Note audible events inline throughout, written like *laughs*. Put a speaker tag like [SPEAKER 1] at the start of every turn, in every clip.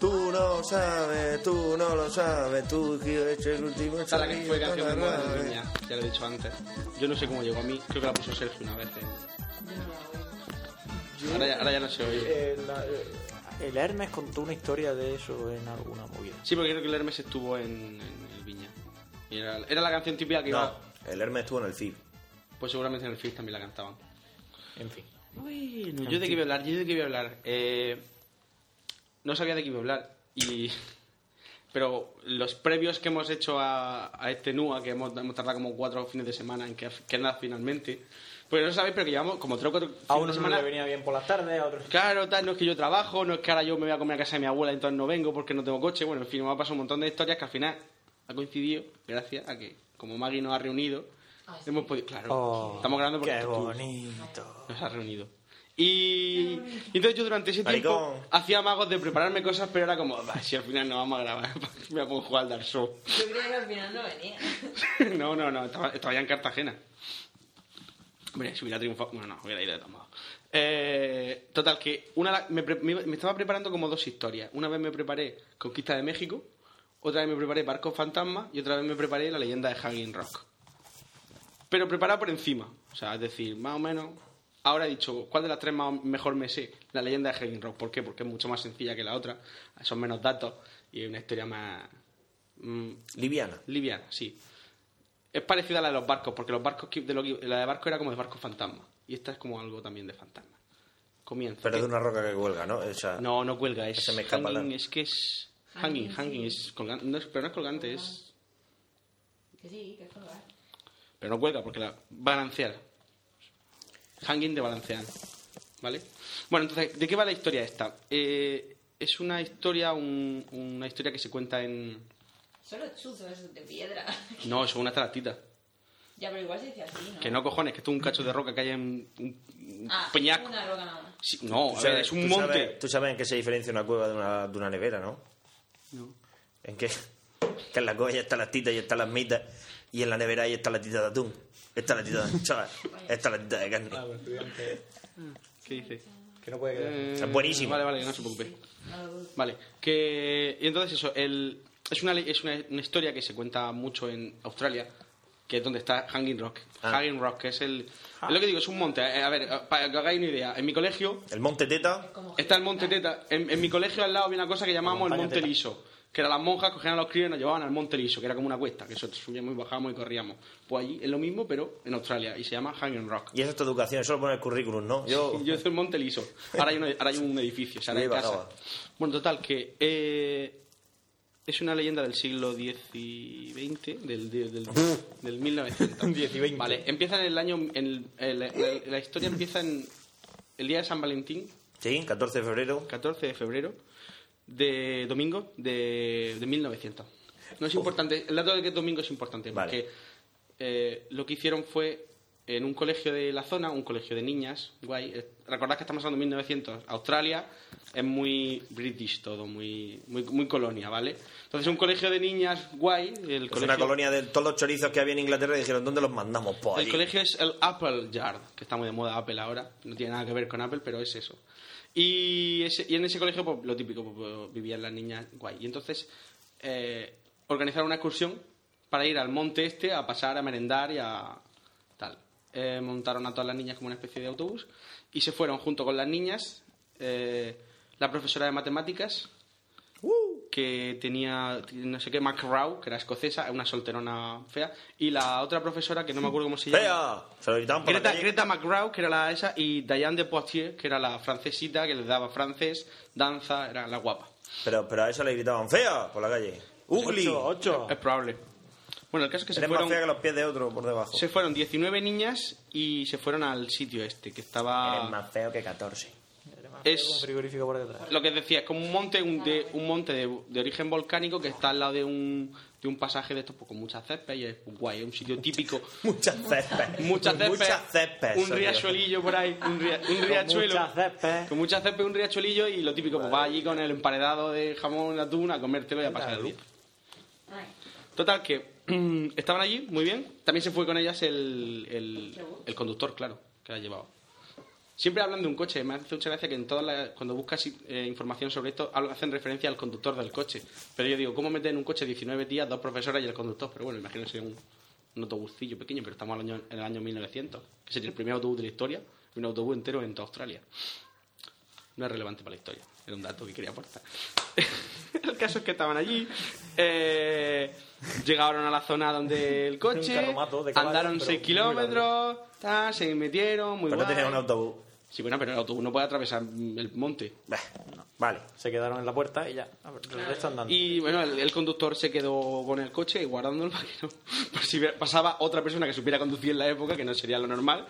[SPEAKER 1] Pues
[SPEAKER 2] lo sabes, tú no lo sabes, tú que he hecho el último
[SPEAKER 1] Esta es la que fue
[SPEAKER 2] chorrillo con
[SPEAKER 1] canción de
[SPEAKER 2] la
[SPEAKER 1] moda de
[SPEAKER 2] nave.
[SPEAKER 1] Niña, ya lo he dicho antes. Yo no sé cómo llegó a mí, creo que la puso Sergio una vez. eh. Ahora ya, ahora ya no se oye.
[SPEAKER 3] El, Eh, el Hermes contó una historia de eso en alguna movida.
[SPEAKER 1] Sí, porque creo que el Hermes estuvo en, en el Viña. Y era, era la canción típica que
[SPEAKER 2] No,
[SPEAKER 1] iba.
[SPEAKER 2] el Hermes estuvo en el CID.
[SPEAKER 1] Pues seguramente en el FIS también la cantaban.
[SPEAKER 3] En fin.
[SPEAKER 1] Bueno, yo de qué voy a hablar, yo de qué voy a hablar. Eh, no sabía de qué iba a hablar. Y, *laughs* pero los previos que hemos hecho a, a este NUA, que hemos, hemos tardado como cuatro fines de semana en que, que nada finalmente. Pues no sabéis, pero que llevamos como tres o cuatro
[SPEAKER 3] A
[SPEAKER 1] fines de
[SPEAKER 3] uno no
[SPEAKER 1] semana.
[SPEAKER 3] le venía bien por las tardes, a otro...
[SPEAKER 1] Claro, tal, no es que yo trabajo, no es que ahora yo me voy a comer a casa de mi abuela, entonces no vengo porque no tengo coche. Bueno, en fin, me ha pasado un montón de historias que al final ha coincidido gracias a que, como Maggie nos ha reunido, hemos podido. Claro,
[SPEAKER 3] Oh,
[SPEAKER 1] estamos grabando porque
[SPEAKER 3] Qué
[SPEAKER 1] tú-
[SPEAKER 3] bonito.
[SPEAKER 1] nos ha reunido. Y, y entonces yo durante ese
[SPEAKER 2] Maricón.
[SPEAKER 1] tiempo hacía magos de prepararme cosas, pero era como, "Bah, si al final no vamos a grabar, *laughs* me voy a poner a jugar al Dark Souls.
[SPEAKER 4] Yo creía que al final no venía.
[SPEAKER 1] *laughs* no, no, no, estaba, estaba ya en Cartagena. Hombre, si hubiera triunfado, bueno, no, hubiera ido de todos modos. Eh, total, que una, la- me, pre- me iba- me estaba preparando como dos historias. Una vez me preparé Conquista de México, otra vez me preparé Barcos Fantasma y otra vez me preparé La leyenda de Hanging Rock. Pero preparado por encima. O sea, es decir, más o menos. Ahora he dicho, ¿cuál de las tres más, mejor me sé? La leyenda de Hanging Rock. ¿Por qué? Porque es mucho más sencilla que la otra. Son menos datos y es una historia más. mm,
[SPEAKER 2] Liviana.
[SPEAKER 1] Liviana, sí. Es parecida a la de los barcos, porque los barcos que- de lo que- la de barco era como de barco fantasma. Y esta es como algo también de fantasma. Comienza.
[SPEAKER 2] Pero de una roca que cuelga, ¿no? O sea,
[SPEAKER 1] No, no cuelga, es
[SPEAKER 2] Se me escapa la-
[SPEAKER 1] hanging, es que es hanging, hanging, es colgante, no es- pero no es colgante, es...
[SPEAKER 4] Que sí, que es ah, colgar.
[SPEAKER 1] Pero no cuelga, porque la balancear. Hanging de balancear, ¿vale? Bueno, entonces, ¿de qué va la historia esta? Eh, es una historia, un- una historia que se cuenta en...
[SPEAKER 4] Solo chuzos de piedra. *laughs*
[SPEAKER 1] No, es una taratita.
[SPEAKER 4] ya, pero igual se dice así, ¿no?
[SPEAKER 1] Que no cojones, que esto es un cacho de roca que hay en un, un
[SPEAKER 4] Ah,
[SPEAKER 1] peñaco.
[SPEAKER 4] una roca nada más.
[SPEAKER 1] Sí, no,
[SPEAKER 2] tú
[SPEAKER 1] a
[SPEAKER 2] sabes-
[SPEAKER 1] ver, es un
[SPEAKER 2] tú
[SPEAKER 1] monte.
[SPEAKER 2] sabes- tú sabes en qué se diferencia una cueva de una, de una nevera, ¿no? ¿En qué? *laughs* Que en la cueva ya están las titas y están las mitas. Y en la nevera ahí está la tita de atún. Está la tita de
[SPEAKER 1] *laughs*
[SPEAKER 2] anchoa. Está la tita de carne.
[SPEAKER 1] ¿Qué dice?
[SPEAKER 3] Que no puede
[SPEAKER 1] Mm,
[SPEAKER 3] quedar.
[SPEAKER 2] Es buenísimo.
[SPEAKER 1] Eh, Vale, vale, no se preocupe.
[SPEAKER 4] No lo dudo.
[SPEAKER 1] Vale, que. Y entonces, eso, el, es, una, le- es una, una historia que se cuenta mucho en Australia, que es donde está Hanging Rock.
[SPEAKER 2] Ah.
[SPEAKER 1] Hanging Rock, que es el. Es lo que digo, es un monte. Eh, A ver, para que hagáis una idea, en mi colegio
[SPEAKER 2] El monte teta.
[SPEAKER 4] Como
[SPEAKER 1] Está el Monte Teta. En, en mi colegio al lado había una cosa que llamábamos el
[SPEAKER 3] montaña
[SPEAKER 1] Monte
[SPEAKER 3] Teta.
[SPEAKER 1] Liso. Que eran las monjas, cogían a los críos y nos llevaban al Monte Liso, que era como una cuesta, que eso, subíamos y bajábamos y corríamos. Pues allí es lo mismo, pero en Australia, y se llama Hanging Rock.
[SPEAKER 2] Y eso es tu educación, eso lo pone en el currículum, ¿no? Yo,
[SPEAKER 1] Yo soy Monte Liso. Ahora hay, una- ahora hay un edificio, o sea, ahora hay
[SPEAKER 2] Viva,
[SPEAKER 1] casa.
[SPEAKER 2] acaba.
[SPEAKER 1] Bueno, total, que eh, es una leyenda del siglo X y XX, del, del, del, del 1900.
[SPEAKER 3] Diez y veinte.
[SPEAKER 1] Vale, empieza en el año... En el- el- la- la historia empieza en el día de San Valentín,
[SPEAKER 2] sí, 14 de febrero.
[SPEAKER 1] 14 de febrero de domingo de, de 1900. No es importante, el dato de que es domingo es importante,
[SPEAKER 2] Vale.
[SPEAKER 1] porque eh, lo que hicieron fue en un colegio de la zona, un colegio de niñas, guay. eh, Recordad que estamos hablando de 1900, Australia es muy british todo, muy, muy, muy colonia, ¿vale? Entonces un colegio de niñas, guay, el
[SPEAKER 2] Es
[SPEAKER 1] colegio...
[SPEAKER 2] una colonia de todos los chorizos que había en Inglaterra y dijeron, ¿dónde los mandamos? Pues
[SPEAKER 1] El
[SPEAKER 2] allí.
[SPEAKER 1] colegio es el Apple Yard, que está muy de moda Apple ahora. No tiene nada que ver con Apple, pero es eso. Y, ese- y en ese colegio, pues, lo típico, pues, pues, vivían las niñas guay. Y entonces eh, organizaron una excursión para ir al monte este a pasar, a merendar y a tal. Eh, montaron a todas las niñas como una especie de autobús y se fueron junto con las niñas, eh, la profesora de matemáticas, que tenía no sé qué, McRaw, que era escocesa, una solterona fea, y la otra profesora, que no me acuerdo cómo se llama,
[SPEAKER 2] ¡Fea! Se lo gritaban por la
[SPEAKER 1] Greta,
[SPEAKER 2] calle.
[SPEAKER 1] Greta McGraw, que era la esa, y Diane de Poitiers, que era la francesita, que les daba francés, danza, era la guapa.
[SPEAKER 2] Pero, pero a esa le gritaban, ¡fea! por la calle. ¡Ugly!
[SPEAKER 3] Ocho, ocho.
[SPEAKER 1] Es probable. Bueno, el caso es que se
[SPEAKER 2] Oh. Eres más
[SPEAKER 1] fueron,
[SPEAKER 2] fea que los pies de otro por debajo.
[SPEAKER 1] se fueron 19 niñas y se fueron al sitio este, que estaba...
[SPEAKER 2] feo que 14.
[SPEAKER 1] Es-
[SPEAKER 3] Un frigorífico por detrás.
[SPEAKER 1] Lo que decía, es como un monte, un de, un monte de, de origen volcánico que está al lado de un, de un pasaje de estos pues, con muchas césped y es guay, es un sitio
[SPEAKER 2] *laughs*
[SPEAKER 1] típico.
[SPEAKER 2] *laughs* Muchas césped.
[SPEAKER 1] Muchas césped.
[SPEAKER 2] Muchas césped.
[SPEAKER 1] Un
[SPEAKER 2] sonido.
[SPEAKER 1] riachuelillo por ahí. Un,
[SPEAKER 2] *laughs*
[SPEAKER 1] ria- un riachuelo.
[SPEAKER 3] muchas césped.
[SPEAKER 1] Con muchas césped, un riachuelillo y lo típico, pues vas allí con el emparedado de jamón, atún, a comértelo y a pasar el día.
[SPEAKER 4] Ay,
[SPEAKER 1] Total, que *clears throat* estaban allí, muy bien. También se fue con ellas el, el, el conductor, claro, que la llevaba. Siempre hablan de un coche. Me hace mucha gracia que en todas las, cuando buscas eh, información sobre esto hablan- hacen referencia al conductor del coche. Pero yo digo, ¿cómo meten en un coche 19 días, dos profesoras y el conductor? Pero bueno, imagino que sería un, un autobuscillo pequeño, pero estamos al año- en el año 1900, que sería el primer autobús de la historia, y un autobús entero en toda Australia. No es relevante para la historia, era un dato que quería aportar. *laughs* el caso es que estaban allí, eh, llegaron a la zona donde el coche,
[SPEAKER 3] carromato de caballo,
[SPEAKER 1] andaron
[SPEAKER 3] pero
[SPEAKER 1] 6
[SPEAKER 3] muy
[SPEAKER 1] kilómetros, ta, se metieron, muy
[SPEAKER 2] Pero no
[SPEAKER 1] guay.
[SPEAKER 2] tenías un autobús.
[SPEAKER 1] Sí, bueno, pero el autobús no puede atravesar mm, el monte.
[SPEAKER 2] Bah, Vale.
[SPEAKER 3] Se quedaron en la puerta y ya. A ver, El resto andando.
[SPEAKER 1] Y bueno, el, el conductor se quedó con el coche y guardando el vaquero. *laughs* Por si hubiera- pasaba otra persona que supiera conducir en la época, que no sería lo normal.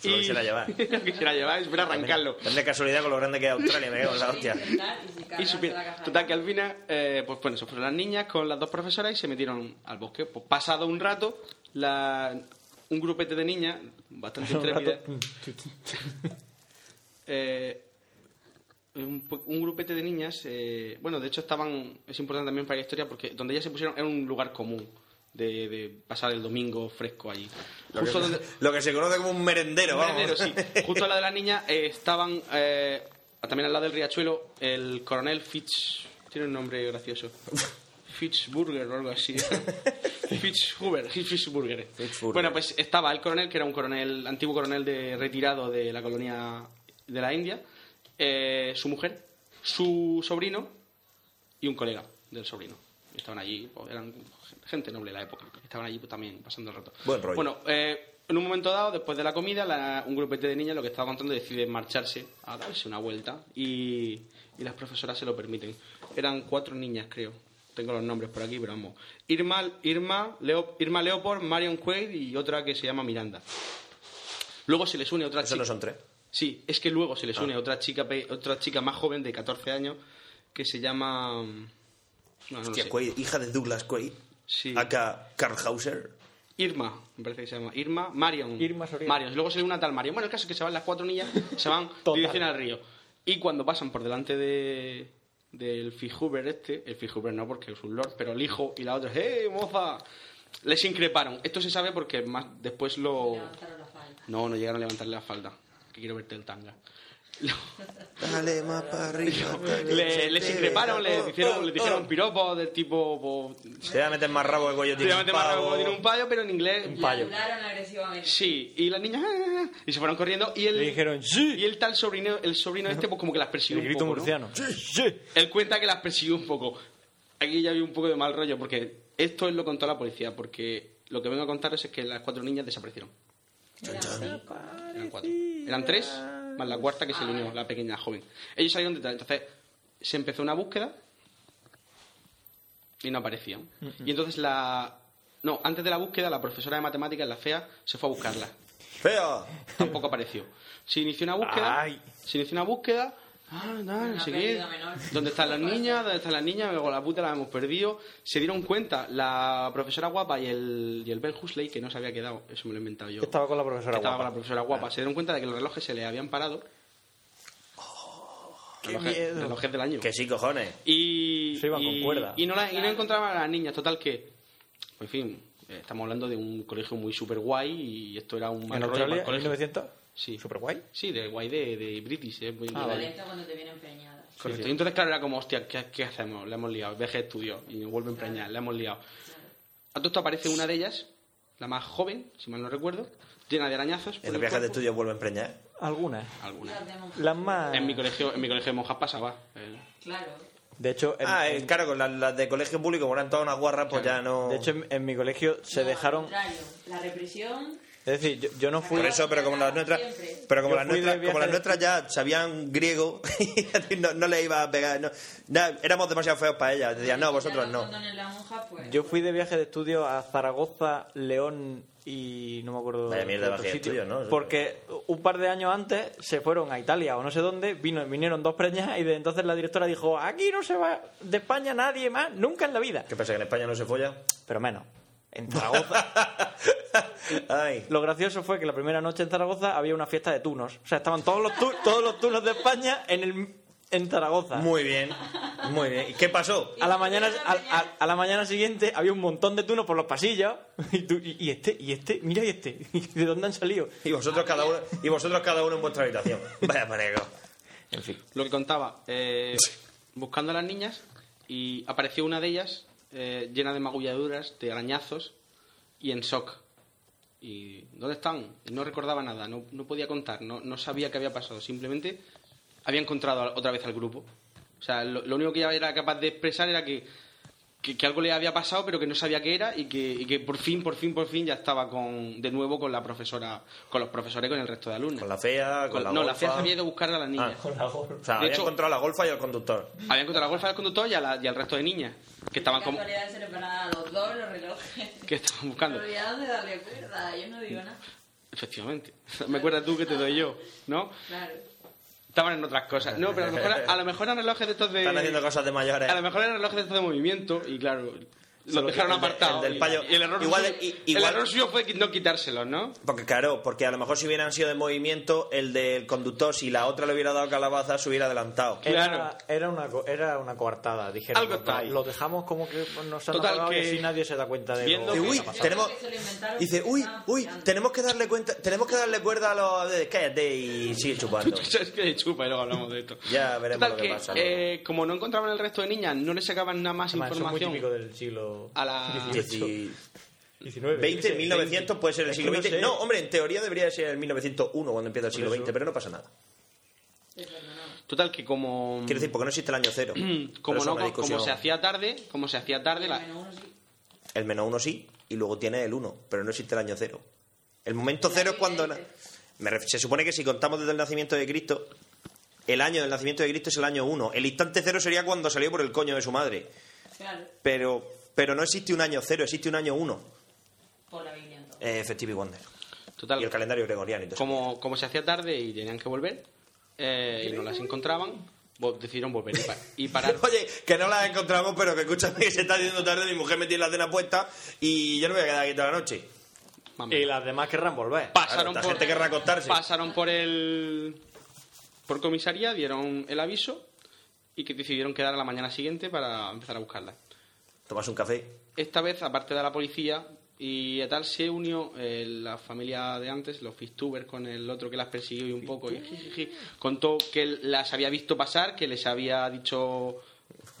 [SPEAKER 2] Se lo quisiera
[SPEAKER 1] *laughs*
[SPEAKER 2] llevar.
[SPEAKER 1] lo quisiera llevar y supiera arrancarlo.
[SPEAKER 2] Tan de casualidad con lo grande que es Australia, me cago en la hostia.
[SPEAKER 4] Intentar y si cargas
[SPEAKER 1] Y
[SPEAKER 4] la
[SPEAKER 1] supiera.
[SPEAKER 4] caja.
[SPEAKER 1] Total, que al final, eh, pues bueno, se fueron las niñas con las dos profesoras y se metieron al bosque. Pues pasado un rato, la- un grupete de niñas, bastante
[SPEAKER 3] *laughs* Un rato,
[SPEAKER 1] intrépidas,
[SPEAKER 3] *laughs*
[SPEAKER 1] eh, un, po- un grupete de niñas, eh, bueno, de hecho estaban, es importante también para la historia porque donde ellas se pusieron era un lugar común de, de pasar el domingo fresco allí.
[SPEAKER 2] Lo que,
[SPEAKER 1] Justo donde,
[SPEAKER 2] lo que se conoce como un merendero, vamos.
[SPEAKER 1] Merendero,
[SPEAKER 2] *laughs*
[SPEAKER 1] sí. Justo al lado de la niña eh, estaban, eh, también al lado del riachuelo, el coronel Fitch. Tiene un nombre gracioso. Fitzburger o algo así. Fitzhuber, Fitzburger.
[SPEAKER 2] Fitzburger.
[SPEAKER 1] Bueno, pues estaba el coronel, que era un coronel, antiguo coronel de retirado de la colonia de la India, eh, su mujer, su sobrino y un colega del sobrino. Estaban allí, pues, eran gente noble de la época. Estaban allí pues, también pasando el rato.
[SPEAKER 2] Buen rollo.
[SPEAKER 1] Bueno, eh, en un momento dado, después de la comida, la- un grupete de niñas, lo que estaba contando, decide marcharse a darse una vuelta y, y las profesoras se lo permiten. Eran cuatro niñas, creo. Tengo los nombres por aquí, pero vamos. Irma, Irma, Leo- Irma Leopold, Marion Quaid y otra que se llama Miranda. Luego se les une otra
[SPEAKER 2] Eso
[SPEAKER 1] chica.
[SPEAKER 2] no son tres.
[SPEAKER 1] Sí, es que luego se les une otra chica pe- otra chica más joven de 14 años que se llama... mm, no, no lo
[SPEAKER 2] Hostia, Ah,
[SPEAKER 1] sé.
[SPEAKER 2] Quaid, hija de Douglas Quaid.
[SPEAKER 1] Sí.
[SPEAKER 2] Acá Karl Hauser.
[SPEAKER 1] Irma, me parece que se llama. Irma, Marion.
[SPEAKER 3] Irma Soriano.
[SPEAKER 1] Marion. Luego se une una tal Marion. Bueno, el caso es que se van las cuatro niñas, se van
[SPEAKER 3] *laughs* Total.
[SPEAKER 1] dirección al río. Y cuando pasan por delante de del Fijuber este, el Fijuber no porque es un lord, pero el hijo y la otra, ¡eh, moza! Les increparon. Esto se sabe porque más después lo...
[SPEAKER 4] Levantaron la falda.
[SPEAKER 1] No, no llegaron a levantarle la falda. Que quiero verte el tanga.
[SPEAKER 2] Dale más para
[SPEAKER 1] *laughs*
[SPEAKER 2] arriba. Oh,
[SPEAKER 1] Le- les increparon, les hicieron, les dijeron piropos del tipo... pues,
[SPEAKER 2] Te voy a meter más rabo de cuello.
[SPEAKER 1] Te voy a meter más rabo, tiene un payo, pero en inglés...
[SPEAKER 3] Payo.
[SPEAKER 4] Ladraron agresivamente.
[SPEAKER 1] Sí, y las niñas *laughs* ¡ah! y se fueron corriendo y él
[SPEAKER 3] Le dijeron, "Sí".
[SPEAKER 1] y el tal sobrino, el sobrino este pues como que las persiguió
[SPEAKER 3] El
[SPEAKER 1] un
[SPEAKER 3] grito
[SPEAKER 1] poco, ¿no?
[SPEAKER 3] murciano. Sí.
[SPEAKER 1] Él cuenta que las persiguió un poco. Aquí ya había un poco de mal rollo porque esto es lo contó la policía porque lo que vengo a contaros es que las cuatro niñas desaparecieron.
[SPEAKER 4] Eran cinco.
[SPEAKER 1] Eran cuatro. Eran tres, más la cuarta que se le unió, la pequeña joven. Ellos salieron detrás. Entonces, se empezó una búsqueda y no aparecían. Y entonces la... No, antes de la búsqueda, la profesora de matemáticas, la fea, se fue a buscarla
[SPEAKER 2] ¡Feo!
[SPEAKER 1] tampoco apareció. Se inició una búsqueda.
[SPEAKER 3] Ay.
[SPEAKER 1] Se inició una búsqueda. Ah, no, no
[SPEAKER 4] Una
[SPEAKER 1] sé qué.
[SPEAKER 4] pérdida menor.
[SPEAKER 1] ¿Dónde están
[SPEAKER 4] *laughs*
[SPEAKER 1] las niñas? ¿Dónde están las niñas? Luego la puta la hemos perdido. Se dieron cuenta la profesora guapa y el, y el Ben Huxley, que no se había quedado. Eso me lo he inventado yo.
[SPEAKER 3] Estaba con la
[SPEAKER 1] Que
[SPEAKER 3] profesora
[SPEAKER 1] estaba con la
[SPEAKER 3] guapa.
[SPEAKER 1] profesora guapa. Se dieron cuenta de que los relojes se le habían parado.
[SPEAKER 3] qué
[SPEAKER 1] relojes,
[SPEAKER 3] miedo.
[SPEAKER 1] relojes del año.
[SPEAKER 2] Que sí, cojones.
[SPEAKER 1] Y,
[SPEAKER 3] Se iban
[SPEAKER 1] y-
[SPEAKER 3] con cuerda.
[SPEAKER 1] Y no, la- y no encontraban a las niñas. Total que, en fin, eh, estamos hablando de un colegio muy super guay y esto era un mal
[SPEAKER 3] En
[SPEAKER 1] rollo para el
[SPEAKER 3] Australia, en
[SPEAKER 1] colegio.
[SPEAKER 3] 1900.
[SPEAKER 1] Sí.
[SPEAKER 3] Super guay.
[SPEAKER 1] Sí, de guay de, de British, es muy
[SPEAKER 3] Ah, vale.
[SPEAKER 4] Violenta cuando te vienen preñadas.
[SPEAKER 1] Correcto. Y entonces, claro, era como, hostia, ¿qué, qué hacemos? La hemos liado. Veje estudió y nos vuelve a empreñar, la hemos liado. A todo esto aparece una de ellas, la más joven, si mal no recuerdo, llena de arañazos. por
[SPEAKER 2] En los
[SPEAKER 1] el
[SPEAKER 2] viajes de
[SPEAKER 1] cuerpo.
[SPEAKER 2] estudio vuelve a empreñar.
[SPEAKER 3] Algunas.
[SPEAKER 1] Alguna.
[SPEAKER 4] Las de monja.
[SPEAKER 3] Las más.
[SPEAKER 1] En mi colegio, en mi colegio de monjas pasaba. eh.
[SPEAKER 4] Claro.
[SPEAKER 3] De hecho,
[SPEAKER 1] Em-
[SPEAKER 3] en-
[SPEAKER 2] Ah,
[SPEAKER 3] en-
[SPEAKER 2] eh, claro, con las, las de colegio público, como eran todas unas guarras, pues ya no.
[SPEAKER 3] de hecho en, en mi colegio se
[SPEAKER 4] No,
[SPEAKER 3] dejaron.
[SPEAKER 4] al contrario. La represión.
[SPEAKER 3] Es decir, yo, yo no fui.
[SPEAKER 2] Por eso, pero como las nuestras,
[SPEAKER 4] Siempre.
[SPEAKER 2] pero como
[SPEAKER 3] Yo
[SPEAKER 2] las
[SPEAKER 3] fui de
[SPEAKER 2] nuestras, como
[SPEAKER 3] viaje
[SPEAKER 2] las
[SPEAKER 3] de-
[SPEAKER 2] nuestras ya sabían griego, *laughs* y no, no le iba a pegar. no. Ya, éramos demasiado feos para ellas. Decían, no, vosotros
[SPEAKER 4] Ya
[SPEAKER 2] no.
[SPEAKER 4] cuando en la monja, pues.
[SPEAKER 3] Yo fui de viaje de estudio a Zaragoza, León y no me acuerdo.
[SPEAKER 2] Vaya mierda
[SPEAKER 3] de
[SPEAKER 2] de
[SPEAKER 3] otro
[SPEAKER 2] viaje de
[SPEAKER 3] sitio.
[SPEAKER 2] estudio, ¿no?
[SPEAKER 3] Porque un par de años antes se fueron a Italia o no sé dónde, vino, vinieron dos preñas y desde entonces la directora dijo: aquí no se va de España nadie más, nunca en la vida.
[SPEAKER 2] ¿Qué pasa, que en España no se folla?
[SPEAKER 3] Pero menos.
[SPEAKER 2] *laughs*
[SPEAKER 3] En Zaragoza.
[SPEAKER 2] Ay.
[SPEAKER 3] Lo gracioso fue que la primera noche en Zaragoza había una fiesta de tunos. O sea, estaban todos los, tu- todos los tunos de España en, el, en Zaragoza.
[SPEAKER 2] Muy bien. Muy bien. ¿Y qué pasó?
[SPEAKER 3] A la, mañana, a, a- a la mañana siguiente había un montón de tunos por los pasillos. *laughs* Y, tú, y, y este, y este, mira, y este. *laughs* ¿De dónde han salido?
[SPEAKER 2] Y vosotros cada uno, y vosotros cada uno en vuestra habitación. *laughs* Vaya manejo. En fin.
[SPEAKER 1] Lo que contaba, eh, buscando a las niñas y apareció una de ellas eh, llena de magulladuras, de arañazos y en shock. ¿Y dónde están? No recordaba nada, no, no podía contar, no, no sabía qué había pasado. Simplemente había encontrado al- otra vez al grupo. O sea, lo, lo único que ella era capaz de expresar era que, que, que algo le había pasado, pero que no sabía qué era y que, y que por fin, por fin, por fin ya estaba con, de nuevo con la profesora, con los profesores, y con el resto de alumnos.
[SPEAKER 2] Con la fea, con, la
[SPEAKER 1] no, la
[SPEAKER 2] golfa.
[SPEAKER 1] fea había ido a buscar a las niñas.
[SPEAKER 2] Ah, con la golfa. O sea, había
[SPEAKER 1] hecho-
[SPEAKER 2] encontrado la golfa y el conductor.
[SPEAKER 1] Había encontrado la golfa del conductor y, a la- y al resto de niñas que estaban, como,
[SPEAKER 4] casualidad se les van a dar a los dos los relojes.
[SPEAKER 1] *laughs* que estaban buscando.
[SPEAKER 4] Casualidad de darle cuerda, yo no digo nada.
[SPEAKER 1] Efectivamente. *laughs* Me acuerdas tú que te doy yo, ¿no?
[SPEAKER 4] Claro.
[SPEAKER 1] Estaban en otras cosas. No, pero a lo mejor, a lo mejor eran relojes de estos de...
[SPEAKER 2] Están haciendo
[SPEAKER 1] Eh, A
[SPEAKER 2] cosas de mayores.
[SPEAKER 1] lo mejor eran relojes de estos de movimiento y claro, los dejaron
[SPEAKER 2] el de-
[SPEAKER 1] apartados.
[SPEAKER 2] el del payo.
[SPEAKER 1] Y el error,
[SPEAKER 2] Igual-
[SPEAKER 1] suyo,
[SPEAKER 2] i-
[SPEAKER 1] el
[SPEAKER 2] igual-
[SPEAKER 1] error suyo fue qui- no quitárselos, ¿no? *laughs*
[SPEAKER 2] Porque claro, porque a lo mejor si hubieran sido de movimiento, el del conductor, si la otra le hubiera dado calabaza, se hubiera adelantado.
[SPEAKER 1] Claro.
[SPEAKER 5] Era, era, una, co- era una coartada, dijeron.
[SPEAKER 1] Algo está ahí.
[SPEAKER 5] Lo dejamos como que nos han
[SPEAKER 1] Total,
[SPEAKER 5] apagado y
[SPEAKER 1] que-
[SPEAKER 5] así nadie se da cuenta de
[SPEAKER 1] viendo
[SPEAKER 5] lo
[SPEAKER 2] Dice,
[SPEAKER 5] que
[SPEAKER 1] que-
[SPEAKER 2] uy,
[SPEAKER 5] ha pasado".
[SPEAKER 2] tenemos...
[SPEAKER 4] Se lo inventaron
[SPEAKER 2] Dice,
[SPEAKER 4] porque
[SPEAKER 2] uy,
[SPEAKER 4] estaban
[SPEAKER 2] uy,
[SPEAKER 4] follando.
[SPEAKER 2] tenemos que darle cuenta, tenemos que darle cuerda a los... de- Cállate y sigue chupando.
[SPEAKER 1] *laughs* Es que chupa y luego hablamos de esto.
[SPEAKER 2] *laughs* Ya veremos
[SPEAKER 1] Total,
[SPEAKER 2] lo que pasa luego.
[SPEAKER 1] eh, como no encontraban el resto de niñas, no les sacaban nada más
[SPEAKER 5] Además, eso es muy
[SPEAKER 1] información.
[SPEAKER 5] típico del siglo
[SPEAKER 1] a la-
[SPEAKER 2] Dieci-
[SPEAKER 5] 19,
[SPEAKER 2] 20, 1900 puede ser el
[SPEAKER 5] Es que
[SPEAKER 2] siglo
[SPEAKER 5] no
[SPEAKER 2] XX.
[SPEAKER 5] sé.
[SPEAKER 2] No, hombre, en teoría debería ser el 1901 cuando empieza el siglo
[SPEAKER 5] Por
[SPEAKER 2] XX,
[SPEAKER 5] eso.
[SPEAKER 2] pero no pasa nada.
[SPEAKER 4] Eso no, no.
[SPEAKER 1] Total, que como...
[SPEAKER 2] Quiero decir, porque no existe el año cero. Pero
[SPEAKER 1] *clears throat* como
[SPEAKER 2] eso
[SPEAKER 1] no,
[SPEAKER 2] es una
[SPEAKER 1] como
[SPEAKER 2] discusión.
[SPEAKER 1] se hacía tarde, como se hacía tarde, la-
[SPEAKER 4] Menos uno sí.
[SPEAKER 2] El menos uno sí, y luego tiene el uno, pero no existe el año cero. El momento cero es cuando... na- Me ref- Se supone que si contamos desde el nacimiento de Cristo, el año del nacimiento de Cristo es el año uno. El instante cero sería cuando salió por el coño de su madre.
[SPEAKER 4] Claro,
[SPEAKER 2] Pero, pero no existe un año cero, existe un año uno.
[SPEAKER 4] por la Biblia entonces.
[SPEAKER 2] Eh, Festive Wonder.
[SPEAKER 1] total,
[SPEAKER 2] Y el calendario gregoriano. y todo eso.
[SPEAKER 1] como, como se hacía tarde y tenían que volver, eh, y no las encontraban, vo- decidieron volver y, pa- y parar.
[SPEAKER 2] *laughs* Oye, que no las encontramos, pero que escúchame *laughs* que se está haciendo tarde, mi mujer me tiene la cena puesta y yo no me voy a quedar aquí toda la noche.
[SPEAKER 1] Mamá.
[SPEAKER 5] Y las demás querrán volver.
[SPEAKER 2] Claro,
[SPEAKER 1] pasaron
[SPEAKER 2] esta
[SPEAKER 1] por
[SPEAKER 2] gente querrá acostarse.
[SPEAKER 1] pasaron por el por comisaría, dieron el aviso y que decidieron quedar a la mañana siguiente para empezar a buscarla.
[SPEAKER 2] Tomas un café.
[SPEAKER 1] Esta vez, aparte de la policía y tal, se unió eh, la familia de antes, los Fistubers, con el otro que las persiguió y un poco. y jijiji. contó que él las había visto pasar, que les había dicho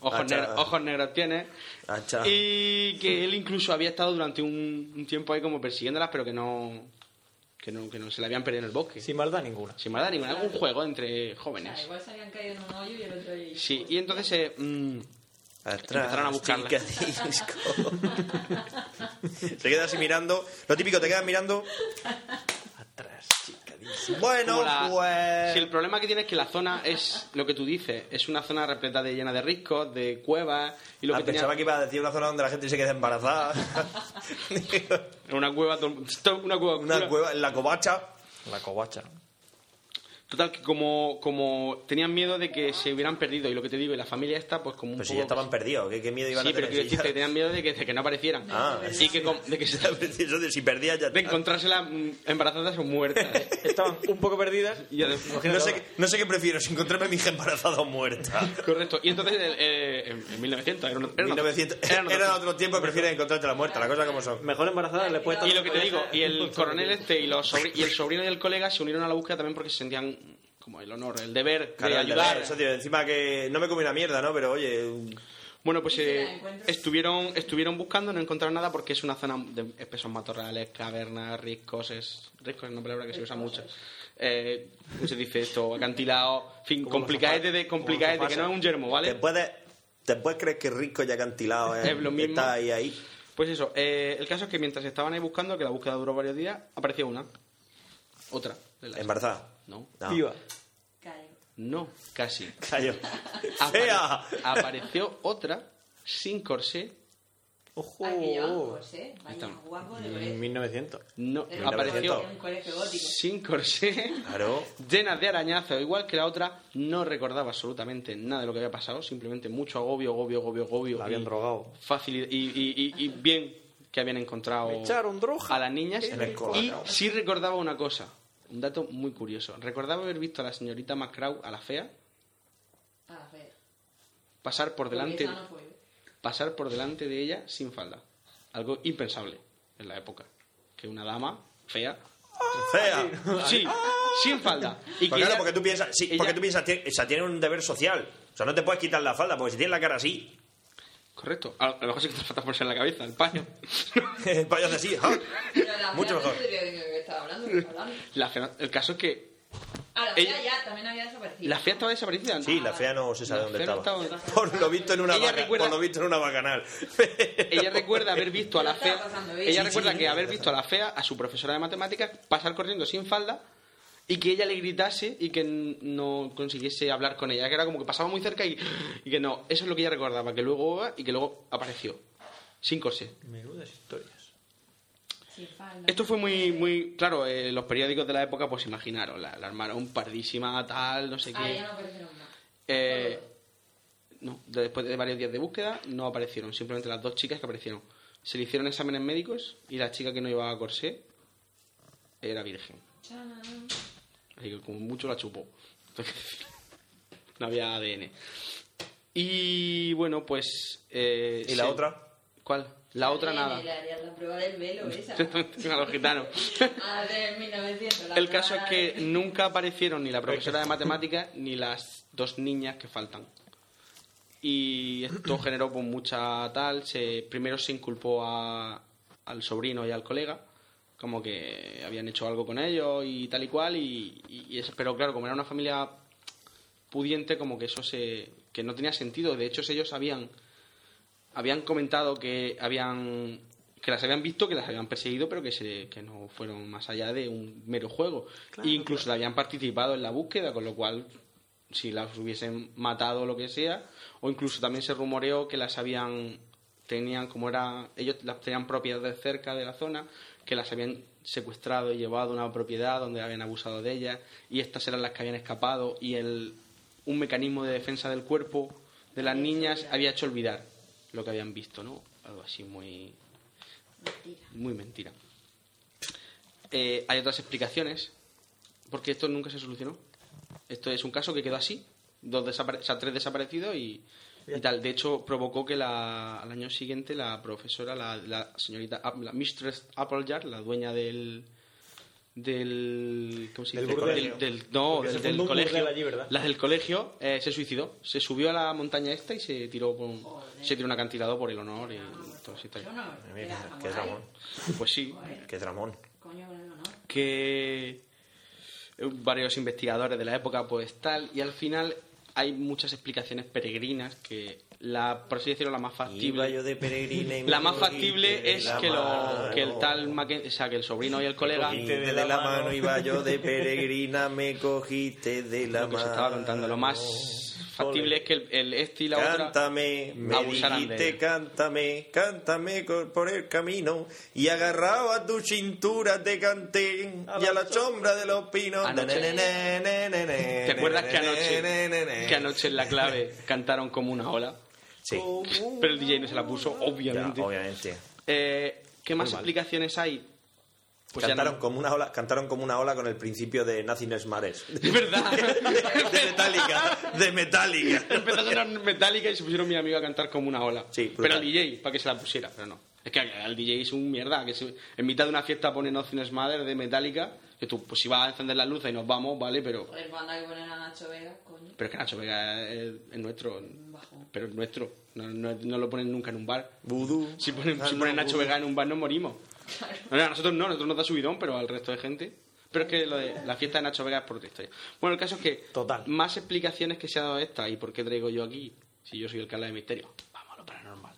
[SPEAKER 1] ojos,
[SPEAKER 2] Hacha.
[SPEAKER 1] negros- ojos negros tienes.
[SPEAKER 2] Hacha.
[SPEAKER 1] Y que él incluso había estado durante un, un tiempo ahí como persiguiéndolas, pero que no, que no, que no se le habían perdido en el bosque.
[SPEAKER 5] Sin maldad ninguna.
[SPEAKER 1] Sin maldad ninguna, algún juego entre
[SPEAKER 4] O sea,
[SPEAKER 2] Ah,
[SPEAKER 1] jóvenes.
[SPEAKER 4] igual se habían caído en un hoyo y el otro ahí.
[SPEAKER 1] Sí, y entonces eh, mm,
[SPEAKER 2] Atrás,
[SPEAKER 1] Empezaron a buscarla. *laughs*
[SPEAKER 2] chica disco. se queda así mirando. Lo típico, te quedas mirando.
[SPEAKER 5] Atrás, chica,
[SPEAKER 2] Bueno,
[SPEAKER 1] Como la-
[SPEAKER 2] pues.
[SPEAKER 1] Si el problema que tienes es que la zona es lo que tú dices, es una zona repleta de llena de riscos, de cuevas y lo
[SPEAKER 2] Ah,
[SPEAKER 1] que tenía-
[SPEAKER 2] pensaba que iba a decir una zona donde la gente se
[SPEAKER 1] *laughs*
[SPEAKER 2] queda embarazada.
[SPEAKER 1] era una cueva, to- *laughs* una cueva,
[SPEAKER 2] una
[SPEAKER 1] oscura.
[SPEAKER 2] cueva, en la covacha.
[SPEAKER 5] La covacha.
[SPEAKER 1] Total que como como tenían miedo de que se hubieran perdido y lo que te digo y la familia está pues como un
[SPEAKER 2] Pues si
[SPEAKER 1] poco-
[SPEAKER 2] ya estaban perdidos, ¿qué, qué miedo iban
[SPEAKER 1] sí,
[SPEAKER 2] a
[SPEAKER 1] pero
[SPEAKER 2] tener?
[SPEAKER 1] quiero
[SPEAKER 2] Si
[SPEAKER 1] decirte que
[SPEAKER 2] *laughs* ya-
[SPEAKER 1] tenían miedo de que, de que no aparecieran
[SPEAKER 2] Ah,
[SPEAKER 1] y que com- de que se-
[SPEAKER 2] Eso de si perdías ya.
[SPEAKER 1] de
[SPEAKER 2] está.
[SPEAKER 1] encontrárselas mm, embarazadas o muertas ¿eh?
[SPEAKER 3] Estaban un poco perdidas.
[SPEAKER 1] y ya de-
[SPEAKER 2] No sé, qué- no sé qué prefiero, si encontrarme a mi hija embarazada o muerta.
[SPEAKER 1] Correcto. Y entonces el- eh, en, en 1900 era una, era una-
[SPEAKER 2] 1900
[SPEAKER 1] era una-
[SPEAKER 2] Era otro tiempo, prefieres encontrarte la muerta, las cosas como son.
[SPEAKER 3] Mejor embarazada le puede estar-
[SPEAKER 1] Y lo que te digo, y el coronel este y, los sobri- y el sobrino y el colega se unieron a la búsqueda también porque se sentían como el honor, el deber
[SPEAKER 2] Claro,
[SPEAKER 1] de
[SPEAKER 2] el
[SPEAKER 1] ayudar.
[SPEAKER 2] deber, socio, encima que no me comí una mierda, ¿no? Pero oye,
[SPEAKER 1] Bueno, pues
[SPEAKER 4] ¿Y si
[SPEAKER 1] eh,
[SPEAKER 4] la encuentras?
[SPEAKER 1] estuvieron estuvieron buscando, no encontraron nada porque es una zona de espesos matorrales, cavernas, riscos, es, riscos es una palabra que se usa mucho. Eh, ¿cómo se dice esto? Acantilado, en fin,
[SPEAKER 5] Como los
[SPEAKER 1] complicaete de,
[SPEAKER 5] zapatos, como los
[SPEAKER 1] complicaete, que
[SPEAKER 5] zapatos.
[SPEAKER 1] no es un yermo,
[SPEAKER 2] te
[SPEAKER 1] ¿vale?
[SPEAKER 2] puedes, te puedes creer que rico y acantilado eh,
[SPEAKER 1] *laughs* Es lo mismo.
[SPEAKER 2] está ahí, ahí.
[SPEAKER 1] Pues eso, eh, el caso es que mientras estaban ahí buscando, que la búsqueda duró varios días, apareció una. Otra. de las-
[SPEAKER 2] Embarazada.
[SPEAKER 1] No.
[SPEAKER 2] No.
[SPEAKER 3] Viva.
[SPEAKER 4] Cae.
[SPEAKER 1] No,
[SPEAKER 5] *laughs*
[SPEAKER 1] casi.
[SPEAKER 2] Cayó.
[SPEAKER 1] Apare-
[SPEAKER 2] ¡Fea!
[SPEAKER 1] Apareció otra sin corsé.
[SPEAKER 5] Ojo.
[SPEAKER 4] Ay, que llevan
[SPEAKER 1] pues,
[SPEAKER 4] José, vaya
[SPEAKER 1] Oh. Estamos.
[SPEAKER 4] guapo de
[SPEAKER 3] Pues.
[SPEAKER 5] En
[SPEAKER 4] colegio.
[SPEAKER 5] 1900.
[SPEAKER 1] No,
[SPEAKER 4] Era un
[SPEAKER 1] apareció
[SPEAKER 4] colegio- un colegio gótico.
[SPEAKER 1] sin corsé, *laughs*
[SPEAKER 2] Claro.
[SPEAKER 1] llena de arañazos, igual que la otra. No recordaba absolutamente nada de lo que había pasado, simplemente mucho agobio, agobio, agobio, agobio.
[SPEAKER 5] La
[SPEAKER 1] y
[SPEAKER 5] habían drogado.
[SPEAKER 1] Facilidad, y, y- y- y bien que habían encontrado
[SPEAKER 3] Me echaron droga.
[SPEAKER 1] a las niñas.
[SPEAKER 2] En el
[SPEAKER 1] y
[SPEAKER 2] colacao.
[SPEAKER 1] sí recordaba una cosa, un dato muy curioso. Recordaba haber visto a la señorita McCraw, a la fea,
[SPEAKER 4] A ver.
[SPEAKER 1] pasar por delante,
[SPEAKER 4] Porque esa no fue.
[SPEAKER 1] pasar por delante de ella sin falda. Algo impensable en la época. Que una dama
[SPEAKER 2] *laughs*
[SPEAKER 1] fea.
[SPEAKER 2] Fea.
[SPEAKER 1] Sí, sin falda. Y
[SPEAKER 2] Pues
[SPEAKER 1] que
[SPEAKER 2] ¡Ah! claro,
[SPEAKER 1] ella-
[SPEAKER 2] porque tú piensas, sí,
[SPEAKER 1] ella-
[SPEAKER 2] porque tú piensas, tiene, o sea, tiene un deber social. O sea, no te puedes quitar la falda, porque si tienes la cara así, *laughs*
[SPEAKER 1] Correcto. A lo mejor sí que te falta por en la cabeza, el paño.
[SPEAKER 2] el payo hace así. ¡ah!
[SPEAKER 4] Pero la
[SPEAKER 2] Mucho
[SPEAKER 4] fea no
[SPEAKER 2] mejor.
[SPEAKER 4] sabía de qué estaba hablando, de qué estaba hablando.
[SPEAKER 1] La fea- el caso es que
[SPEAKER 4] Ah, la
[SPEAKER 1] Ella-
[SPEAKER 4] fea ya también había desaparecido.
[SPEAKER 1] la fea estaba desaparecida. ¿no?
[SPEAKER 2] Sí, la fea no se sabe
[SPEAKER 1] La
[SPEAKER 2] dónde
[SPEAKER 1] fea no
[SPEAKER 2] estaba. *laughs*
[SPEAKER 1] estaba-
[SPEAKER 2] Por lo visto en una
[SPEAKER 1] Ella
[SPEAKER 2] vaca,
[SPEAKER 1] recuerda-
[SPEAKER 2] por lo visto en una bacanal.
[SPEAKER 1] Ella recuerda haber visto a la
[SPEAKER 4] Pero
[SPEAKER 1] fea.
[SPEAKER 4] estaba pasando bien.
[SPEAKER 1] Ella
[SPEAKER 4] Sí,
[SPEAKER 1] recuerda
[SPEAKER 2] sí,
[SPEAKER 1] que
[SPEAKER 2] sí,
[SPEAKER 1] haber
[SPEAKER 2] sí.
[SPEAKER 1] visto a la fea, a su profesora de matemáticas, pasar corriendo sin falda y que ella le gritase y que n- no consiguiese hablar con ella. Que era como que pasaba muy cerca y, y que no. Eso es lo que ella recordaba, que luego y que luego apareció. Sin corsé.
[SPEAKER 5] Menudas historias.
[SPEAKER 4] Sin falda.
[SPEAKER 1] Esto fue muy, muy. Claro, eh, los periódicos de la época, pues imaginaron, la, la armaron pardísima, tal, no sé
[SPEAKER 4] Ah,
[SPEAKER 1] qué.
[SPEAKER 4] ya no aparecieron más.
[SPEAKER 1] Eh, no, de- después de varios días de búsqueda no aparecieron, simplemente las dos chicas que aparecieron. Se le hicieron exámenes médicos y la chica que no llevaba corsé era virgen.
[SPEAKER 4] Chan.
[SPEAKER 1] Así que como mucho la chupó. *laughs* no había ADN. Y bueno, pues... eh,
[SPEAKER 2] ¿Y la
[SPEAKER 1] se-
[SPEAKER 2] otra?
[SPEAKER 1] ¿Cuál? La otra
[SPEAKER 4] Le-
[SPEAKER 1] nada. *laughs*
[SPEAKER 4] Le harían la prueba del velo esa.
[SPEAKER 1] A los gitanos.
[SPEAKER 4] Ah, de 1900. la
[SPEAKER 1] El
[SPEAKER 4] prueba
[SPEAKER 1] caso es que
[SPEAKER 4] de-
[SPEAKER 1] nunca aparecieron ni la profesora de matemáticas ni las dos niñas que faltan. Y esto generó pues, mucha tal. Se, primero se inculpó a- al sobrino y al colega, como que habían hecho algo con ellos y tal y cual. Y, y- y eso- pero claro, como era una familia pudiente, como que eso se, que no tenía sentido. De hecho, ellos habían habían comentado que habían que las habían visto, que las habían perseguido, pero que, se, que no fueron más allá de un mero juego. E incluso habían participado en la búsqueda, con lo cual, si las hubiesen matado o lo que sea, o incluso también se rumoreó que las habían, tenían, como era, ellos las tenían propiedades cerca de la zona, que las habían secuestrado y llevado a una propiedad donde habían abusado de ellas, y estas eran las que habían escapado, y el, un mecanismo de defensa del cuerpo de las niñas había hecho olvidar lo que habían visto, ¿no? Algo así muy
[SPEAKER 4] Mentira.
[SPEAKER 1] muy mentira. Eh, hay otras explicaciones, porque esto nunca se solucionó. Esto es un caso que quedó así, dos desapare- o sea, tres desaparecidos y, y tal. De hecho, provocó que la- al año siguiente la profesora, la, la señorita, App- la Mistress Appleyard, la dueña del del ¿cómo se
[SPEAKER 5] Del
[SPEAKER 1] dice?
[SPEAKER 5] burdel.
[SPEAKER 1] Del- del- no
[SPEAKER 5] Porque se
[SPEAKER 1] del, del
[SPEAKER 5] fundó un
[SPEAKER 1] colegio
[SPEAKER 5] burdel allí, ¿verdad?
[SPEAKER 1] la del colegio eh, se suicidó se subió a la montaña esta y se tiró por un,
[SPEAKER 4] Joder.
[SPEAKER 1] se tiró un acantilado por el honor y Mm, todo eso
[SPEAKER 4] Yo no,
[SPEAKER 2] Mira,
[SPEAKER 4] era
[SPEAKER 2] Qué
[SPEAKER 4] Hawái.
[SPEAKER 2] dramón,
[SPEAKER 1] pues sí
[SPEAKER 2] qué dramón.
[SPEAKER 4] Coño, con el honor.
[SPEAKER 1] que varios investigadores de la época pues tal y al final hay muchas explicaciones peregrinas que la por así decirlo la más
[SPEAKER 2] Iba yo
[SPEAKER 1] factible
[SPEAKER 2] de peregrina y me
[SPEAKER 1] la más
[SPEAKER 2] cogiste de
[SPEAKER 1] factible es
[SPEAKER 2] la
[SPEAKER 1] que lo
[SPEAKER 2] mano.
[SPEAKER 1] que el tal Macken- o sea que el sobrino y el colega
[SPEAKER 2] Cogiste de la mano, iba
[SPEAKER 1] *laughs*
[SPEAKER 2] yo de peregrina, me cogiste de la
[SPEAKER 1] lo que
[SPEAKER 2] mano.
[SPEAKER 1] se estaba contando lo más factible es que el, el este y la otra
[SPEAKER 2] Cántame, me
[SPEAKER 1] abusaran de
[SPEAKER 2] dijiste,
[SPEAKER 1] él.
[SPEAKER 2] cántame, cántame cor- por el camino. Y agarrado a tu cintura te canté, y a la sombra de los pinos.
[SPEAKER 1] Anoche. ¿Te
[SPEAKER 2] ¿Te
[SPEAKER 1] acuerdas que anoche, que anoche en la clave cantaron como una ola?
[SPEAKER 2] Sí,
[SPEAKER 1] Pero el DJ no se la puso,
[SPEAKER 2] Uh. ya,
[SPEAKER 1] obviamente.
[SPEAKER 2] obviamente.
[SPEAKER 1] Eh, ¿Qué más
[SPEAKER 5] mal.
[SPEAKER 1] explicaciones hay? Pues ya no-
[SPEAKER 2] cantaron, como una ola, cantaron como una ola con el principio de Nothing is Matters.
[SPEAKER 1] *laughs*
[SPEAKER 2] *laughs*
[SPEAKER 1] Es verdad.
[SPEAKER 2] de Metallica, de Metallica.
[SPEAKER 1] Empezó a sonar metálica y se pusieron mi amigo a cantar como una ola.
[SPEAKER 2] Sí, brutal.
[SPEAKER 1] pero al DJ, para que se la pusiera, pero no. Es que al DJ es un mierda, que se- en mitad de una fiesta pone Nothing is Mother de Metallica, que tú, pues si vas a encender las luces y nos vamos, vale, pero...
[SPEAKER 4] Joder, banda que ponen a Nacho Vega, coño.
[SPEAKER 1] Pero es que Nacho Vega es, es nuestro,
[SPEAKER 4] Bajo.
[SPEAKER 1] pero es nuestro, no, no- no lo ponen nunca en un bar.
[SPEAKER 2] Vudú.
[SPEAKER 1] Si ponen, si
[SPEAKER 2] Ah,
[SPEAKER 1] ponen
[SPEAKER 2] no,
[SPEAKER 1] Nacho
[SPEAKER 2] vudú.
[SPEAKER 1] Vega en un bar nos morimos. No, a nosotros no, a nosotros nos da subidón, pero al resto de gente. Pero es que lo de la fiesta de Nacho Vega es por otra historia. Bueno, el caso es que
[SPEAKER 5] Total.
[SPEAKER 1] más explicaciones que se ha dado a esta y por qué traigo yo aquí, si yo soy el que habla de misterio. Vamos a lo paranormal.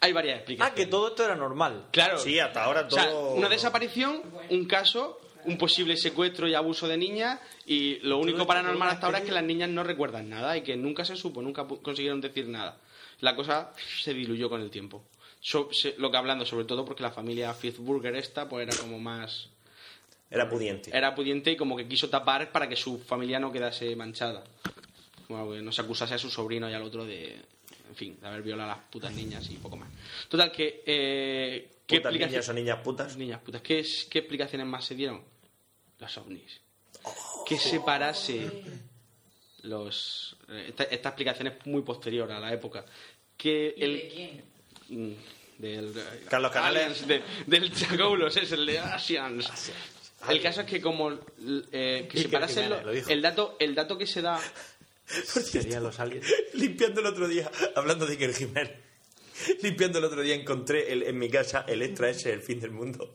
[SPEAKER 1] Hay varias
[SPEAKER 5] Ah, que
[SPEAKER 1] explicaciones.
[SPEAKER 5] todo esto era normal.
[SPEAKER 1] Claro.
[SPEAKER 2] Sí, hasta ahora
[SPEAKER 1] O sea,
[SPEAKER 2] todo.
[SPEAKER 1] una desaparición, un caso, un posible secuestro y abuso de niñas y lo único paranormal hasta ahora es que las niñas no recuerdan nada y que nunca se supo, nunca pu- consiguieron decir nada. La cosa se diluyó con el tiempo. So- se- lo que hablando, sobre todo porque la familia Fitzburger esta, pues era como más...
[SPEAKER 2] Era pudiente.
[SPEAKER 1] Era pudiente y como que quiso tapar para que su familia no quedase manchada. Como que no se acusase a su sobrino y al otro de... En fin, de haber violado a las putas niñas y poco más. Total, que... eh, ¿Qué
[SPEAKER 2] putas
[SPEAKER 1] explicación-
[SPEAKER 2] niñas son niñas
[SPEAKER 1] las
[SPEAKER 2] putas.
[SPEAKER 1] niñas putas. ¿Qué, es- qué explicaciones más se dieron? Las ovnis. Que separase los eh, esta, esta explicación es muy posterior a la época. Que
[SPEAKER 4] ¿Y de
[SPEAKER 1] el,
[SPEAKER 4] quién?
[SPEAKER 1] Mm, del
[SPEAKER 2] Carlos Canales.
[SPEAKER 1] Aliens, de- del Chagoulos es el de Asians. El caso es que como eh, que
[SPEAKER 5] Iker
[SPEAKER 1] separasen
[SPEAKER 5] Jiménez
[SPEAKER 1] lo-
[SPEAKER 5] lo dijo.
[SPEAKER 1] el dato el dato que se da
[SPEAKER 5] Serían los aliens.
[SPEAKER 2] *laughs* Limpiando el otro día, hablando de Iker Jiménez. *laughs* Limpiando el otro día encontré el- en mi casa el extra ese, el fin del mundo.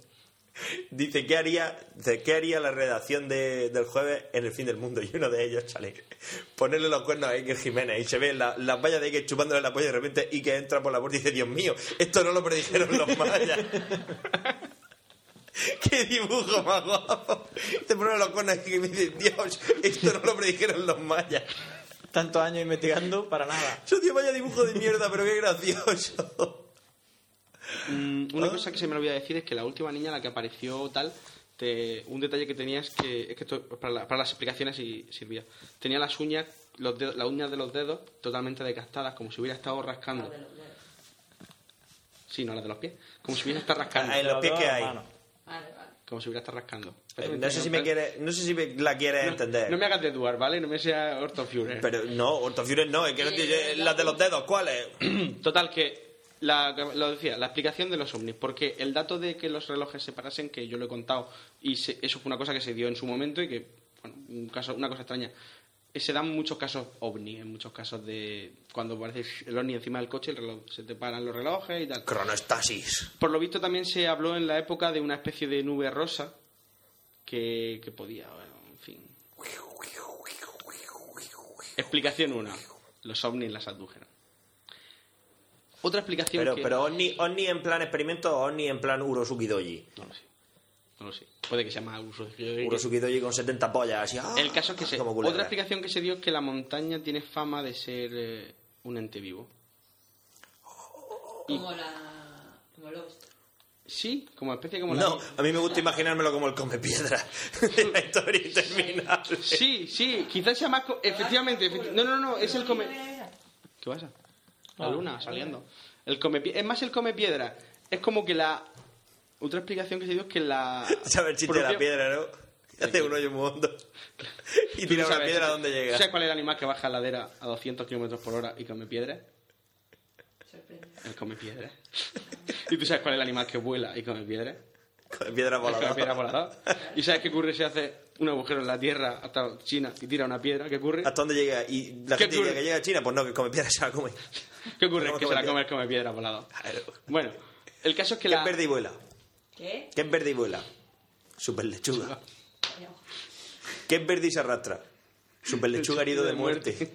[SPEAKER 2] Dice, ¿qué haría, dice, ¿qué haría la redacción de- del jueves en el fin del mundo? *laughs* Y uno de ellos sale, ponerle los cuernos a Iker Jiménez. Y se ve la- las vallas de Iker chupándole la polla y de repente Iker entra por la puerta y dice, Dios mío, esto no lo predijeron los mayas. *laughs* ¡Qué dibujo más guapo! Te pone los cuernos y me dice, Dios, esto no lo predijeron los mayas.
[SPEAKER 3] Tantos años investigando para nada.
[SPEAKER 2] Yo, tío, vaya dibujo de mierda, pero qué gracioso.
[SPEAKER 1] Mm, Una
[SPEAKER 2] Ah.
[SPEAKER 1] cosa que se me olvidó decir es que la última niña, la que apareció tal, te- un detalle que tenía es que, es que esto para, la- para las explicaciones sí servía. Tenía las uñas, los dedos- las uñas de los dedos totalmente desgastadas, como si hubiera estado rascando.
[SPEAKER 4] Los Ah, de los dedos.
[SPEAKER 1] Sí, no las de los pies. Como si hubiera estado rascando.
[SPEAKER 2] Ah, En los pies que hay.
[SPEAKER 3] Mano.
[SPEAKER 4] Vale, vale.
[SPEAKER 1] Como si hubiera estado rascando.
[SPEAKER 2] Eh, No sé si me quieres, no sé si me la quieres
[SPEAKER 1] No,
[SPEAKER 2] entender.
[SPEAKER 1] no me hagas de dudar, ¿vale? No me sea ortofiure.
[SPEAKER 2] Pero no, Ortofures no, es que no
[SPEAKER 1] eh,
[SPEAKER 2] tiene las de los dedos, ¿cuáles?
[SPEAKER 1] Total, que la- lo decía, la explicación de los ovnis, porque el dato de que los relojes se parasen, que yo lo he contado, y se- eso fue una cosa que se dio en su momento y que, bueno, un caso, una cosa extraña. Eh, Se dan muchos casos ovni, en muchos casos de cuando aparece el ovni encima del coche, el reloj, se te paran los relojes y tal.
[SPEAKER 2] *clears throat* Cronostasis.
[SPEAKER 1] Por lo visto también se habló en la época de una especie de nube rosa que, que podía, bueno, en fin. Explicación una. Los ovnis las adujeron. Otra explicación
[SPEAKER 2] Pero,
[SPEAKER 1] que...
[SPEAKER 2] pero Omni, Omni en plan experimento o Omni en plan Urosuki Doji.
[SPEAKER 1] No lo sé. No lo sé. Puede que se llama Uruguay.
[SPEAKER 2] Urosuki Doji con 70 pollas, así. ¡ah!
[SPEAKER 1] El caso es que se...
[SPEAKER 2] Como culebra.
[SPEAKER 1] Otra explicación que se dio es que la montaña tiene fama de ser eh, un ente vivo.
[SPEAKER 4] Como la. Como el Lost.
[SPEAKER 1] Sí, como especie como la...
[SPEAKER 2] No, a mí me gusta imaginármelo como el come *laughs* piedra de la historia interminable.
[SPEAKER 1] Sí, sí, quizás sea más... co- Efectivamente, efecti- No, no, no, es el come... ¿Qué pasa? La
[SPEAKER 2] Ah,
[SPEAKER 1] luna
[SPEAKER 2] eh.
[SPEAKER 1] saliendo. El come pie- Es más el come piedra. Es como que la... Otra explicación que se dio es que la...
[SPEAKER 2] *laughs* Sabe el chiste de la
[SPEAKER 1] propio-
[SPEAKER 2] piedra, ¿no? Hace un hoyo muy hondo. *laughs* Y
[SPEAKER 1] Tú
[SPEAKER 2] tira una
[SPEAKER 1] sabes,
[SPEAKER 2] piedra a
[SPEAKER 1] ¿tú
[SPEAKER 2] donde llega.
[SPEAKER 1] ¿Sabes cuál es el animal que baja ladera a 200 kilómetros por hora y come piedra?
[SPEAKER 4] Sorprende.
[SPEAKER 1] El come piedra. *laughs* ¿Y tú sabes cuál es el animal que vuela y come piedra?
[SPEAKER 2] Come piedra
[SPEAKER 1] El come *laughs* piedra
[SPEAKER 2] voladora.
[SPEAKER 1] volador. ¿Y sabes qué ocurre si hace un agujero en la tierra hasta China y tira una piedra? ¿Qué ocurre?
[SPEAKER 2] ¿Hasta dónde llega? Y la
[SPEAKER 1] ¿Qué
[SPEAKER 2] gente diría
[SPEAKER 1] ocurre?
[SPEAKER 2] que llega a China, pues no, que come piedra se la come.
[SPEAKER 1] ¿Qué ocurre?
[SPEAKER 2] No,
[SPEAKER 1] Que
[SPEAKER 2] come
[SPEAKER 1] se la
[SPEAKER 2] piedra.
[SPEAKER 1] come el come piedra volador.
[SPEAKER 2] Claro.
[SPEAKER 1] Bueno, el caso es que
[SPEAKER 2] ¿Qué
[SPEAKER 1] la...
[SPEAKER 2] es verde y vuela?
[SPEAKER 4] ¿Qué?
[SPEAKER 2] ¿Qué es verde y vuela? Super lechuga. ¿Qué es verde y se arrastra? Super lechuga herido de muerte.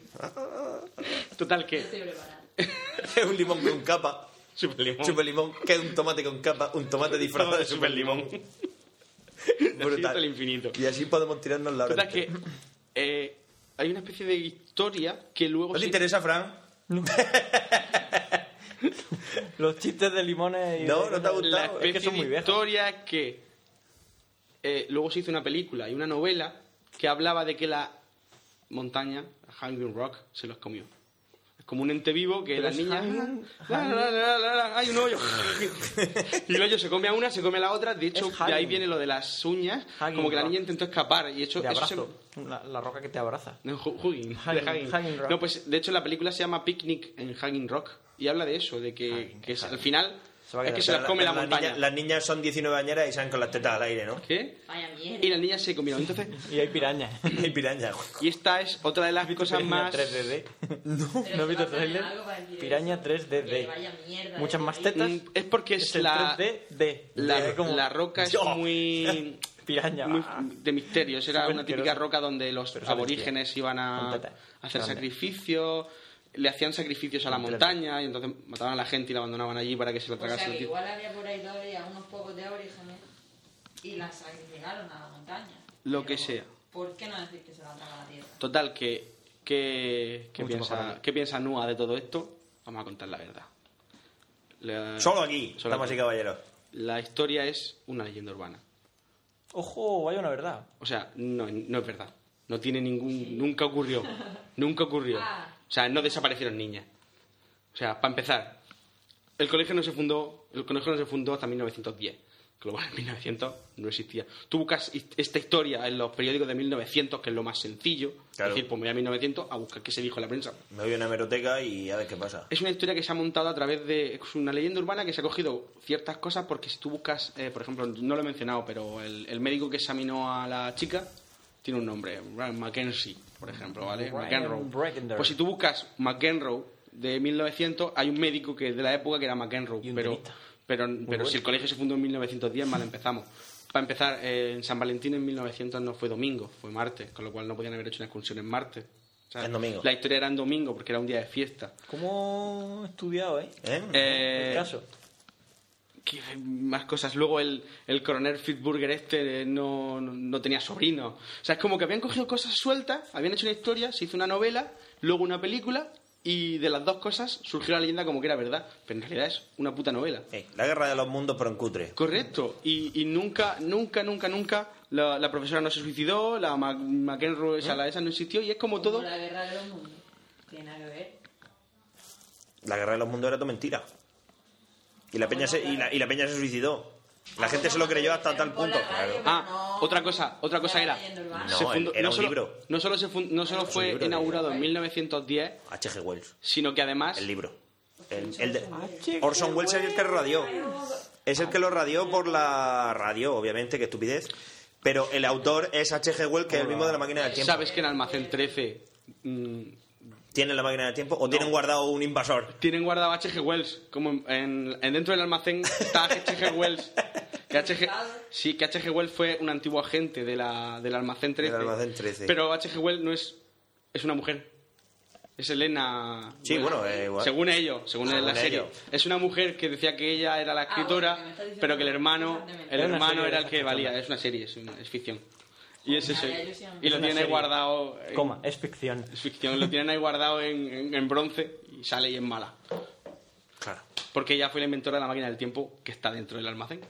[SPEAKER 1] Total
[SPEAKER 4] No
[SPEAKER 1] que...
[SPEAKER 4] estoy preparada.
[SPEAKER 2] Es *laughs* un limón con capa.
[SPEAKER 1] Super limón.
[SPEAKER 2] Super limón. ¿Qué es un tomate con capa? Un tomate disfrazado de super limón.
[SPEAKER 1] *laughs* Así hasta el infinito.
[SPEAKER 2] Y así podemos tirarnos la hora.
[SPEAKER 1] Total que... eh, hay una especie de historia que luego...
[SPEAKER 2] ¿No te
[SPEAKER 1] sí-
[SPEAKER 2] interesa, Fran?
[SPEAKER 3] Los chistes de limones y
[SPEAKER 2] No,
[SPEAKER 3] de-
[SPEAKER 2] no te ha gustado.
[SPEAKER 1] la
[SPEAKER 2] Claro, es
[SPEAKER 1] especie
[SPEAKER 3] que son
[SPEAKER 1] de
[SPEAKER 3] muy viejas.
[SPEAKER 1] historia que eh, luego se hizo una película y una novela que hablaba de que la montaña, Hanging Rock, se los comió. Es como un ente vivo que
[SPEAKER 3] Pero
[SPEAKER 1] las
[SPEAKER 3] es
[SPEAKER 1] niñas...
[SPEAKER 3] Hanging-
[SPEAKER 1] "Ah, la, la, la, la, la, hay un
[SPEAKER 3] *laughs*
[SPEAKER 1] hoyo. y el hoyo se come a una, se come a la otra. De hecho,
[SPEAKER 3] Es
[SPEAKER 1] de ahí
[SPEAKER 3] Hanging.
[SPEAKER 1] viene lo de las uñas.
[SPEAKER 3] Hanging
[SPEAKER 1] como que la
[SPEAKER 3] Rock.
[SPEAKER 1] niña intentó escapar. Y hecho,
[SPEAKER 3] de
[SPEAKER 1] eso se-
[SPEAKER 3] abrazo. La, la roca que te abraza.
[SPEAKER 1] no, Hu- Hugging.
[SPEAKER 3] Hanging-
[SPEAKER 1] de Hanging.
[SPEAKER 3] Hanging Rock.
[SPEAKER 1] No, pues de hecho la película se llama Picnic en Hanging Rock y habla de eso, de que, que es- al final
[SPEAKER 3] Se va a
[SPEAKER 1] es
[SPEAKER 3] quedar
[SPEAKER 1] que se las come la,
[SPEAKER 2] Pero las
[SPEAKER 1] montaña.
[SPEAKER 2] niñas- las niñas son 19 añeras y salen con las tetas al aire, ¿no?
[SPEAKER 1] ¿Qué?
[SPEAKER 4] Vaya
[SPEAKER 1] Y las
[SPEAKER 4] mierda.
[SPEAKER 1] niñas se comieron.
[SPEAKER 3] *laughs*
[SPEAKER 1] Entonces,
[SPEAKER 3] Y hay pirañas.
[SPEAKER 2] Y piraña.
[SPEAKER 1] y esta es otra de las cosas
[SPEAKER 3] Piraña
[SPEAKER 1] más.
[SPEAKER 3] 3DD. No,
[SPEAKER 4] Pero
[SPEAKER 3] no he
[SPEAKER 4] se
[SPEAKER 3] visto el
[SPEAKER 4] basan en
[SPEAKER 3] tráiler.
[SPEAKER 4] algo para decir
[SPEAKER 3] Piraña
[SPEAKER 4] eso.
[SPEAKER 3] 3DD.
[SPEAKER 4] Eh, vaya mierda,
[SPEAKER 3] Muchas
[SPEAKER 4] eh,
[SPEAKER 3] más
[SPEAKER 4] horrible.
[SPEAKER 3] tetas.
[SPEAKER 1] Mm, Es porque es,
[SPEAKER 3] el
[SPEAKER 1] la,
[SPEAKER 3] 3DD.
[SPEAKER 1] la,
[SPEAKER 3] Es como
[SPEAKER 1] la roca es
[SPEAKER 2] Yo.
[SPEAKER 3] *laughs*
[SPEAKER 1] muy,
[SPEAKER 3] piraña.
[SPEAKER 1] muy
[SPEAKER 3] va.
[SPEAKER 1] de misterios. Era
[SPEAKER 3] Súper
[SPEAKER 1] una típica
[SPEAKER 3] asqueroso.
[SPEAKER 1] roca donde los
[SPEAKER 3] Pero sabe
[SPEAKER 1] aborígenes iban a
[SPEAKER 3] Con tetas.
[SPEAKER 1] hacer
[SPEAKER 3] Grande.
[SPEAKER 1] sacrificios, le hacían sacrificios a la
[SPEAKER 3] Con
[SPEAKER 1] montaña y entonces mataban a la gente y la abandonaban allí para que se lo
[SPEAKER 4] O
[SPEAKER 1] tragase
[SPEAKER 4] sea
[SPEAKER 1] el
[SPEAKER 4] que
[SPEAKER 1] tío.
[SPEAKER 4] igual había por ahí todavía unos pocos de orígenes y las sacrificaron a la montaña.
[SPEAKER 1] Lo que
[SPEAKER 4] Pero,
[SPEAKER 1] sea.
[SPEAKER 4] ¿Por qué no decir que se la traga la tierra?
[SPEAKER 1] Total, que, que, que
[SPEAKER 3] Mucho
[SPEAKER 1] piensa,
[SPEAKER 3] mejor.
[SPEAKER 1] ¿qué piensa Nua de todo esto? Vamos a contar la verdad. La,
[SPEAKER 2] Solo aquí,
[SPEAKER 1] Solo
[SPEAKER 2] damas
[SPEAKER 1] aquí.
[SPEAKER 2] y caballeros.
[SPEAKER 1] la historia es una leyenda urbana.
[SPEAKER 3] Ojo, hay una verdad.
[SPEAKER 1] O sea, no, no es verdad. No tiene ningún... Nunca ocurrió. Nunca ocurrió.
[SPEAKER 4] Ah.
[SPEAKER 1] O sea, no desaparecieron niñas. O sea, para empezar, el colegio no se fundó, el colegio no se fundó hasta 1910. que lo *laughs* cual en 1900 no existía. Tú buscas hist- esta historia en los periódicos de 1900, que es lo más sencillo.
[SPEAKER 2] Claro.
[SPEAKER 1] Es decir, pues me voy a 1900 a buscar qué se dijo en la prensa.
[SPEAKER 2] Me voy a una hemeroteca y a ver qué pasa.
[SPEAKER 1] Es una historia que se ha montado a través de. Es una leyenda urbana que se ha cogido ciertas cosas porque si tú buscas, eh, por ejemplo, no lo he mencionado, pero el, el médico que examinó a la chica tiene un nombre, Brian McKenzie, por ejemplo, ¿vale?
[SPEAKER 3] Brian
[SPEAKER 1] McEnroe.
[SPEAKER 3] Breckenridge.
[SPEAKER 1] Pues si tú buscas McEnroe de 1900, hay un médico que de la época que era McEnroe,
[SPEAKER 3] Y un
[SPEAKER 1] pero,
[SPEAKER 3] tenista.
[SPEAKER 1] pero, pero si el colegio se fundó en 1910, mal empezamos. Para empezar, eh, en San Valentín en 1900 no fue domingo, fue martes, con lo cual no podían haber hecho una excursión en martes. O sea,
[SPEAKER 2] En domingo.
[SPEAKER 1] La historia era en domingo porque era un día de fiesta.
[SPEAKER 3] ¿Cómo he estudiado, eh?
[SPEAKER 2] ¿Eh?
[SPEAKER 1] Eh,
[SPEAKER 3] El caso.
[SPEAKER 1] que hay más cosas. Luego el, el coronel Fitzburger este eh, no, no, no tenía sobrino. O sea, es como que habían cogido cosas sueltas, habían hecho una historia, se hizo una novela, luego una película, y de las dos cosas surgió la leyenda como que era verdad. Pero en realidad es una puta novela.
[SPEAKER 2] Eh, la guerra de los mundos, pero en cutre.
[SPEAKER 1] Correcto. Y, y nunca, nunca, nunca, nunca la, la profesora no se suicidó, la Ma- McEnroe, o sea, la esa no existió, y es como todo...
[SPEAKER 4] Como la guerra de los mundos. Tiene nada que ver.
[SPEAKER 2] La guerra de los mundos era todo mentira. Y la peña se, y la, y la peña se suicidó. La gente se lo creyó hasta tal punto. Claro.
[SPEAKER 1] Ah, otra cosa, otra cosa era.
[SPEAKER 2] urbana.
[SPEAKER 1] se
[SPEAKER 2] No, era un
[SPEAKER 1] solo,
[SPEAKER 2] libro.
[SPEAKER 1] No solo, se fun- no solo
[SPEAKER 2] un
[SPEAKER 1] fue
[SPEAKER 2] libro de-
[SPEAKER 1] inaugurado en 1910,
[SPEAKER 2] H.G. Wells,
[SPEAKER 1] sino que además
[SPEAKER 2] el libro. El, el de- Orson Welles es el que lo radió. Es el que lo radió por la radio, obviamente, que estupidez. Pero el autor es H.G. Wells, que es el mismo de la máquina del tiempo.
[SPEAKER 1] sabes que en Almacén 13 mm,
[SPEAKER 2] ¿Tienen la máquina del tiempo o tienen guardado un invasor?
[SPEAKER 1] tienen guardado a H.G. Wells, como en, en- en dentro del almacén está
[SPEAKER 2] *laughs*
[SPEAKER 1] H.G. Wells. Que H.G. Sí, que H.G. Wells fue un antiguo agente de la, del Almacén 13.
[SPEAKER 2] Del Almacén 13.
[SPEAKER 1] Pero H.G. Wells no es, es una mujer. Es Elena.
[SPEAKER 2] Sí,
[SPEAKER 1] Wells.
[SPEAKER 2] bueno, eh, igual.
[SPEAKER 1] Según ellos, según,
[SPEAKER 2] Según
[SPEAKER 1] la serie.
[SPEAKER 2] ellos.
[SPEAKER 1] Es una mujer que decía que ella era la escritora,
[SPEAKER 4] Ah, bueno, que me estás diciendo
[SPEAKER 1] pero que el hermano,
[SPEAKER 4] constantemente.
[SPEAKER 1] el
[SPEAKER 3] Es una
[SPEAKER 1] hermano
[SPEAKER 3] serie,
[SPEAKER 1] era el
[SPEAKER 3] estás
[SPEAKER 1] que
[SPEAKER 3] escuchando.
[SPEAKER 1] valía. Es una serie, es, una- es ficción. Y es eso.
[SPEAKER 4] Ah, ya, yo sí amo.
[SPEAKER 1] Y
[SPEAKER 4] Es
[SPEAKER 1] lo
[SPEAKER 3] una
[SPEAKER 1] tiene
[SPEAKER 3] serie.
[SPEAKER 1] guardado. eh, en-
[SPEAKER 3] Coma, es ficción.
[SPEAKER 1] es ficción, lo tienen ahí guardado en, en- en bronce y sale y es mala.
[SPEAKER 2] Claro.
[SPEAKER 1] Porque ella fue la inventora de la máquina del tiempo que está dentro del almacén.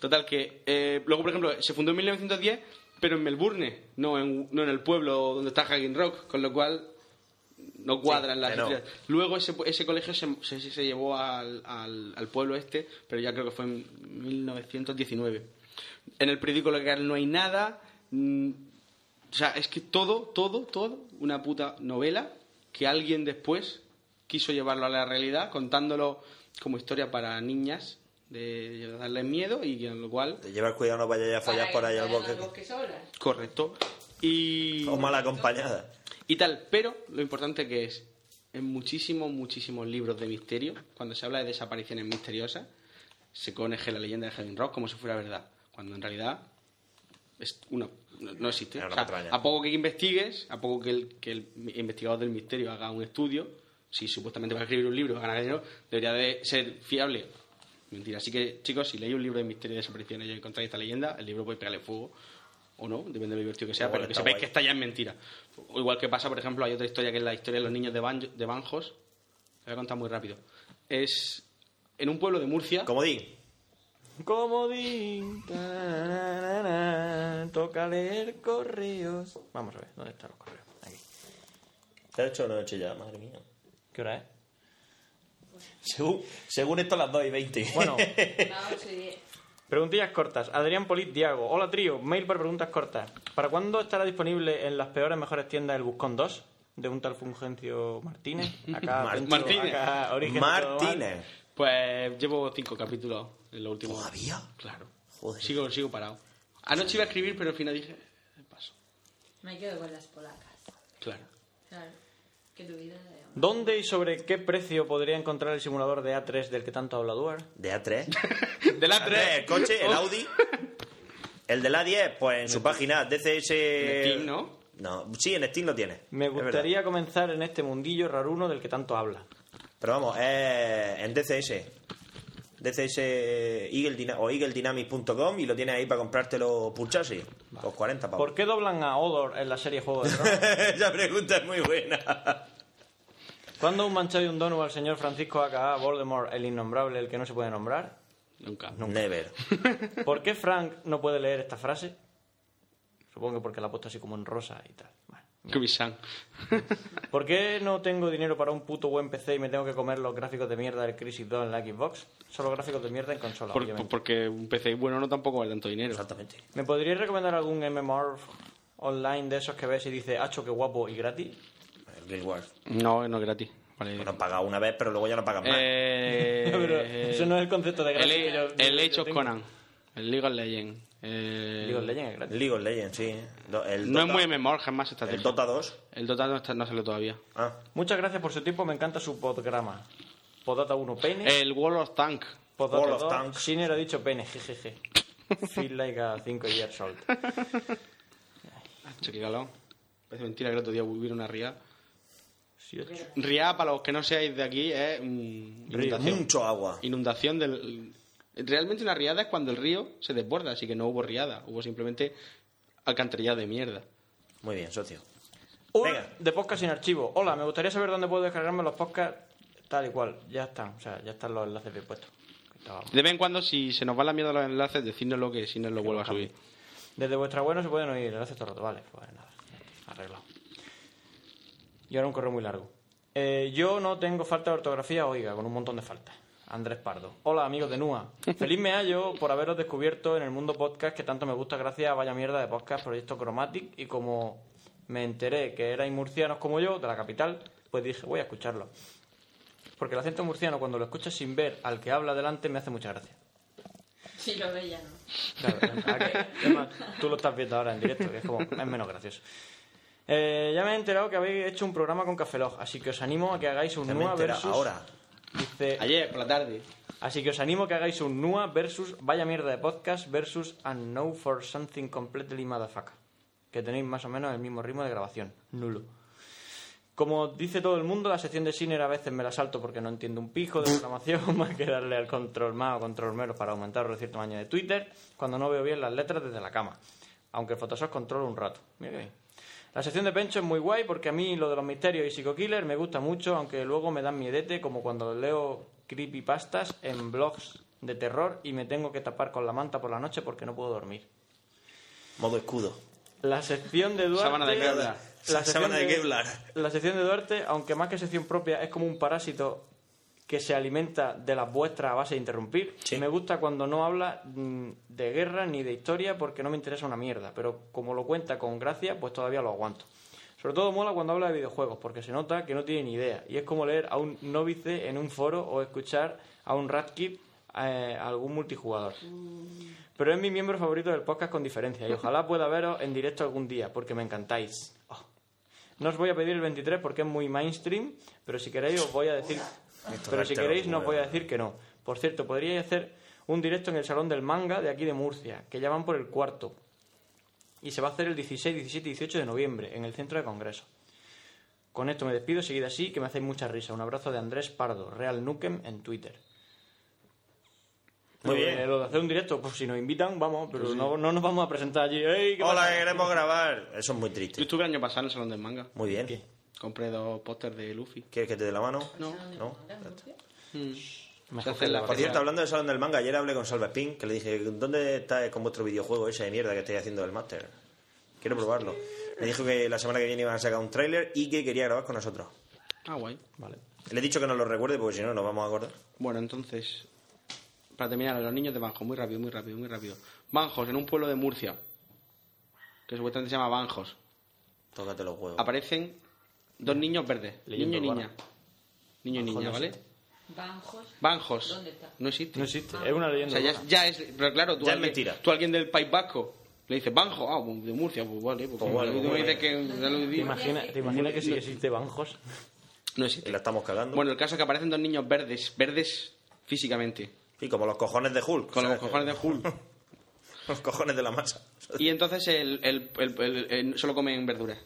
[SPEAKER 1] Total, que eh, luego, por ejemplo, se fundó en 1910, pero en Melbourne, no en, no en el pueblo donde está Hanging Rock, con lo cual no cuadran
[SPEAKER 2] que
[SPEAKER 1] las
[SPEAKER 2] no.
[SPEAKER 1] historias. Luego ese, ese colegio se, se- se llevó al, al- al pueblo este, pero ya creo que fue en 1919. En el periódico local no hay nada. mm, o sea, es que todo, todo, todo, una puta novela que alguien después quiso llevarlo a la realidad, contándolo como historia para niñas, de darles miedo y que- lo cual,
[SPEAKER 2] De llevar cuidado, no vaya ya a follar por ahí al bosque.
[SPEAKER 4] sola.
[SPEAKER 1] *laughs* correcto. Y,
[SPEAKER 2] *laughs* O mal acompañada.
[SPEAKER 1] y tal, pero lo importante que es, en muchísimos, muchísimos libros de misterio, cuando se habla de desapariciones misteriosas, se coneje la leyenda de Helen Rock como si fuera verdad, cuando en realidad es una- no, no existe.
[SPEAKER 2] Era una
[SPEAKER 1] O sea,
[SPEAKER 2] patraña.
[SPEAKER 1] a poco que investigues, a poco que el, que el investigador del misterio haga un estudio, si supuestamente va a escribir un libro y va a ganar dinero, debería de ser fiable. Mentira. Así que, chicos, si leéis un libro de misterio y desapariciones y encontráis esta leyenda, el libro puede pegarle fuego o no, depende de lo divertido que sea,
[SPEAKER 2] Igual
[SPEAKER 1] pero que
[SPEAKER 2] está
[SPEAKER 1] sepáis
[SPEAKER 2] guay.
[SPEAKER 1] que esta ya es mentira. O igual que pasa, por ejemplo, hay otra historia que es la historia de los niños de, Ban- de Banjos. La voy a contar muy rápido. Es en un pueblo de Murcia.
[SPEAKER 2] Como di,
[SPEAKER 3] Comodín. tararara, Toca leer correos. Vamos a ver, ¿dónde están los correos? Aquí.
[SPEAKER 2] ¿te has hecho noche ya? Madre mía. *laughs*
[SPEAKER 3] ¿Qué hora es?
[SPEAKER 2] Según, según esto, las 2 y 20.
[SPEAKER 3] Bueno,
[SPEAKER 4] No, sí.
[SPEAKER 3] preguntillas cortas. Adrián Polit Diago. Hola, trío. Mail para preguntas cortas. ¿Para cuándo estará disponible en las peores mejores tiendas el Buscón 2? De un tal Fungencio Martínez.
[SPEAKER 2] *laughs*
[SPEAKER 3] Acá,
[SPEAKER 2] Mar-
[SPEAKER 3] dentro,
[SPEAKER 1] Martínez.
[SPEAKER 3] acá, origen
[SPEAKER 2] Martínez.
[SPEAKER 1] Pues llevo cinco capítulos en los últimos.
[SPEAKER 2] ¿Todavía?
[SPEAKER 1] Claro.
[SPEAKER 2] Joder.
[SPEAKER 1] Sigo, sigo parado. Anoche iba a escribir, pero al final dije, eh, paso.
[SPEAKER 4] Me quedo con las polacas.
[SPEAKER 1] Claro.
[SPEAKER 4] Claro. Que tu vida de amor.
[SPEAKER 3] ¿Dónde y sobre qué precio podría encontrar el simulador de A3 del que tanto habla Duar?
[SPEAKER 2] De A3.
[SPEAKER 1] De la
[SPEAKER 2] A3, el
[SPEAKER 1] 3.
[SPEAKER 2] coche, el Audi. El del A10, pues en su página, DCS.
[SPEAKER 1] En Steam, ¿no?
[SPEAKER 2] No, sí, en Steam lo tiene.
[SPEAKER 3] Me
[SPEAKER 2] es verdad.
[SPEAKER 3] gustaría comenzar en este mundillo raruno del que tanto habla.
[SPEAKER 2] Pero vamos, eh, en DCS. DCS Eagle Dyna- o eagledynamics.com y lo tienes ahí para comprártelo por chasis. Por 40
[SPEAKER 3] ¿Por
[SPEAKER 2] pavos.
[SPEAKER 3] qué doblan a Odor en la serie Juego
[SPEAKER 1] *laughs*
[SPEAKER 3] de Tronos?
[SPEAKER 2] *laughs* Esa pregunta es muy buena.
[SPEAKER 3] ¿Cuándo un manchado y un dono al señor Francisco A.K.A. Voldemort, el innombrable, el que no se puede nombrar?
[SPEAKER 1] Nunca.
[SPEAKER 2] Never.
[SPEAKER 3] ¿Por qué Frank no puede leer esta frase? Supongo que porque la ha puesto así como en rosa y tal. Bueno.
[SPEAKER 1] Kubisan.
[SPEAKER 3] ¿Por qué no tengo dinero para un puto buen PC y me tengo que comer los gráficos de mierda del Crisis 2 en la Xbox? Solo gráficos de mierda en consola,
[SPEAKER 1] Por-
[SPEAKER 3] obviamente.
[SPEAKER 1] porque un PC bueno no tampoco vale tanto dinero.
[SPEAKER 2] Exactamente.
[SPEAKER 3] ¿Me podrías recomendar algún MMOR online de esos que ves y dices, hacho, qué guapo y gratis? *laughs*
[SPEAKER 2] El Guild Wars.
[SPEAKER 1] No, no es gratis. Vale.
[SPEAKER 2] Bueno, han pagado una vez, pero luego ya no pagan más.
[SPEAKER 1] Eh,
[SPEAKER 3] *laughs* Pero eso no es el concepto de gratis.
[SPEAKER 1] El,
[SPEAKER 3] que yo-
[SPEAKER 1] el
[SPEAKER 3] yo
[SPEAKER 1] Age of
[SPEAKER 3] tengo.
[SPEAKER 1] Conan. El League of Legends. eh,
[SPEAKER 3] League of Legends es gratis.
[SPEAKER 2] League of Legends, sí. Do- el
[SPEAKER 1] No es
[SPEAKER 2] Dota-
[SPEAKER 1] muy MMOR, jamás está
[SPEAKER 2] El Dota 2.
[SPEAKER 1] El Dota no, está, no salió todavía.
[SPEAKER 2] Ah,
[SPEAKER 3] Muchas gracias por su tiempo, me encanta su podgrama. Podata 1, pene.
[SPEAKER 1] El World of Tank.
[SPEAKER 3] Podata
[SPEAKER 2] Wall Eh, of
[SPEAKER 3] 2,
[SPEAKER 2] Tanks.
[SPEAKER 3] Shiner ha dicho pene, jejeje. Feel like a 5 years old.
[SPEAKER 1] Che, qué calor. Parece mentira que el otro día hubiera una ría.
[SPEAKER 3] Sí, ocho.
[SPEAKER 1] Ría, para los que no seáis de aquí, es mm, inundación.
[SPEAKER 2] mucho agua.
[SPEAKER 1] Inundación del... Realmente una riada es cuando el río se desborda, así que no hubo riada. Hubo simplemente alcantarillado de mierda.
[SPEAKER 2] Muy bien, socio.
[SPEAKER 3] Un
[SPEAKER 2] Venga.
[SPEAKER 3] de podcast sin archivo. Hola, me gustaría saber dónde puedo descargarme los podcasts tal y cual. Ya están, o sea, ya están los enlaces bien puestos. Estábamos.
[SPEAKER 1] De vez en cuando, si se nos va la mierda los enlaces, decídnoslo que si no lo vuelva a subir.
[SPEAKER 3] Desde vuestra web no se pueden oír enlaces todo el rato. Vale, pues nada, ya está, arreglado. Y ahora un correo muy largo. Eh, yo no tengo falta de ortografía, oiga, con un montón de faltas. Andrés Pardo. Hola, amigos de NUA. Feliz me hallo por haberos descubierto en el mundo podcast que tanto me gusta gracias a Vaya Mierda de Podcast Proyecto Chromatic y como me enteré que erais murcianos como yo, de la capital, pues dije, voy a escucharlo. Porque el acento murciano cuando lo escuchas sin ver al que habla delante me hace mucha gracia.
[SPEAKER 4] *laughs* Si lo ve ya no.
[SPEAKER 3] Claro, ahora que- además, tú lo estás viendo ahora en directo, que es como, es menos gracioso. Eh, ya me he enterado que habéis hecho un programa con Cafelog, así que os animo a que hagáis un
[SPEAKER 2] Ya me he
[SPEAKER 3] NUA
[SPEAKER 2] enterado
[SPEAKER 3] versus...
[SPEAKER 2] ahora.
[SPEAKER 3] Dice,
[SPEAKER 1] Ayer, por la tarde.
[SPEAKER 3] así que os animo a que hagáis un NUA versus Vaya Mierda de Podcast versus And Now for Something Completely Motherfucker. Que tenéis más o menos el mismo ritmo de grabación. Nulo. Como dice todo el mundo, la sección de Sinner a veces me la salto porque no entiendo un pijo de programación *laughs* más que darle al control más o control menos para aumentar o reducir el tamaño de Twitter cuando no veo bien las letras desde la cama. Aunque Photoshop controla un rato. Mira qué bien. La sección de Pencho es muy guay porque a mí lo de los misterios y psico-killer me gusta mucho, aunque luego me dan miedete como cuando leo creepypastas en blogs de terror y me tengo que tapar con la manta por la noche porque no puedo dormir.
[SPEAKER 2] Modo escudo.
[SPEAKER 3] La sección de Duarte.
[SPEAKER 1] Sábana de Kevlar.
[SPEAKER 2] Sábana
[SPEAKER 3] sección
[SPEAKER 2] de Kevlar.
[SPEAKER 3] La sección de Duarte, aunque más que sección propia, es como un parásito que se alimenta de las vuestras a base de interrumpir.
[SPEAKER 2] Sí.
[SPEAKER 3] Me gusta cuando no habla mm, de guerra ni de historia porque no me interesa una mierda, pero como lo cuenta con gracia, pues todavía lo aguanto. Sobre todo mola cuando habla de videojuegos, porque se nota que no tiene ni idea. Y es como leer a un novice en un foro o escuchar a un ratkit eh, a algún multijugador. Pero es mi miembro favorito del podcast con diferencia y ojalá pueda veros en directo algún día porque me encantáis. Oh. No os voy a pedir el 23 porque es muy mainstream, pero si queréis os voy a decir... Pero si
[SPEAKER 2] dártelo,
[SPEAKER 3] queréis no os voy a
[SPEAKER 2] bueno.
[SPEAKER 3] decir que no. Por cierto, podríais hacer un directo en el Salón del Manga de aquí de Murcia, que ya van por el cuarto. Y se va a hacer el 16, 17 y 18 de noviembre en el Centro de Congreso. Con esto me despido, seguid así, que me hacéis mucha risa. Un abrazo de Andrés Pardo, Real Nukem en Twitter.
[SPEAKER 2] Muy
[SPEAKER 3] Lo de-
[SPEAKER 2] bien.
[SPEAKER 3] Lo de hacer un directo, pues si nos invitan, vamos, pero
[SPEAKER 1] Pues
[SPEAKER 3] no, no nos vamos a presentar allí. ¡Ey, qué
[SPEAKER 2] Hola,
[SPEAKER 3] pasa?
[SPEAKER 2] que queremos grabar. Eso es muy
[SPEAKER 1] Yo
[SPEAKER 2] triste.
[SPEAKER 1] estuve el año pasado en el Salón del Manga.
[SPEAKER 2] Muy bien.
[SPEAKER 3] ¿Qué?
[SPEAKER 1] Compré dos pósters de Luffy.
[SPEAKER 2] ¿Quieres que te dé la mano?
[SPEAKER 1] No.
[SPEAKER 2] No. Hmm.
[SPEAKER 3] Mejor
[SPEAKER 1] Hacer
[SPEAKER 3] que
[SPEAKER 1] la
[SPEAKER 3] la
[SPEAKER 2] Por cierto,
[SPEAKER 1] Gracias.
[SPEAKER 2] hablando del salón del manga, ayer hablé con Salva Spin, que le dije, ¿dónde está con vuestro videojuego ese de mierda que estáis haciendo del máster? Quiero probarlo. Me dijo que la semana que viene iban a sacar un tráiler y que quería grabar con nosotros.
[SPEAKER 1] Ah, guay.
[SPEAKER 3] Vale.
[SPEAKER 2] Le he dicho que nos lo recuerde porque si no nos vamos a acordar.
[SPEAKER 1] Bueno, entonces, para terminar, los niños de Banjos, muy rápido, muy rápido, muy rápido. Banjos, en un pueblo de Murcia, que supuestamente se llama Banjos,
[SPEAKER 2] Tócate los huevos.
[SPEAKER 1] aparecen dos niños verdes,
[SPEAKER 3] Leyenda
[SPEAKER 1] niño y
[SPEAKER 3] urbana.
[SPEAKER 1] niña. Niño y
[SPEAKER 3] Banjos
[SPEAKER 1] niña,
[SPEAKER 3] no
[SPEAKER 1] ¿vale?
[SPEAKER 4] Banjos.
[SPEAKER 1] Banjos,
[SPEAKER 4] ¿Dónde está?
[SPEAKER 1] no existe.
[SPEAKER 3] No existe, es una
[SPEAKER 1] O
[SPEAKER 3] leyenda.
[SPEAKER 1] sea, ya,
[SPEAKER 3] urbana.
[SPEAKER 1] ya es, pero claro, tú,
[SPEAKER 2] Ya es
[SPEAKER 1] alguien,
[SPEAKER 2] mentira.
[SPEAKER 1] tú alguien del País Vasco le dices Banjo, ah, pues de Murcia, pues vale, pues,
[SPEAKER 2] Pues vale,
[SPEAKER 1] tú me
[SPEAKER 2] pues
[SPEAKER 1] dices que en
[SPEAKER 3] ¿Te
[SPEAKER 1] Andalucía-
[SPEAKER 3] imaginas, ¿Te imaginas que si existe Banjos?
[SPEAKER 1] no
[SPEAKER 2] Y
[SPEAKER 1] existe.
[SPEAKER 2] la estamos cagando.
[SPEAKER 1] Bueno, el caso es que aparecen dos niños verdes, verdes físicamente,
[SPEAKER 2] Y como los cojones de Hulk.
[SPEAKER 1] con
[SPEAKER 2] o
[SPEAKER 1] los
[SPEAKER 2] sea,
[SPEAKER 1] cojones de Hulk.
[SPEAKER 2] *laughs* Los cojones de la masa.
[SPEAKER 1] Y entonces el, el- el- el- el- solo comen verduras.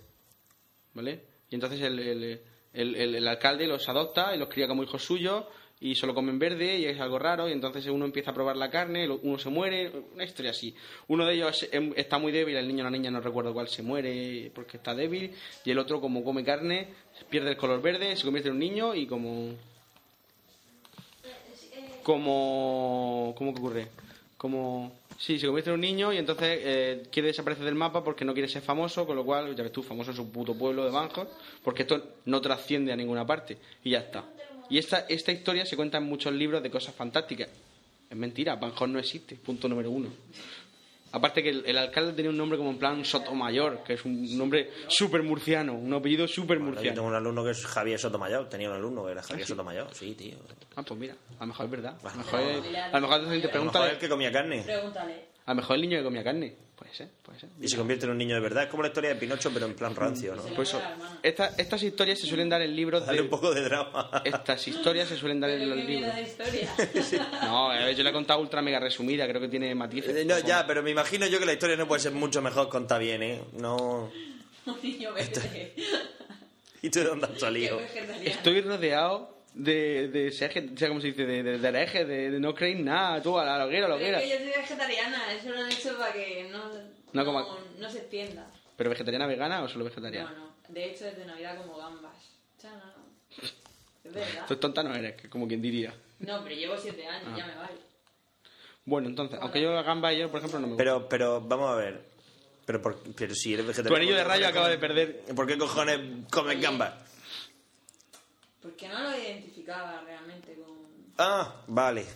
[SPEAKER 1] ¿Vale? Y entonces el, el- el- el- el alcalde los adopta y los cría como hijos suyos y solo comen verde y es algo raro y entonces uno empieza a probar la carne, lo- uno se muere, una historia así. Uno de ellos em, está muy débil, el niño o la niña no recuerdo cuál se muere porque está débil y el otro como come carne pierde el color verde, se convierte en un niño y como como cómo que ocurre como Sí, se convierte en un niño y entonces eh, quiere desaparecer del mapa porque no quiere ser famoso, con lo cual, ya ves tú, famoso en su puto pueblo de Banjos, porque esto no trasciende a ninguna parte y ya está. Y esta, esta historia se cuenta en muchos libros de cosas fantásticas. Es mentira, Banjos no existe, punto número uno. Aparte que el, el alcalde tenía un nombre como en plan Sotomayor, que es un nombre súper murciano, un apellido súper
[SPEAKER 2] Bueno, yo tengo
[SPEAKER 1] murciano.
[SPEAKER 2] un alumno que es Javier Sotomayor. Tenía un alumno que era Javier Sotomayor. Sí, tío.
[SPEAKER 1] Ah, pues mira, a lo mejor es verdad. A lo
[SPEAKER 2] Bueno.
[SPEAKER 1] mejor, es- a lo mejor entonces te
[SPEAKER 2] A lo mejor
[SPEAKER 1] pregunta,
[SPEAKER 2] es el que comía carne.
[SPEAKER 4] Pregúntale.
[SPEAKER 1] a lo mejor el niño que comía carne. Puede ser, puede ser.
[SPEAKER 2] Y se convierte en un niño de verdad. Es como la historia de Pinocho, pero en plan rancio, ¿no?
[SPEAKER 4] Se lo
[SPEAKER 1] Por Pues eso, eh,
[SPEAKER 4] da la hermana.
[SPEAKER 1] esta- estas historias se suelen dar en libros
[SPEAKER 2] Dale un
[SPEAKER 1] de...
[SPEAKER 2] poco de drama.
[SPEAKER 1] Estas historias se suelen dar en
[SPEAKER 4] Pero
[SPEAKER 1] los
[SPEAKER 4] qué
[SPEAKER 1] libros.
[SPEAKER 4] mierda
[SPEAKER 1] *laughs*
[SPEAKER 4] de historia.
[SPEAKER 1] No, a ver, yo le he contado ultra mega resumida, creo que tiene matices.
[SPEAKER 2] Eh, No, ya, pero me imagino yo que la historia no puede ser mucho mejor contada bien, ¿eh? No...
[SPEAKER 4] *laughs* Un niño verde.
[SPEAKER 2] ¿Y tú de dónde has
[SPEAKER 4] *laughs* Qué
[SPEAKER 2] salido?
[SPEAKER 4] vegetariano.
[SPEAKER 1] Estoy rodeado de, de seje, o sea, ¿cómo se dice? De, de, de herejes, de, de no creéis nada, tú, a la hoguera, a la
[SPEAKER 4] Pero
[SPEAKER 1] hoguera.
[SPEAKER 4] es que yo soy vegetariana, eso lo han hecho para que no,
[SPEAKER 1] No
[SPEAKER 4] no,
[SPEAKER 1] coma-
[SPEAKER 4] no se extienda.
[SPEAKER 1] ¿Pero vegetariana, vegana o solo vegetariana?
[SPEAKER 4] No, no. De hecho, es de Navidad como gambas. Chana. Es
[SPEAKER 1] Pues
[SPEAKER 4] verdad.
[SPEAKER 1] Tú tonta no eres, que como quien diría.
[SPEAKER 4] No, pero llevo siete años,
[SPEAKER 1] Ah.
[SPEAKER 4] ya me vale.
[SPEAKER 1] Bueno, entonces, aunque yo gamba y yo, por ejemplo, no me gusta.
[SPEAKER 2] Pero, pero, vamos a ver. Pero, por- pero si eres vegetariano...
[SPEAKER 1] Tu anillo de
[SPEAKER 2] ¿por qué
[SPEAKER 1] rayo acaba de
[SPEAKER 2] cojones-
[SPEAKER 1] perder.
[SPEAKER 2] ¿Por qué cojones comes gambas?
[SPEAKER 4] Porque no lo identificaba realmente con...
[SPEAKER 2] Ah, vale.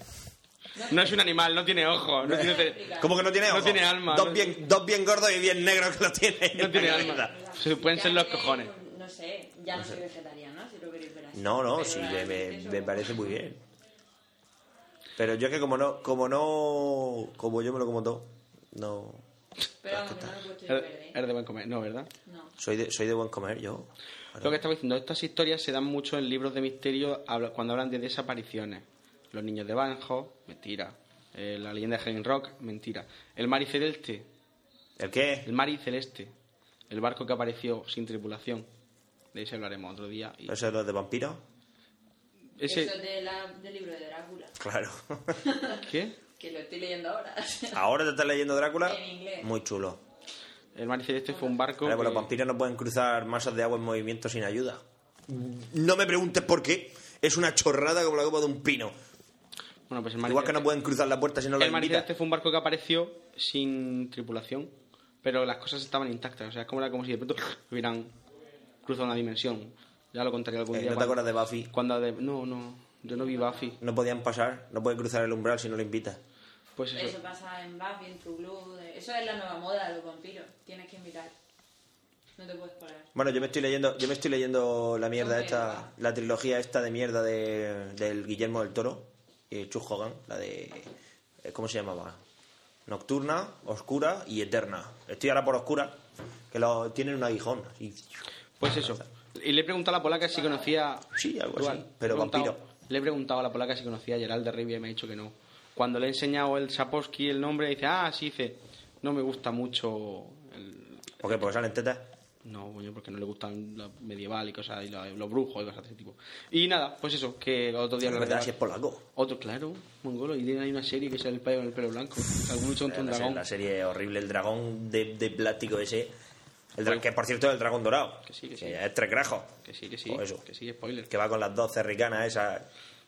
[SPEAKER 1] No es un animal, no tiene ojos, no tiene... cere-
[SPEAKER 2] ¿Cómo que no tiene
[SPEAKER 1] No
[SPEAKER 2] ojos?
[SPEAKER 1] tiene alma,
[SPEAKER 2] Dos,
[SPEAKER 1] no-
[SPEAKER 2] bien, dos bien gordos y bien negros que lo tienen.
[SPEAKER 1] No *laughs* tiene
[SPEAKER 2] *laughs* La
[SPEAKER 1] alma.
[SPEAKER 2] cabeza.
[SPEAKER 1] Se pueden
[SPEAKER 4] Ya
[SPEAKER 1] ser los
[SPEAKER 4] que,
[SPEAKER 1] cojones.
[SPEAKER 4] No sé, ya no, soy vegetariana, si lo queréis ver así.
[SPEAKER 2] No, no,
[SPEAKER 4] Pero
[SPEAKER 2] sí, me,
[SPEAKER 4] realmente
[SPEAKER 2] me-
[SPEAKER 4] eso-
[SPEAKER 2] me parece
[SPEAKER 4] *laughs*
[SPEAKER 2] muy bien. Pero yo es que como no, como no, como yo me lo como todo, no.
[SPEAKER 4] Pero vamos, que no lo he puesto yo verde.
[SPEAKER 1] Eres eres de buen comer, no, ¿verdad?
[SPEAKER 4] No.
[SPEAKER 2] Soy de, soy de buen comer, yo.
[SPEAKER 1] Lo que estaba diciendo, estas historias se dan mucho en libros de misterio habla- cuando hablan de desapariciones. Los niños de Banjo, mentira. Eh, la leyenda de Helen Rock, mentira. El mar y celeste,
[SPEAKER 2] ¿El qué?
[SPEAKER 1] el mar y celeste. El barco que apareció sin tripulación. De ese hablaremos otro día. Y
[SPEAKER 2] ¿Eso es lo de vampiros? *laughs*
[SPEAKER 1] ese,
[SPEAKER 4] Eso es de la- del libro de Drácula,
[SPEAKER 2] Claro.
[SPEAKER 1] ¿Qué?
[SPEAKER 4] que lo estoy leyendo ahora. *laughs*
[SPEAKER 2] Ahora te estás leyendo Drácula.
[SPEAKER 4] En inglés.
[SPEAKER 2] Muy chulo.
[SPEAKER 1] El mar y celeste fue un barco.
[SPEAKER 2] Ahora, pues, los
[SPEAKER 1] que-
[SPEAKER 2] vampiros no pueden cruzar masas de agua en movimiento sin ayuda. No me preguntes por qué. Es una chorrada como la copa de un pino.
[SPEAKER 1] Bueno, pues el mar y
[SPEAKER 2] Igual que no
[SPEAKER 1] celeste-
[SPEAKER 2] pueden cruzar la puerta si no lo
[SPEAKER 1] el Mar
[SPEAKER 2] invitas.
[SPEAKER 1] Celeste fue un barco que apareció sin tripulación, pero las cosas estaban intactas. O sea, es como, era como si de pronto hubieran cruzado una dimensión. Ya lo contaré algún
[SPEAKER 2] Eh,
[SPEAKER 1] día.
[SPEAKER 2] ¿no te
[SPEAKER 1] cuando-
[SPEAKER 2] acuerdas de Buffy?
[SPEAKER 1] Cuando de- no, no, yo no vi Buffy.
[SPEAKER 2] No podían pasar, no pueden cruzar el umbral si no lo invitas.
[SPEAKER 1] Pues eso.
[SPEAKER 4] Eso pasa en Buffy, en True Blue, eh, eso es la nueva moda de los vampiros, tienes que invitar. No te puedes parar.
[SPEAKER 2] Bueno, yo me estoy leyendo, yo me estoy leyendo la mierda
[SPEAKER 4] Hombre,
[SPEAKER 2] esta,
[SPEAKER 4] va.
[SPEAKER 2] la trilogía esta de mierda de, del Guillermo del Toro y Chuck Hogan, la de eh, ¿cómo se llamaba? Nocturna, Oscura y Eterna. Estoy ahora por Oscura, que lo tienen un aguijón. Y,
[SPEAKER 1] Pues eso. Y le he preguntado a la polaca si conocía.
[SPEAKER 2] Sí, algo así,
[SPEAKER 1] Igual,
[SPEAKER 2] pero
[SPEAKER 1] le he preguntado-
[SPEAKER 2] vampiro.
[SPEAKER 1] Le he preguntado a la polaca si conocía a Gerald de Rivia y me ha dicho que no. Cuando le he enseñado el Saposki el nombre, dice, ah, sí, dice, no me gusta mucho el,
[SPEAKER 2] ¿Por qué? Porque salen tetas.
[SPEAKER 1] No, coño, porque no le gustan la medieval y cosas, y la- los brujos y cosas de ese tipo. Y nada, pues eso, que otro día
[SPEAKER 2] En
[SPEAKER 1] hablaré de
[SPEAKER 2] verdad,
[SPEAKER 1] la-
[SPEAKER 2] si es polaco.
[SPEAKER 1] Otro, claro, mongolo, y tiene ahí una serie que sale el payo con el pelo blanco. Algún bicho contra un
[SPEAKER 2] Eh, La serie,
[SPEAKER 1] dragón.
[SPEAKER 2] la serie horrible, el dragón de, de plástico ese. El dra- que por cierto es el dragón dorado.
[SPEAKER 1] Que sí, que sí.
[SPEAKER 2] es tres grajos.
[SPEAKER 1] Que sí, que sí,
[SPEAKER 2] Pues eso.
[SPEAKER 1] que sí, spoiler.
[SPEAKER 2] Que va con las dos cerricanas esas.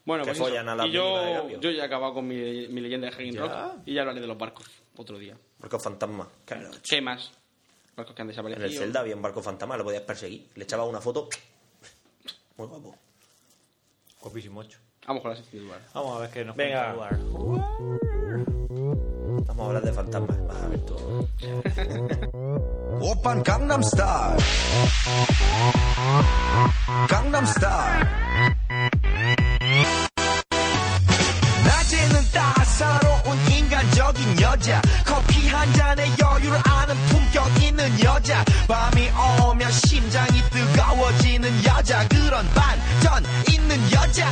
[SPEAKER 1] Bueno,
[SPEAKER 2] que
[SPEAKER 1] pues
[SPEAKER 2] follan
[SPEAKER 1] eso.
[SPEAKER 2] a la
[SPEAKER 1] y
[SPEAKER 2] mínima de
[SPEAKER 1] yo,
[SPEAKER 2] cambio.
[SPEAKER 1] yo ya he acabado con mi, mi leyenda de Hanging
[SPEAKER 2] Ya.
[SPEAKER 1] Rock y ya hablaré de los barcos otro día.
[SPEAKER 2] Barco fantasma. Claro.
[SPEAKER 1] ¿Qué más? Barcos que han
[SPEAKER 2] En
[SPEAKER 1] desaparecido.
[SPEAKER 2] el Zelda había un barco fantasma, lo podías perseguir. Le echabas una foto. Muy guapo.
[SPEAKER 5] Guapísimo 8.
[SPEAKER 1] A lo mejor la sección del bar.
[SPEAKER 5] Vamos a ver qué nos
[SPEAKER 2] Venga.
[SPEAKER 5] cuenta Eduardo.
[SPEAKER 2] Vamos a hablar de fantasmas. Vas a ver tú.
[SPEAKER 6] 오빤 강남스타일 강남스타일 낮에는 따사로운 인간적인 여자 커피 한 잔에 여유를 아는 품격 있는 여자 밤이 오면 심장이 뜨거워지는 여자 그런 반전 있는 여자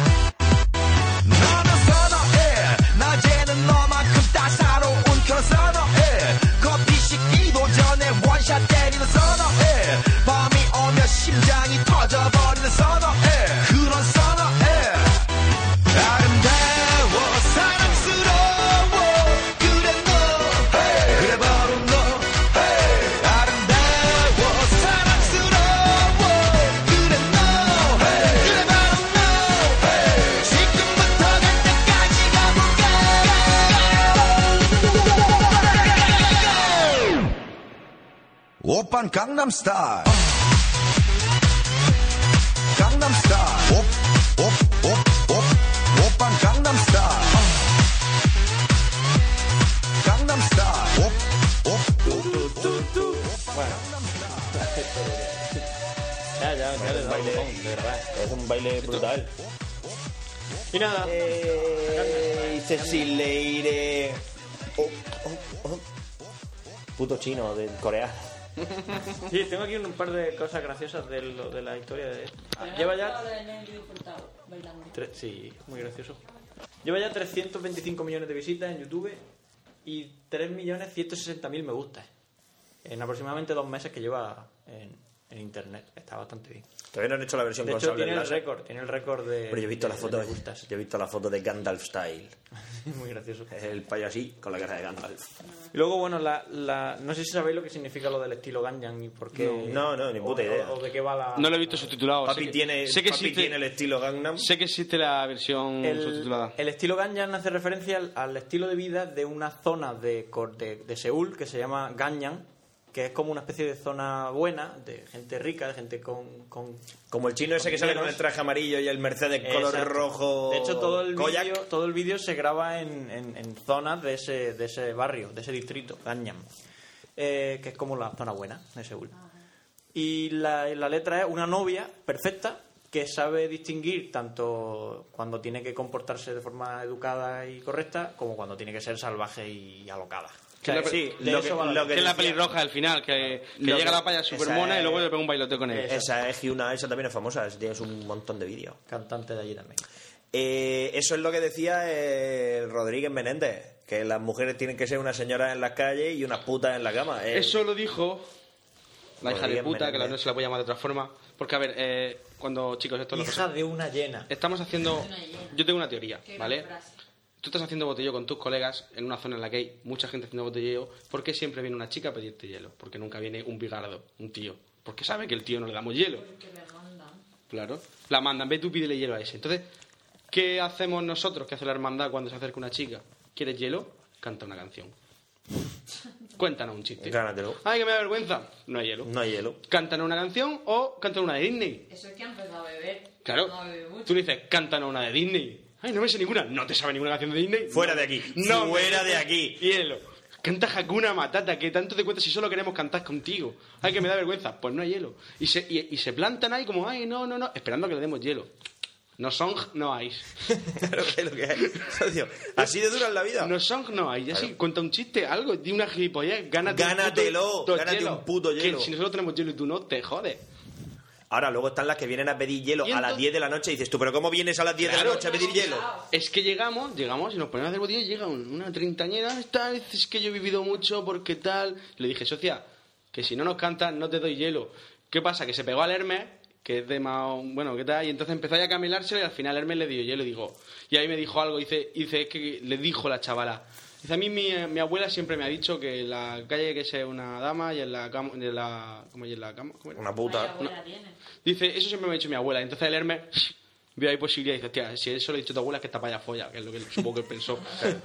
[SPEAKER 6] 너는 선호해 낮에는 너만큼 따사로운 그런 선호해 커피 식기도 전에 원샷 때리는 선호해 밤이 오면 심장이 터져버리는 선호해 그런 선호해 아름다워 사랑스러워 그래 너 그래 바로 너 아름다워 사랑스러워 그래 너 그래 바로 너 지금부터 갈 때까지가 뭔가 오빤 강남스타일 강남스타일 오오오오 오빤 강남스타일 강남스타일 오오
[SPEAKER 3] Ya, ya, ya,
[SPEAKER 2] Es un baile, eh. es un baile brutal.
[SPEAKER 3] Y nada,
[SPEAKER 2] Ey, Cecil Leire. Oh, oh, oh. Puto chino de Corea.
[SPEAKER 3] sí, tengo aquí un par de cosas graciosas de, lo- de la historia de esto.
[SPEAKER 2] Ah,
[SPEAKER 3] Lleva ya... tre- Sí, muy gracioso. Lleva ya 325 millones de visitas en YouTube y 3.160.000 me gustas. En aproximadamente dos meses que lleva en, en Internet. Está bastante bien.
[SPEAKER 2] Todavía no han hecho la versión
[SPEAKER 3] De
[SPEAKER 2] con
[SPEAKER 3] hecho,
[SPEAKER 2] sable
[SPEAKER 3] tiene el
[SPEAKER 2] láser.
[SPEAKER 3] récord. Tiene el récord de...
[SPEAKER 2] Pero yo he visto
[SPEAKER 3] de-
[SPEAKER 2] la foto
[SPEAKER 3] de
[SPEAKER 2] de,
[SPEAKER 3] me gustas.
[SPEAKER 2] yo he visto la foto de Gandalf Style.
[SPEAKER 3] *laughs* muy gracioso.
[SPEAKER 2] Es *laughs* el payo así con la cara de Gandalf.
[SPEAKER 3] Y luego, bueno, la, la- no sé si sabéis lo que significa lo del estilo Ganyan y por qué.
[SPEAKER 2] No, no, ni puta
[SPEAKER 3] o-
[SPEAKER 2] idea.
[SPEAKER 3] O, de qué va la.
[SPEAKER 1] No lo he visto subtitulado. Oh, sé
[SPEAKER 2] Papi,
[SPEAKER 1] que-
[SPEAKER 2] tiene,
[SPEAKER 1] sé que
[SPEAKER 2] papi
[SPEAKER 1] existe,
[SPEAKER 2] tiene el estilo Gangnam.
[SPEAKER 1] Sé que existe la versión
[SPEAKER 3] El,
[SPEAKER 1] subtitulada.
[SPEAKER 3] el estilo Ganyan hace referencia al, al estilo de vida de una zona de, Cor- de, de Seúl que se llama Ganyan, que es como una especie de zona buena, de gente rica, de gente con. con
[SPEAKER 2] Como el chino ese que sale con el traje amarillo y el Mercedes color
[SPEAKER 3] Exacto.
[SPEAKER 2] rojo.
[SPEAKER 3] De hecho, todo el
[SPEAKER 2] Koyak.
[SPEAKER 3] vídeo todo el vídeo se graba en, en- en zonas de ese, de ese barrio, de ese distrito, Ganyan, eh, que es como la zona buena de Seúl. Y la, la letra es una novia perfecta que sabe distinguir tanto cuando tiene que comportarse de forma educada y correcta como cuando tiene que ser salvaje y alocada. O sea,
[SPEAKER 1] Que la-
[SPEAKER 3] sí, de
[SPEAKER 2] lo
[SPEAKER 3] eso
[SPEAKER 2] que-
[SPEAKER 3] va la
[SPEAKER 2] lo
[SPEAKER 3] letra.
[SPEAKER 1] Que es la
[SPEAKER 2] decía-
[SPEAKER 1] pelirroja al final, que, que
[SPEAKER 2] Lo
[SPEAKER 1] llega
[SPEAKER 2] que-
[SPEAKER 1] la paya
[SPEAKER 2] esa
[SPEAKER 1] supermona
[SPEAKER 2] es-
[SPEAKER 1] y luego le pega un bailote con él.
[SPEAKER 2] Esa es Hyuna, esa también es famosa. esa Tienes un montón de vídeos.
[SPEAKER 3] Cantante de allí también.
[SPEAKER 2] Eh, eso es lo que decía eh, Rodríguez Menéndez, que las mujeres tienen que ser unas señoras en las calles y unas putas en la cama. Eh,
[SPEAKER 1] Eso lo dijo la hija de
[SPEAKER 2] Rodríguez
[SPEAKER 1] puta, que la-
[SPEAKER 2] Menéndez.
[SPEAKER 1] no se la voy a llamar de otra forma. Porque, a ver, eh, cuando, chicos, esto lo
[SPEAKER 3] Hija de una llena.
[SPEAKER 1] Estamos haciendo... Yo tengo una teoría,
[SPEAKER 4] Qué gran
[SPEAKER 1] ¿vale?
[SPEAKER 4] frase.
[SPEAKER 1] Tú estás haciendo botelleo con tus colegas en una zona en la que hay mucha gente haciendo botelleo. ¿Por qué siempre viene una chica a pedirte hielo? Porque nunca viene un bigardo, un tío. Porque sabe que el tío no le damos hielo.
[SPEAKER 4] Que me mandan.
[SPEAKER 1] Claro. La mandan, ve tú pídele hielo a ese. Entonces, ¿qué hacemos nosotros? ¿Qué hace la hermandad cuando se acerca una chica? ¿Quieres hielo? Canta una canción. Cuéntanos un chiste.
[SPEAKER 2] Gánatelo.
[SPEAKER 1] Ay, que me da vergüenza. No hay hielo.
[SPEAKER 2] No hay hielo. *laughs*
[SPEAKER 1] Cántanos una canción o cántanos una de Disney.
[SPEAKER 4] Eso es que ha empezado a beber.
[SPEAKER 1] Claro.
[SPEAKER 4] No bebe mucho.
[SPEAKER 1] Tú le dices, cántanos una de Disney. Ay, no me sé ninguna. No te sabe ninguna canción de Disney.
[SPEAKER 2] Fuera
[SPEAKER 1] No.
[SPEAKER 2] de aquí.
[SPEAKER 1] No. me
[SPEAKER 2] Fuera de
[SPEAKER 1] dices
[SPEAKER 2] aquí.
[SPEAKER 1] Hielo. Canta Hakuna Matata, que tanto te cuesta si solo queremos cantar contigo. Ay, que me da vergüenza. Pues no hay hielo. Y se, y, y se plantan ahí como, ay, no, no, no, esperando a que le demos hielo. No son, no hay.
[SPEAKER 2] Claro que es lo que hay. Socio, Así de dura es la vida.
[SPEAKER 1] No son, no hay. Ya sí, cuenta un chiste, algo, di una gilipollez, gánate
[SPEAKER 2] Gánatelo,
[SPEAKER 1] un puto,
[SPEAKER 2] gánate
[SPEAKER 1] hielo.
[SPEAKER 2] un puto
[SPEAKER 1] Que
[SPEAKER 2] hielo.
[SPEAKER 1] si nosotros tenemos hielo y tú no, te jodes.
[SPEAKER 2] Ahora, luego están las que vienen a pedir hielo
[SPEAKER 1] Y
[SPEAKER 2] a las
[SPEAKER 1] entonces-
[SPEAKER 2] 10 de la noche y dices tú, ¿pero cómo vienes a las 10 de
[SPEAKER 1] Claro.
[SPEAKER 2] la noche a pedir hielo?
[SPEAKER 1] Es que llegamos, llegamos y nos ponemos a hacer botillas y llega un- una treintañera, tal, es que yo he vivido mucho porque tal. Le dije, socia, que si no nos cantas no te doy hielo. ¿Qué pasa? Que se pegó al Hermes, que es de más, bueno, ¿qué tal? Y entonces empezó ya a camelárselo y al final Hermes le dio hielo y digo, y ahí me dijo algo, dice, dice, es que le dijo la chavala. Dice, a mí mi, eh, mi abuela siempre me ha dicho que en la calle hay que sea una dama y en la cama, en la, ¿cómo y en la cama? ¿Cómo era?
[SPEAKER 2] Una
[SPEAKER 4] Vaya
[SPEAKER 2] puta.
[SPEAKER 4] abuela tiene.
[SPEAKER 1] Dice, eso siempre me ha dicho mi abuela. Entonces el *sniffs* Hermes vio ahí posibilidad y dice, hostia, si eso le he dicho a tu abuela es que está para folla, que *laughs* es lo que supongo que él pensó.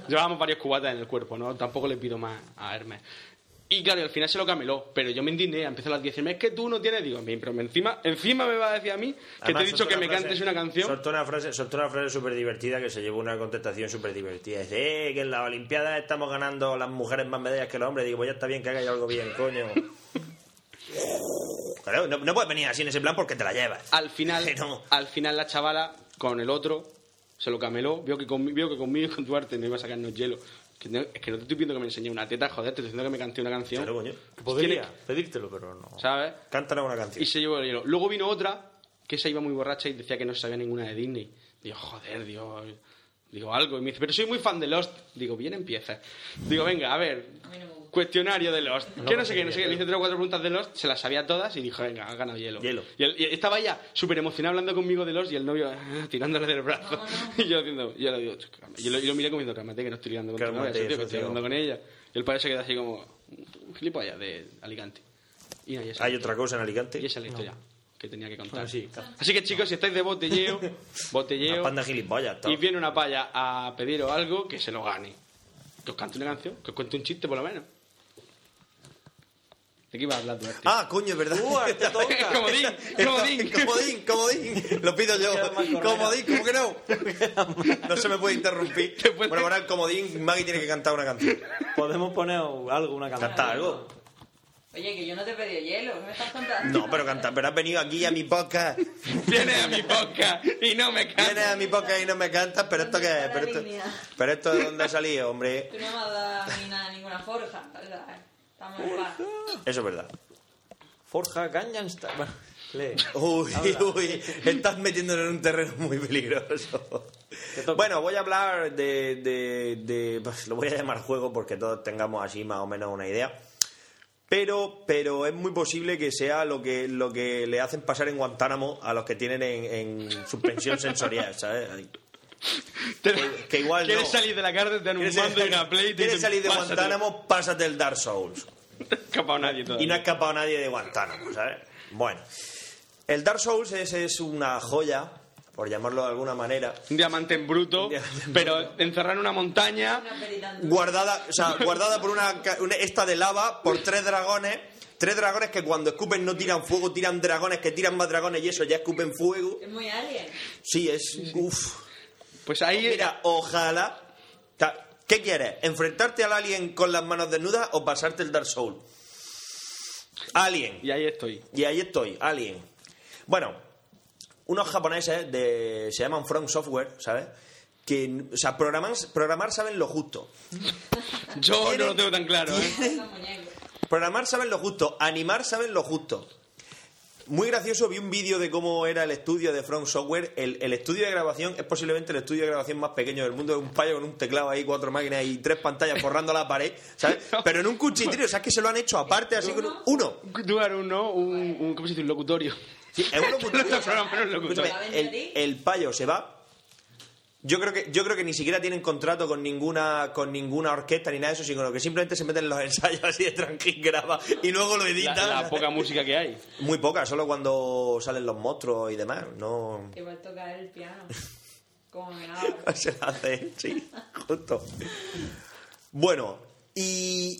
[SPEAKER 1] Llevábamos varios cubatas en el cuerpo, ¿no? Tampoco le pido más a Hermes. Y claro, y al final se lo cameló, pero yo me indigné, empezó a las 10 y es que tú no tienes, digo, bien, pero me encima, encima me va a decir a mí que te
[SPEAKER 2] Además,
[SPEAKER 1] he dicho
[SPEAKER 2] soltó
[SPEAKER 1] que
[SPEAKER 2] una
[SPEAKER 1] me
[SPEAKER 2] frase-
[SPEAKER 1] cantes una canción.
[SPEAKER 2] Soltó una frase, soltó una frase súper divertida que se llevó una contestación súper divertida. Dice, eh, que en las Olimpiadas estamos ganando las mujeres más medallas que los hombres. Digo, pues ya está bien que hagáis algo bien,
[SPEAKER 1] *laughs*
[SPEAKER 2] coño. Claro, no, no puedes venir así en ese plan porque te la llevas.
[SPEAKER 1] Al
[SPEAKER 2] *laughs*
[SPEAKER 1] final,
[SPEAKER 2] Que no.
[SPEAKER 1] al final la chavala con el otro se lo cameló, vio que, conmi- vio que conmigo y con Duarte no iba a sacarnos hielo. Que no- es que no te estoy pidiendo que me enseñe una teta, joder, te estoy diciendo que me cante una canción.
[SPEAKER 2] Claro, coño.
[SPEAKER 3] Podría pedírtelo, pero no.
[SPEAKER 1] ¿Sabes?
[SPEAKER 2] Cántanos una
[SPEAKER 1] Y
[SPEAKER 2] canción.
[SPEAKER 1] se llevó el hielo. Luego vino otra que se iba muy borracha y decía que no sabía ninguna de Disney. Digo, joder, Dios. Digo algo. Y me dice, pero soy muy fan de Lost. Digo, bien empieza. Digo, venga, a ver.
[SPEAKER 4] A mí no me gusta.
[SPEAKER 1] Cuestionario de Lost. que no sé qué, no sé qué. Le hice tres o cuatro preguntas de Lost, se las sabía todas y dijo, venga, ha ganado hielo.
[SPEAKER 2] Hielo.
[SPEAKER 1] Y, él- y estaba ella súper emocionada hablando conmigo de Lost y el novio ah, tirándole del brazo. *laughs* Y yo haciendo, yo le digo, "Cálmate". yo lo, yo lo miré comiendo, cálmate que no estoy ligando con tu
[SPEAKER 2] Cálmate,
[SPEAKER 1] novia, tío, que estoy
[SPEAKER 2] socio.
[SPEAKER 1] hablando con ella. Y el padre se queda así como, un gilipollas de Alicante. Y ahí está.
[SPEAKER 2] Hay otra cosa en Alicante.
[SPEAKER 1] Y esa es la historia que tenía que contar.
[SPEAKER 3] Bueno, Pues sí,
[SPEAKER 1] Así que chicos, si estáis de
[SPEAKER 2] *laughs*
[SPEAKER 1] botelleo,
[SPEAKER 2] Una
[SPEAKER 1] botelleo,
[SPEAKER 2] panda de gilipollas. todo.
[SPEAKER 1] y viene una palla a pediros algo, que se lo gane. Que os cante una canción, que os cuente un chiste por lo menos. ¿De qué iba a hablar Duarte?
[SPEAKER 2] Ah, coño, es verdad.
[SPEAKER 3] ¡Uh, Arturo
[SPEAKER 2] *laughs*
[SPEAKER 3] Toca!
[SPEAKER 1] Comodín, comodín.
[SPEAKER 2] comodín, comodín. Lo pido yo.
[SPEAKER 3] Queda mal correo.
[SPEAKER 2] Comodín, ¿cómo que no? No se me puede *laughs* interrumpir.
[SPEAKER 1] puede-
[SPEAKER 2] Bueno, ahora el comodín, Maggie tiene que cantar una canción.
[SPEAKER 3] Podemos poner algo, una canción.
[SPEAKER 2] ¿Cantar algo?
[SPEAKER 4] Oye, que yo no te he pedido hielo, ¿qué me estás contando?
[SPEAKER 2] No, pero cantar. Pero has venido aquí a mi podcast.
[SPEAKER 1] *laughs* Viene a mi podcast y no me
[SPEAKER 2] Vienes
[SPEAKER 1] cae.
[SPEAKER 2] a mi podcast y no me cantas, pero esto qué es. Pero esto, pero esto de dónde ha salido, hombre.
[SPEAKER 4] Tú no me has dado a mí nada, ninguna forja, ¿verdad? Estamos en paz.
[SPEAKER 2] Eso es verdad.
[SPEAKER 3] Forja Gangnam Style. Bueno, lee.
[SPEAKER 2] Uy,
[SPEAKER 3] Habla.
[SPEAKER 2] *laughs* uy, estás metiéndolo en un terreno muy peligroso.
[SPEAKER 3] Te toca.
[SPEAKER 2] Bueno, voy a hablar de, de- de- pues, Lo voy a llamar juego porque todos tengamos así más o menos una idea. Pero, pero es muy posible que sea lo que, lo que le hacen pasar en Guantánamo a los que tienen en, en suspensión sensorial, ¿sabes? Ahí.
[SPEAKER 1] Te-
[SPEAKER 2] pues, que igual
[SPEAKER 1] ¿Quieres
[SPEAKER 2] no.
[SPEAKER 1] salir de la cárcel? Te dan un mando y una play. y te
[SPEAKER 2] ¿Quieres
[SPEAKER 1] dicen,
[SPEAKER 2] salir de
[SPEAKER 1] "Pásate". *laughs*
[SPEAKER 2] Guantánamo? Pásate el Dark Souls.
[SPEAKER 1] No ha escapado nadie todavía.
[SPEAKER 2] Y no ha escapado nadie de Guantánamo, ¿sabes? Bueno, el Dark Souls es, es una joya, por llamarlo de alguna manera,
[SPEAKER 1] Un diamante en bruto,
[SPEAKER 2] Un diamante en
[SPEAKER 1] pero encerrado en una montaña.
[SPEAKER 4] Una peritando.
[SPEAKER 2] guardada, o sea, guardada por una, ca- una- esta de lava por tres dragones. Tres dragones que cuando escupen no tiran fuego, tiran dragones que tiran más dragones y eso ya escupen fuego.
[SPEAKER 4] Es muy alien.
[SPEAKER 2] Sí, es. Uff.
[SPEAKER 1] Pues ahí.
[SPEAKER 2] Mira, ojalá. ta- ¿Qué quieres? ¿Enfrentarte al alien con las manos desnudas o pasarte el Dark Souls? Alien.
[SPEAKER 1] Y ahí estoy.
[SPEAKER 2] Y ahí estoy, Alien. Bueno, unos japoneses de, se llaman From Software, ¿sabes? Que, o sea, programan, programar saben lo justo.
[SPEAKER 1] Yo no
[SPEAKER 2] Tiene-
[SPEAKER 1] lo tengo tan claro, ¿eh?
[SPEAKER 4] Son muñecos.
[SPEAKER 2] Programar saben lo justo. Animar saben lo justo. Muy gracioso, vi un vídeo de cómo era el estudio de From Software. El, el estudio de grabación es posiblemente el estudio de grabación más pequeño del mundo. Es un payo con un teclado ahí, cuatro máquinas y tres pantallas forrando la pared,
[SPEAKER 1] *laughs*
[SPEAKER 2] ¿sabes? Pero en un cuchitril, o sea, es que se lo han hecho aparte, así con un- uno.
[SPEAKER 1] Duar uno, un, un- ¿Cómo se dice? Un locutorio. *laughs*
[SPEAKER 2] Sí, es un locutorio.
[SPEAKER 1] Programa en un locutorio.
[SPEAKER 2] Escúchame, el, el payo se va. Yo creo que yo creo que ni siquiera tienen contrato con ninguna con ninguna orquesta ni nada de eso, sino que simplemente se meten en los *laughs* ensayos así de tranqui graba y luego lo
[SPEAKER 1] La,
[SPEAKER 2] editan.
[SPEAKER 1] la poca música que hay.
[SPEAKER 2] Muy poca, solo cuando salen los monstruos y demás, no *laughs*
[SPEAKER 4] Igual tocar el piano. Como me hago.
[SPEAKER 2] se hace, sí, justo. Bueno, y,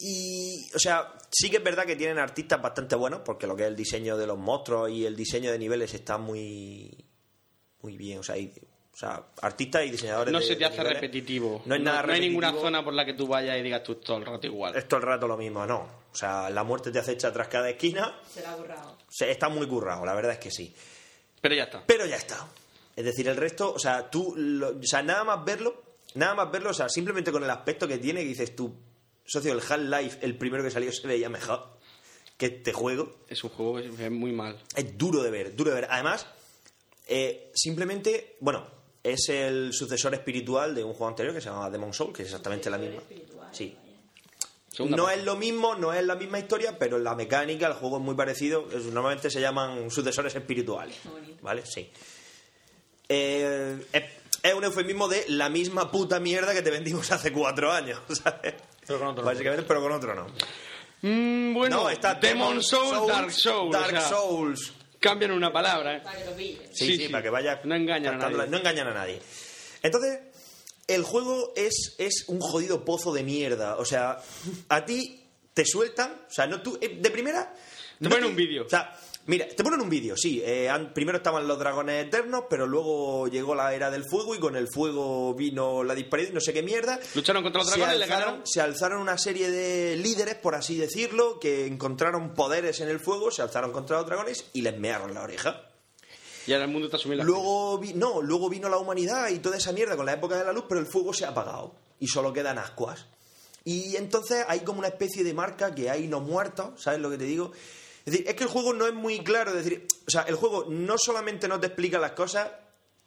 [SPEAKER 2] y, o sea, sí que es verdad que tienen artistas bastante buenos, porque lo que es el diseño de los monstruos y el diseño de niveles está muy, muy bien. O sea, hay- o sea, artistas y diseñadores.
[SPEAKER 1] No
[SPEAKER 2] de-
[SPEAKER 1] se te
[SPEAKER 2] de
[SPEAKER 1] hace
[SPEAKER 2] niveles.
[SPEAKER 1] repetitivo.
[SPEAKER 2] ¿eh? No es nada
[SPEAKER 1] no hay
[SPEAKER 2] repetitivo.
[SPEAKER 1] ninguna zona por la que tú vayas y digas tú todo el rato igual.
[SPEAKER 2] Es todo el rato lo mismo, no. O sea, la muerte te acecha tras cada esquina.
[SPEAKER 4] Se la ha borrado.
[SPEAKER 2] Se- está muy currado, la verdad es que sí.
[SPEAKER 1] Pero ya está.
[SPEAKER 2] Pero ya está. Es decir, el resto, o sea, tú, lo- o sea, nada más verlo, nada más verlo, o sea, simplemente con el aspecto que tiene, que dices tú, socio, el Half-Life, el primero que salió, se veía mejor que este juego.
[SPEAKER 1] Es un juego que es muy mal.
[SPEAKER 2] Es duro de ver, duro de ver. Además, eh, simplemente, bueno, es el sucesor espiritual de un juego anterior que se llamaba Demon Soul, que es exactamente la misma. Sí.
[SPEAKER 1] Segunda
[SPEAKER 2] no
[SPEAKER 1] parte.
[SPEAKER 2] es lo mismo, no es la misma historia, pero la mecánica, el juego es muy parecido. Es- Normalmente se llaman sucesores espirituales.
[SPEAKER 4] Qué bonito.
[SPEAKER 2] ¿Vale? Sí. Eh, es, es un eufemismo de la misma puta mierda que te vendimos hace cuatro años, *laughs* ¿sabes?
[SPEAKER 3] Pero con otro nombre.
[SPEAKER 2] Básicamente, pero con otro nombre.
[SPEAKER 1] Mm, bueno,
[SPEAKER 2] no, está
[SPEAKER 1] Demon Souls, Dark Souls.
[SPEAKER 2] Dark
[SPEAKER 1] o sea,
[SPEAKER 2] Souls.
[SPEAKER 1] Cambian una palabra, ¿eh?
[SPEAKER 4] Para que lo pilles.
[SPEAKER 2] Sí, sí,
[SPEAKER 1] Sí, sí.
[SPEAKER 2] para que vaya.
[SPEAKER 1] No engañan a
[SPEAKER 2] captando la-
[SPEAKER 1] nadie.
[SPEAKER 2] no engañan a nadie. Entonces, el juego es, es un jodido pozo de mierda. O sea, a ti te sueltan. O sea, no tú. eh, De primera.
[SPEAKER 1] Te
[SPEAKER 2] no
[SPEAKER 1] ponen un vídeo.
[SPEAKER 2] O sea, mira, te ponen un vídeo, sí. Eh, han- primero estaban los dragones eternos, pero luego llegó la era del fuego y con el fuego vino la disparidad y no sé qué mierda.
[SPEAKER 1] Lucharon contra los
[SPEAKER 2] Se
[SPEAKER 1] dragones, le
[SPEAKER 2] alzaron-
[SPEAKER 1] ganaron.
[SPEAKER 2] se alzaron una serie de líderes, por así decirlo, que encontraron poderes en el fuego, se alzaron contra los dragones y les mearon la oreja.
[SPEAKER 1] Y ahora el mundo está sumido. en la-
[SPEAKER 2] Luego, vi- no, luego vino la humanidad y toda esa mierda con la época de la luz, pero el fuego se ha apagado y solo quedan ascuas. Y entonces hay como una especie de marca que hay no muertos, ¿sabes lo que te digo? Es decir, es que el juego no es muy claro, es decir, o sea, el juego no solamente no te explica las cosas,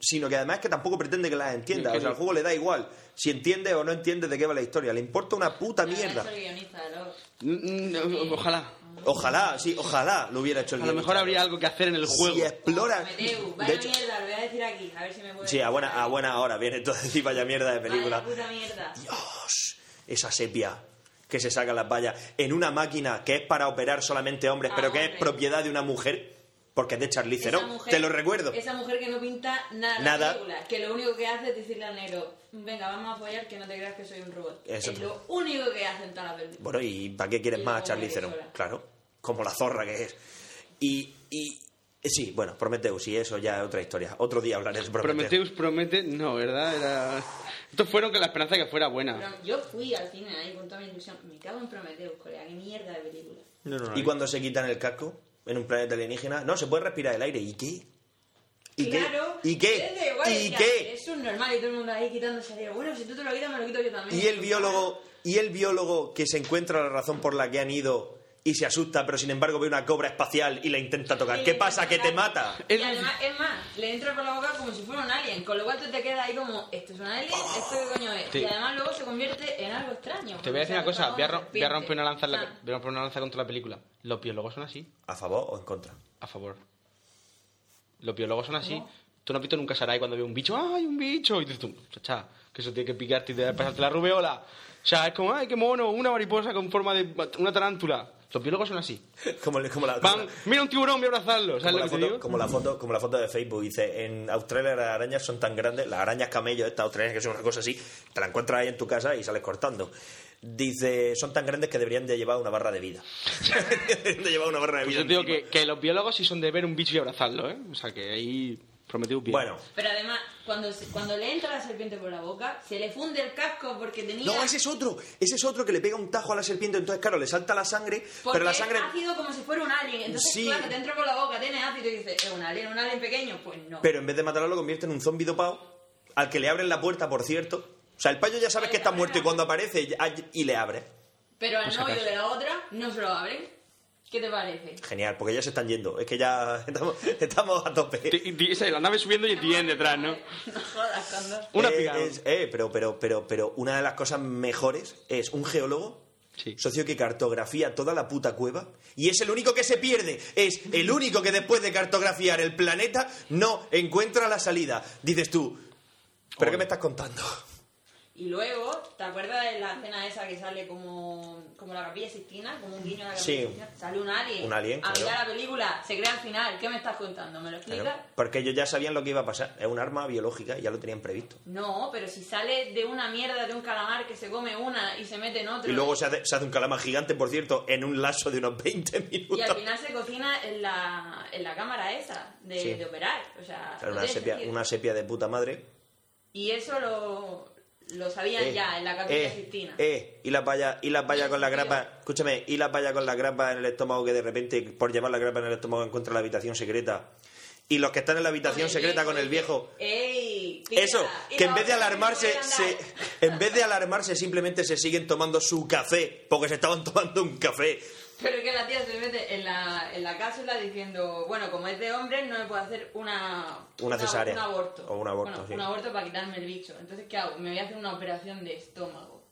[SPEAKER 2] sino que además que tampoco pretende que las
[SPEAKER 1] Es
[SPEAKER 2] entiendas,
[SPEAKER 1] que
[SPEAKER 2] o sea,
[SPEAKER 1] no.
[SPEAKER 2] el juego le da igual si entiendes o no entiendes de qué va la historia, le importa una puta mierda.
[SPEAKER 4] Eso el guionista, ¿no?
[SPEAKER 1] Mm, mm, Ojalá.
[SPEAKER 2] Ojalá, sí, ojalá lo hubiera hecho el
[SPEAKER 1] A lo mejor
[SPEAKER 2] guionista.
[SPEAKER 1] habría algo que hacer en el juego.
[SPEAKER 2] Si explora...
[SPEAKER 4] Prometeu,
[SPEAKER 2] De
[SPEAKER 4] vaya
[SPEAKER 2] hecho,
[SPEAKER 4] mierda, lo voy a decir aquí, a ver si me puede.
[SPEAKER 2] sí, a buena, a buena hora viene *laughs* todo decir vaya mierda de película.
[SPEAKER 4] Vaya puta mierda.
[SPEAKER 2] Dios, esa sepia que se saca las vallas en una máquina que es para operar solamente hombres,
[SPEAKER 4] Ah,
[SPEAKER 2] pero que es
[SPEAKER 4] hombre.
[SPEAKER 2] propiedad de una mujer, porque es de Charlize
[SPEAKER 4] Esa
[SPEAKER 2] Theron.
[SPEAKER 4] mujer-
[SPEAKER 2] Te lo recuerdo.
[SPEAKER 4] Esa mujer que no pinta nada, en la
[SPEAKER 2] Nada.
[SPEAKER 4] película, que lo único que hace es decirle a Nero, venga, vamos a follar que no te creas que soy un robot.
[SPEAKER 2] Eso.
[SPEAKER 4] Es lo único que hace en toda la película.
[SPEAKER 2] Bueno, ¿y para qué quieres
[SPEAKER 4] Y
[SPEAKER 2] más a
[SPEAKER 4] luego
[SPEAKER 2] Charlize
[SPEAKER 4] muere
[SPEAKER 2] Theron?
[SPEAKER 4] sola.
[SPEAKER 2] Claro. como la zorra que es. Y, y eh, sí, bueno, Prometheus y eso ya es otra historia. Otro día hablaré de
[SPEAKER 1] Prometheus
[SPEAKER 2] Prometheus.
[SPEAKER 1] promete, no, ¿verdad? Era... Estos fueron con la esperanza de que fuera buena.
[SPEAKER 4] Pero yo fui al cine ahí con toda mi ilusión. Me cago en Prometheus, colega. Qué mierda de película.
[SPEAKER 2] Y cuando se quitan el casco en un planeta alienígena, no, se puede respirar el aire. ¿Y qué? ¿Y
[SPEAKER 4] claro,
[SPEAKER 2] qué? ¿Y
[SPEAKER 4] es de
[SPEAKER 2] qué?
[SPEAKER 4] guay,
[SPEAKER 2] ¿Y
[SPEAKER 4] ya,
[SPEAKER 2] qué?
[SPEAKER 4] Eso es normal y todo el mundo ahí quitándose. Digo, bueno, si tú te lo quitas, me lo quito yo también.
[SPEAKER 2] Y el biólogo, y el biólogo que se encuentra la razón por la que han ido y se asusta, pero sin embargo ve una cobra espacial y la intenta tocar.
[SPEAKER 4] Y
[SPEAKER 2] ¿Qué
[SPEAKER 4] le
[SPEAKER 2] pasa? ¿Que te mata?
[SPEAKER 4] Y
[SPEAKER 1] Es-
[SPEAKER 4] además, es más, le entra por la boca como si fuera un alien, con lo cual tú te quedas ahí como, esto es un alien,
[SPEAKER 2] Oh.
[SPEAKER 4] esto qué coño es.
[SPEAKER 1] Te-
[SPEAKER 4] Y además luego se convierte en algo extraño.
[SPEAKER 1] Te voy a decir una
[SPEAKER 4] porque se
[SPEAKER 1] cosa,
[SPEAKER 4] ha
[SPEAKER 1] voy a, rom-
[SPEAKER 4] transformado
[SPEAKER 1] voy a romper una lanza en la-
[SPEAKER 4] serpiente. Ah.
[SPEAKER 1] voy a romper una lanza contra la película. Los biólogos son así,
[SPEAKER 2] ¿A favor o en contra?
[SPEAKER 1] a favor. Los biólogos son así. Tú no has visto nunca Sarai cuando ve un bicho, ¡ay, un bicho! Y dices tú, chacha, que eso tiene que picarte y te pasarte la rubeola. O sea, es como, ¡ay, qué mono! Una mariposa con forma de una tarántula. Los biólogos son así.
[SPEAKER 2] Como, le- como la,
[SPEAKER 1] Van, mira un tiburón, voy a abrazarlo. ¿Sabes
[SPEAKER 2] como
[SPEAKER 1] lo
[SPEAKER 2] la
[SPEAKER 1] que te
[SPEAKER 2] foto,
[SPEAKER 1] digo?
[SPEAKER 2] como, la foto, como la foto de Facebook. Dice, en Australia las arañas son tan grandes, las arañas camello, estas australianas que son una cosa así, te la encuentras ahí en tu casa y sales cortando. Dice, son tan grandes que deberían de llevar una barra de vida. *laughs* deberían de llevar una barra de
[SPEAKER 1] Pues
[SPEAKER 2] vida.
[SPEAKER 1] yo te digo
[SPEAKER 2] encima.
[SPEAKER 1] que, que los biólogos sí son de ver un bicho y abrazarlo, ¿eh? O sea, que ahí prometió bien.
[SPEAKER 2] Bueno,
[SPEAKER 4] Pero además, cuando, se- cuando le entra la serpiente por la boca, se le funde el casco porque tenía...
[SPEAKER 2] No, ese es otro. Ese es otro que le pega un tajo a la serpiente. Entonces, claro, le salta la sangre,
[SPEAKER 4] porque
[SPEAKER 2] pero la sangre.
[SPEAKER 4] es ácido como si fuera un alien. Entonces,
[SPEAKER 2] Sí.
[SPEAKER 4] claro, te entra por la boca, tiene ácido y dices, ¿es un alien? ¿Un alien pequeño? Pues no.
[SPEAKER 2] Pero en vez de matarlo, lo convierte en un zombi dopado. Al que le abren la puerta, por cierto. O sea, el payo ya sabes que está muerto y cuando aparece ya- y le abre.
[SPEAKER 4] Pero al
[SPEAKER 1] Pues
[SPEAKER 4] novio
[SPEAKER 1] acaso.
[SPEAKER 4] de la otra no se lo abren. ¿Qué te parece?
[SPEAKER 2] Genial, porque ya se están yendo. Es que ya *laughs* estamos, estamos a tope.
[SPEAKER 1] Ti- ti- esa, la nave subiendo y el tien detrás, ¿no?
[SPEAKER 4] *laughs* No jodas, cuando...
[SPEAKER 1] Una
[SPEAKER 2] Eh,
[SPEAKER 1] picada.
[SPEAKER 2] es- eh, pero, pero, pero, pero una de las cosas mejores es un geólogo.
[SPEAKER 1] Sí.
[SPEAKER 2] Socio que cartografía toda la puta cueva y es el único que se pierde. Es el único que después de cartografiar el planeta no encuentra la salida. Dices tú, ¿pero qué me estás contando?
[SPEAKER 4] Y luego, ¿te acuerdas de la escena esa que sale como, como la capilla Sistina? Como un guiño a la capilla
[SPEAKER 2] Sí.
[SPEAKER 4] Sixtina? Sale un alien.
[SPEAKER 2] Un alien,
[SPEAKER 4] A
[SPEAKER 2] claro.
[SPEAKER 4] mitad de la película, se crea al final. ¿Qué me estás contando? ¿Me lo explicas?
[SPEAKER 2] Claro, porque ellos ya sabían lo que iba a pasar. Es un arma biológica y ya lo tenían previsto.
[SPEAKER 4] No, pero si sale de una mierda de un calamar que se come una y se mete en otro.
[SPEAKER 2] Y luego se hace, se hace un calamar gigante, por cierto, en un lazo de unos 20
[SPEAKER 4] y al
[SPEAKER 2] *laughs* minutos.
[SPEAKER 4] final se cocina en la, en la cámara esa de,
[SPEAKER 2] Sí.
[SPEAKER 4] de operar. O sea,
[SPEAKER 2] Claro,
[SPEAKER 4] no
[SPEAKER 2] una,
[SPEAKER 4] tiene
[SPEAKER 2] sepia,
[SPEAKER 4] sentido.
[SPEAKER 2] una sepia de puta madre.
[SPEAKER 4] Y eso lo, lo sabían
[SPEAKER 2] Eh,
[SPEAKER 4] ya en la capilla
[SPEAKER 2] eh,
[SPEAKER 4] Sistina.
[SPEAKER 2] eh, y la paya, y la paya con la grapa, escúchame, y la paya con la grapa en el estómago que de repente, por llevar la grapa en el estómago, encuentra la habitación secreta. Y los que están en la
[SPEAKER 4] Con el
[SPEAKER 2] habitación secreta
[SPEAKER 4] viejo,
[SPEAKER 2] con el
[SPEAKER 4] y-
[SPEAKER 2] viejo.
[SPEAKER 4] ¡Ey! tía!
[SPEAKER 2] Eso,
[SPEAKER 4] Y
[SPEAKER 2] que
[SPEAKER 4] la
[SPEAKER 2] en vez de
[SPEAKER 4] otra,
[SPEAKER 2] alarmarse,
[SPEAKER 4] no voy a
[SPEAKER 2] se,
[SPEAKER 4] andar.
[SPEAKER 2] en vez de alarmarse simplemente se siguen tomando su café, porque se estaban tomando un café.
[SPEAKER 4] Pero que la tía se mete en la, en la cápsula diciendo, bueno, como es de hombre, no me puedo hacer una...
[SPEAKER 2] Una cesárea.
[SPEAKER 4] Un aborto.
[SPEAKER 2] O un aborto,
[SPEAKER 4] Bueno,
[SPEAKER 2] sí.
[SPEAKER 4] un aborto para quitarme el bicho. Entonces, ¿qué hago? Me voy a hacer una operación de estómago.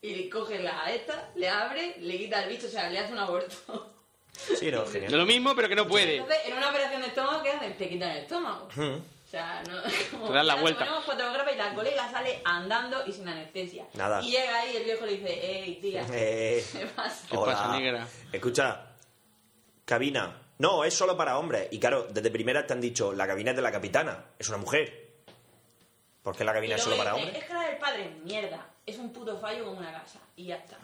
[SPEAKER 4] Y le coge la esta, le abre, le quita el bicho, o sea, le hace un aborto.
[SPEAKER 2] Sí, no,
[SPEAKER 1] No
[SPEAKER 2] genial.
[SPEAKER 1] lo mismo, pero que no puede.
[SPEAKER 4] Entonces, en una operación de estómago, ¿qué hacen? Te quitan el estómago. O sea, no... *laughs* como-
[SPEAKER 1] Te dan la
[SPEAKER 4] Ahora
[SPEAKER 1] vuelta.
[SPEAKER 4] Ponemos cuatro grapas y la colega sale andando y sin anestesia.
[SPEAKER 2] Nada.
[SPEAKER 4] Y llega ahí y el viejo le dice, ey,
[SPEAKER 2] *laughs*
[SPEAKER 4] tía,
[SPEAKER 2] Eh,
[SPEAKER 4] ¿qué pasa?
[SPEAKER 1] ¿Qué pasa, negra?
[SPEAKER 2] Escucha, cabina. No, es solo para hombres. Y claro, desde primera te han dicho, la cabina es de la capitana, es una mujer. ¿Por qué la
[SPEAKER 4] Y
[SPEAKER 2] cabina es
[SPEAKER 4] luego
[SPEAKER 2] solo para
[SPEAKER 4] dice,
[SPEAKER 2] hombres?
[SPEAKER 4] Es que la del padre es mierda. Es un puto fallo como una casa. Y ya está.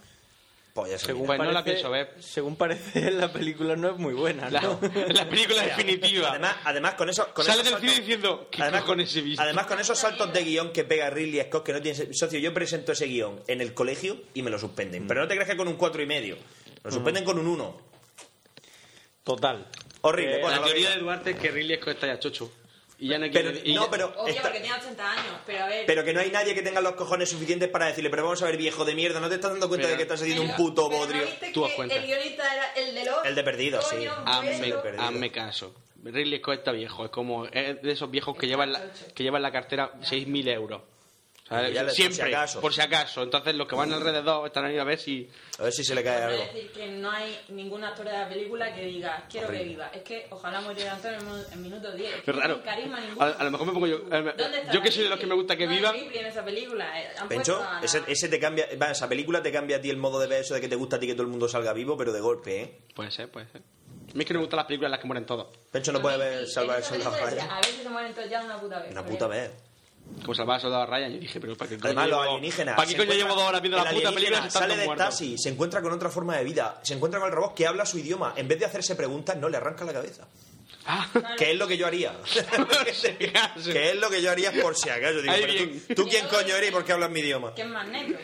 [SPEAKER 2] Pues ya se
[SPEAKER 3] Según
[SPEAKER 2] mira.
[SPEAKER 1] Pues no la
[SPEAKER 3] parece-
[SPEAKER 1] pienso ver.
[SPEAKER 5] *laughs*
[SPEAKER 3] Según parece, la película no es muy buena,
[SPEAKER 1] La,
[SPEAKER 3] ¿no?
[SPEAKER 1] *laughs* la película definitiva.
[SPEAKER 2] Además, además con eso... Con
[SPEAKER 1] Sale
[SPEAKER 2] esos
[SPEAKER 1] del cine
[SPEAKER 2] saltos-
[SPEAKER 1] diciendo, ¿qué
[SPEAKER 2] Además,
[SPEAKER 1] cojones he visto?
[SPEAKER 2] además, con esos saltos de guión que pega Ridley Scott, que no tiene sen- socio, yo presento ese guión en el colegio y me lo
[SPEAKER 1] Mm.
[SPEAKER 2] suspenden. Pero no te creas que con un cuatro y medio. Lo suspenden con un 1.
[SPEAKER 3] Total.
[SPEAKER 2] Horrible.
[SPEAKER 3] Eh,
[SPEAKER 2] bueno,
[SPEAKER 1] la
[SPEAKER 2] lo que
[SPEAKER 1] teoría
[SPEAKER 2] diga.
[SPEAKER 1] de Duarte es que Ridley Scott está ya chocho. Y ya no
[SPEAKER 2] Pero-
[SPEAKER 1] quiere- y
[SPEAKER 2] no,
[SPEAKER 1] ya-
[SPEAKER 2] pero
[SPEAKER 4] Obvio,
[SPEAKER 2] está-
[SPEAKER 4] porque tiene 80 años. Pero a ver.
[SPEAKER 2] Pero que no hay nadie que tenga los cojones suficientes para decirle, pero vamos a ver, viejo de mierda, ¿no te estás dando cuenta
[SPEAKER 1] Pero-
[SPEAKER 2] de que estás haciendo un
[SPEAKER 4] pero-
[SPEAKER 2] puto
[SPEAKER 4] pero ¿no
[SPEAKER 2] bodrio?
[SPEAKER 4] viste
[SPEAKER 1] Tú
[SPEAKER 4] que
[SPEAKER 1] haz cuenta.
[SPEAKER 4] El guionista era el de los.
[SPEAKER 2] El de Perdido, sí. Ah,
[SPEAKER 4] Coño,
[SPEAKER 1] Hazme,
[SPEAKER 4] Perdido.
[SPEAKER 2] perdido.
[SPEAKER 1] hazme ah, caso. Ridley Scott está viejo. Es como es de esos viejos que llevan la, que llevan la cartera 6.000 euros. O sea,
[SPEAKER 2] Ya le- por si
[SPEAKER 1] siempre, por si,
[SPEAKER 2] acaso. Mm.
[SPEAKER 1] acaso. Entonces los que van alrededor están ahí a ver si...
[SPEAKER 2] A ver si se le cae
[SPEAKER 4] Es
[SPEAKER 2] algo.
[SPEAKER 4] decir, que no hay ningún actor de la película que diga, quiero que viva. Es que ojalá muera Antonio en un- en minuto 10.
[SPEAKER 1] Es raro.
[SPEAKER 4] No hay carisma ninguno.
[SPEAKER 1] A, a lo mejor me pongo yo... a ver,
[SPEAKER 4] ¿Dónde está
[SPEAKER 1] Yo que
[SPEAKER 4] la
[SPEAKER 1] soy de los que me gusta que
[SPEAKER 4] Biblia?
[SPEAKER 1] vivan...
[SPEAKER 4] No hay Biblia en esa película. eh. Han
[SPEAKER 2] Pencho,
[SPEAKER 4] puesto a la-
[SPEAKER 2] ese, ese te cambia, va, esa película te cambia a ti el modo de ver eso de que te gusta a ti que todo el mundo salga vivo, pero de golpe, ¿eh?
[SPEAKER 1] Puede ser, puede ser. A mí es que no me gustan las películas en las que mueren todos.
[SPEAKER 2] Pencho no puede ver
[SPEAKER 4] Sí,
[SPEAKER 2] Salvar el
[SPEAKER 4] en esa
[SPEAKER 2] soldado
[SPEAKER 4] película
[SPEAKER 2] Ryan.
[SPEAKER 4] decía, A ver si se mueren todos ya de una puta vez.
[SPEAKER 2] Una
[SPEAKER 4] colega".
[SPEAKER 2] puta vez.
[SPEAKER 1] Como salvaba al soldado Ryan, yo dije, pero ¿para qué coño
[SPEAKER 2] Además, los
[SPEAKER 1] llevo-
[SPEAKER 2] alienígenas.
[SPEAKER 1] ¿Para qué
[SPEAKER 2] se
[SPEAKER 1] coño
[SPEAKER 2] encuentran-
[SPEAKER 1] llevo dos horas viendo
[SPEAKER 2] el
[SPEAKER 1] la puta película si
[SPEAKER 2] alienígena
[SPEAKER 1] están
[SPEAKER 2] Sale
[SPEAKER 1] todos
[SPEAKER 2] del
[SPEAKER 1] muertos?
[SPEAKER 2] taxi, se encuentra con otra forma de vida, se encuentra con el robot que habla su idioma. En vez de hacerse preguntas, no le arranca la cabeza.
[SPEAKER 1] Ah,
[SPEAKER 2] Que es lo que
[SPEAKER 1] *laughs*
[SPEAKER 2] yo haría.
[SPEAKER 1] se caso.
[SPEAKER 2] que es lo que yo haría por si acaso. Digo,
[SPEAKER 1] Ahí
[SPEAKER 2] pero
[SPEAKER 1] bien.
[SPEAKER 2] tú, ¿tú quién coño eres y por qué hablas mi idioma?
[SPEAKER 4] Que es más negro.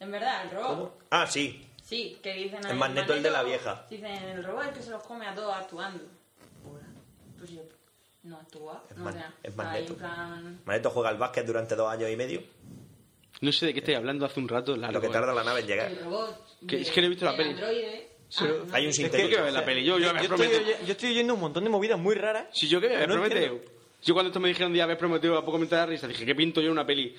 [SPEAKER 4] En verdad, el robot.
[SPEAKER 2] ¿Cómo? Ah, sí.
[SPEAKER 4] Sí, que dicen...
[SPEAKER 2] Es más neto el de la vieja.
[SPEAKER 4] Dicen, el robot es que se los come a todos actuando. Pues yo, no actúa.
[SPEAKER 2] Es,
[SPEAKER 4] no,
[SPEAKER 2] más,
[SPEAKER 4] o sea,
[SPEAKER 2] es más
[SPEAKER 4] está ahí
[SPEAKER 2] neto.
[SPEAKER 4] en plan...
[SPEAKER 2] Magneto juega al básquet durante dos años y medio.
[SPEAKER 1] No sé de qué estoy hablando hace un rato. largo,
[SPEAKER 2] Lo que
[SPEAKER 1] eh.
[SPEAKER 2] tarda la nave en llegar.
[SPEAKER 4] El robot...
[SPEAKER 1] Que
[SPEAKER 4] de-
[SPEAKER 1] es que no he visto la
[SPEAKER 4] del
[SPEAKER 1] peli.
[SPEAKER 4] androide.
[SPEAKER 1] Sí,
[SPEAKER 4] Ah, no.
[SPEAKER 2] Hay un
[SPEAKER 1] ¿Por qué
[SPEAKER 2] sintético.
[SPEAKER 1] que ver la peli? Yo, yo me
[SPEAKER 5] Yo estoy,
[SPEAKER 1] prometo.
[SPEAKER 5] oye- yo estoy oyendo un montón de movidas muy raras.
[SPEAKER 1] Si yo que ves
[SPEAKER 5] No
[SPEAKER 1] Prometeo.
[SPEAKER 5] entiendo.
[SPEAKER 1] Yo cuando esto me dijeron un día ves Prometeo a poco me entré de la risa, dije, ¿qué pinto yo en una peli?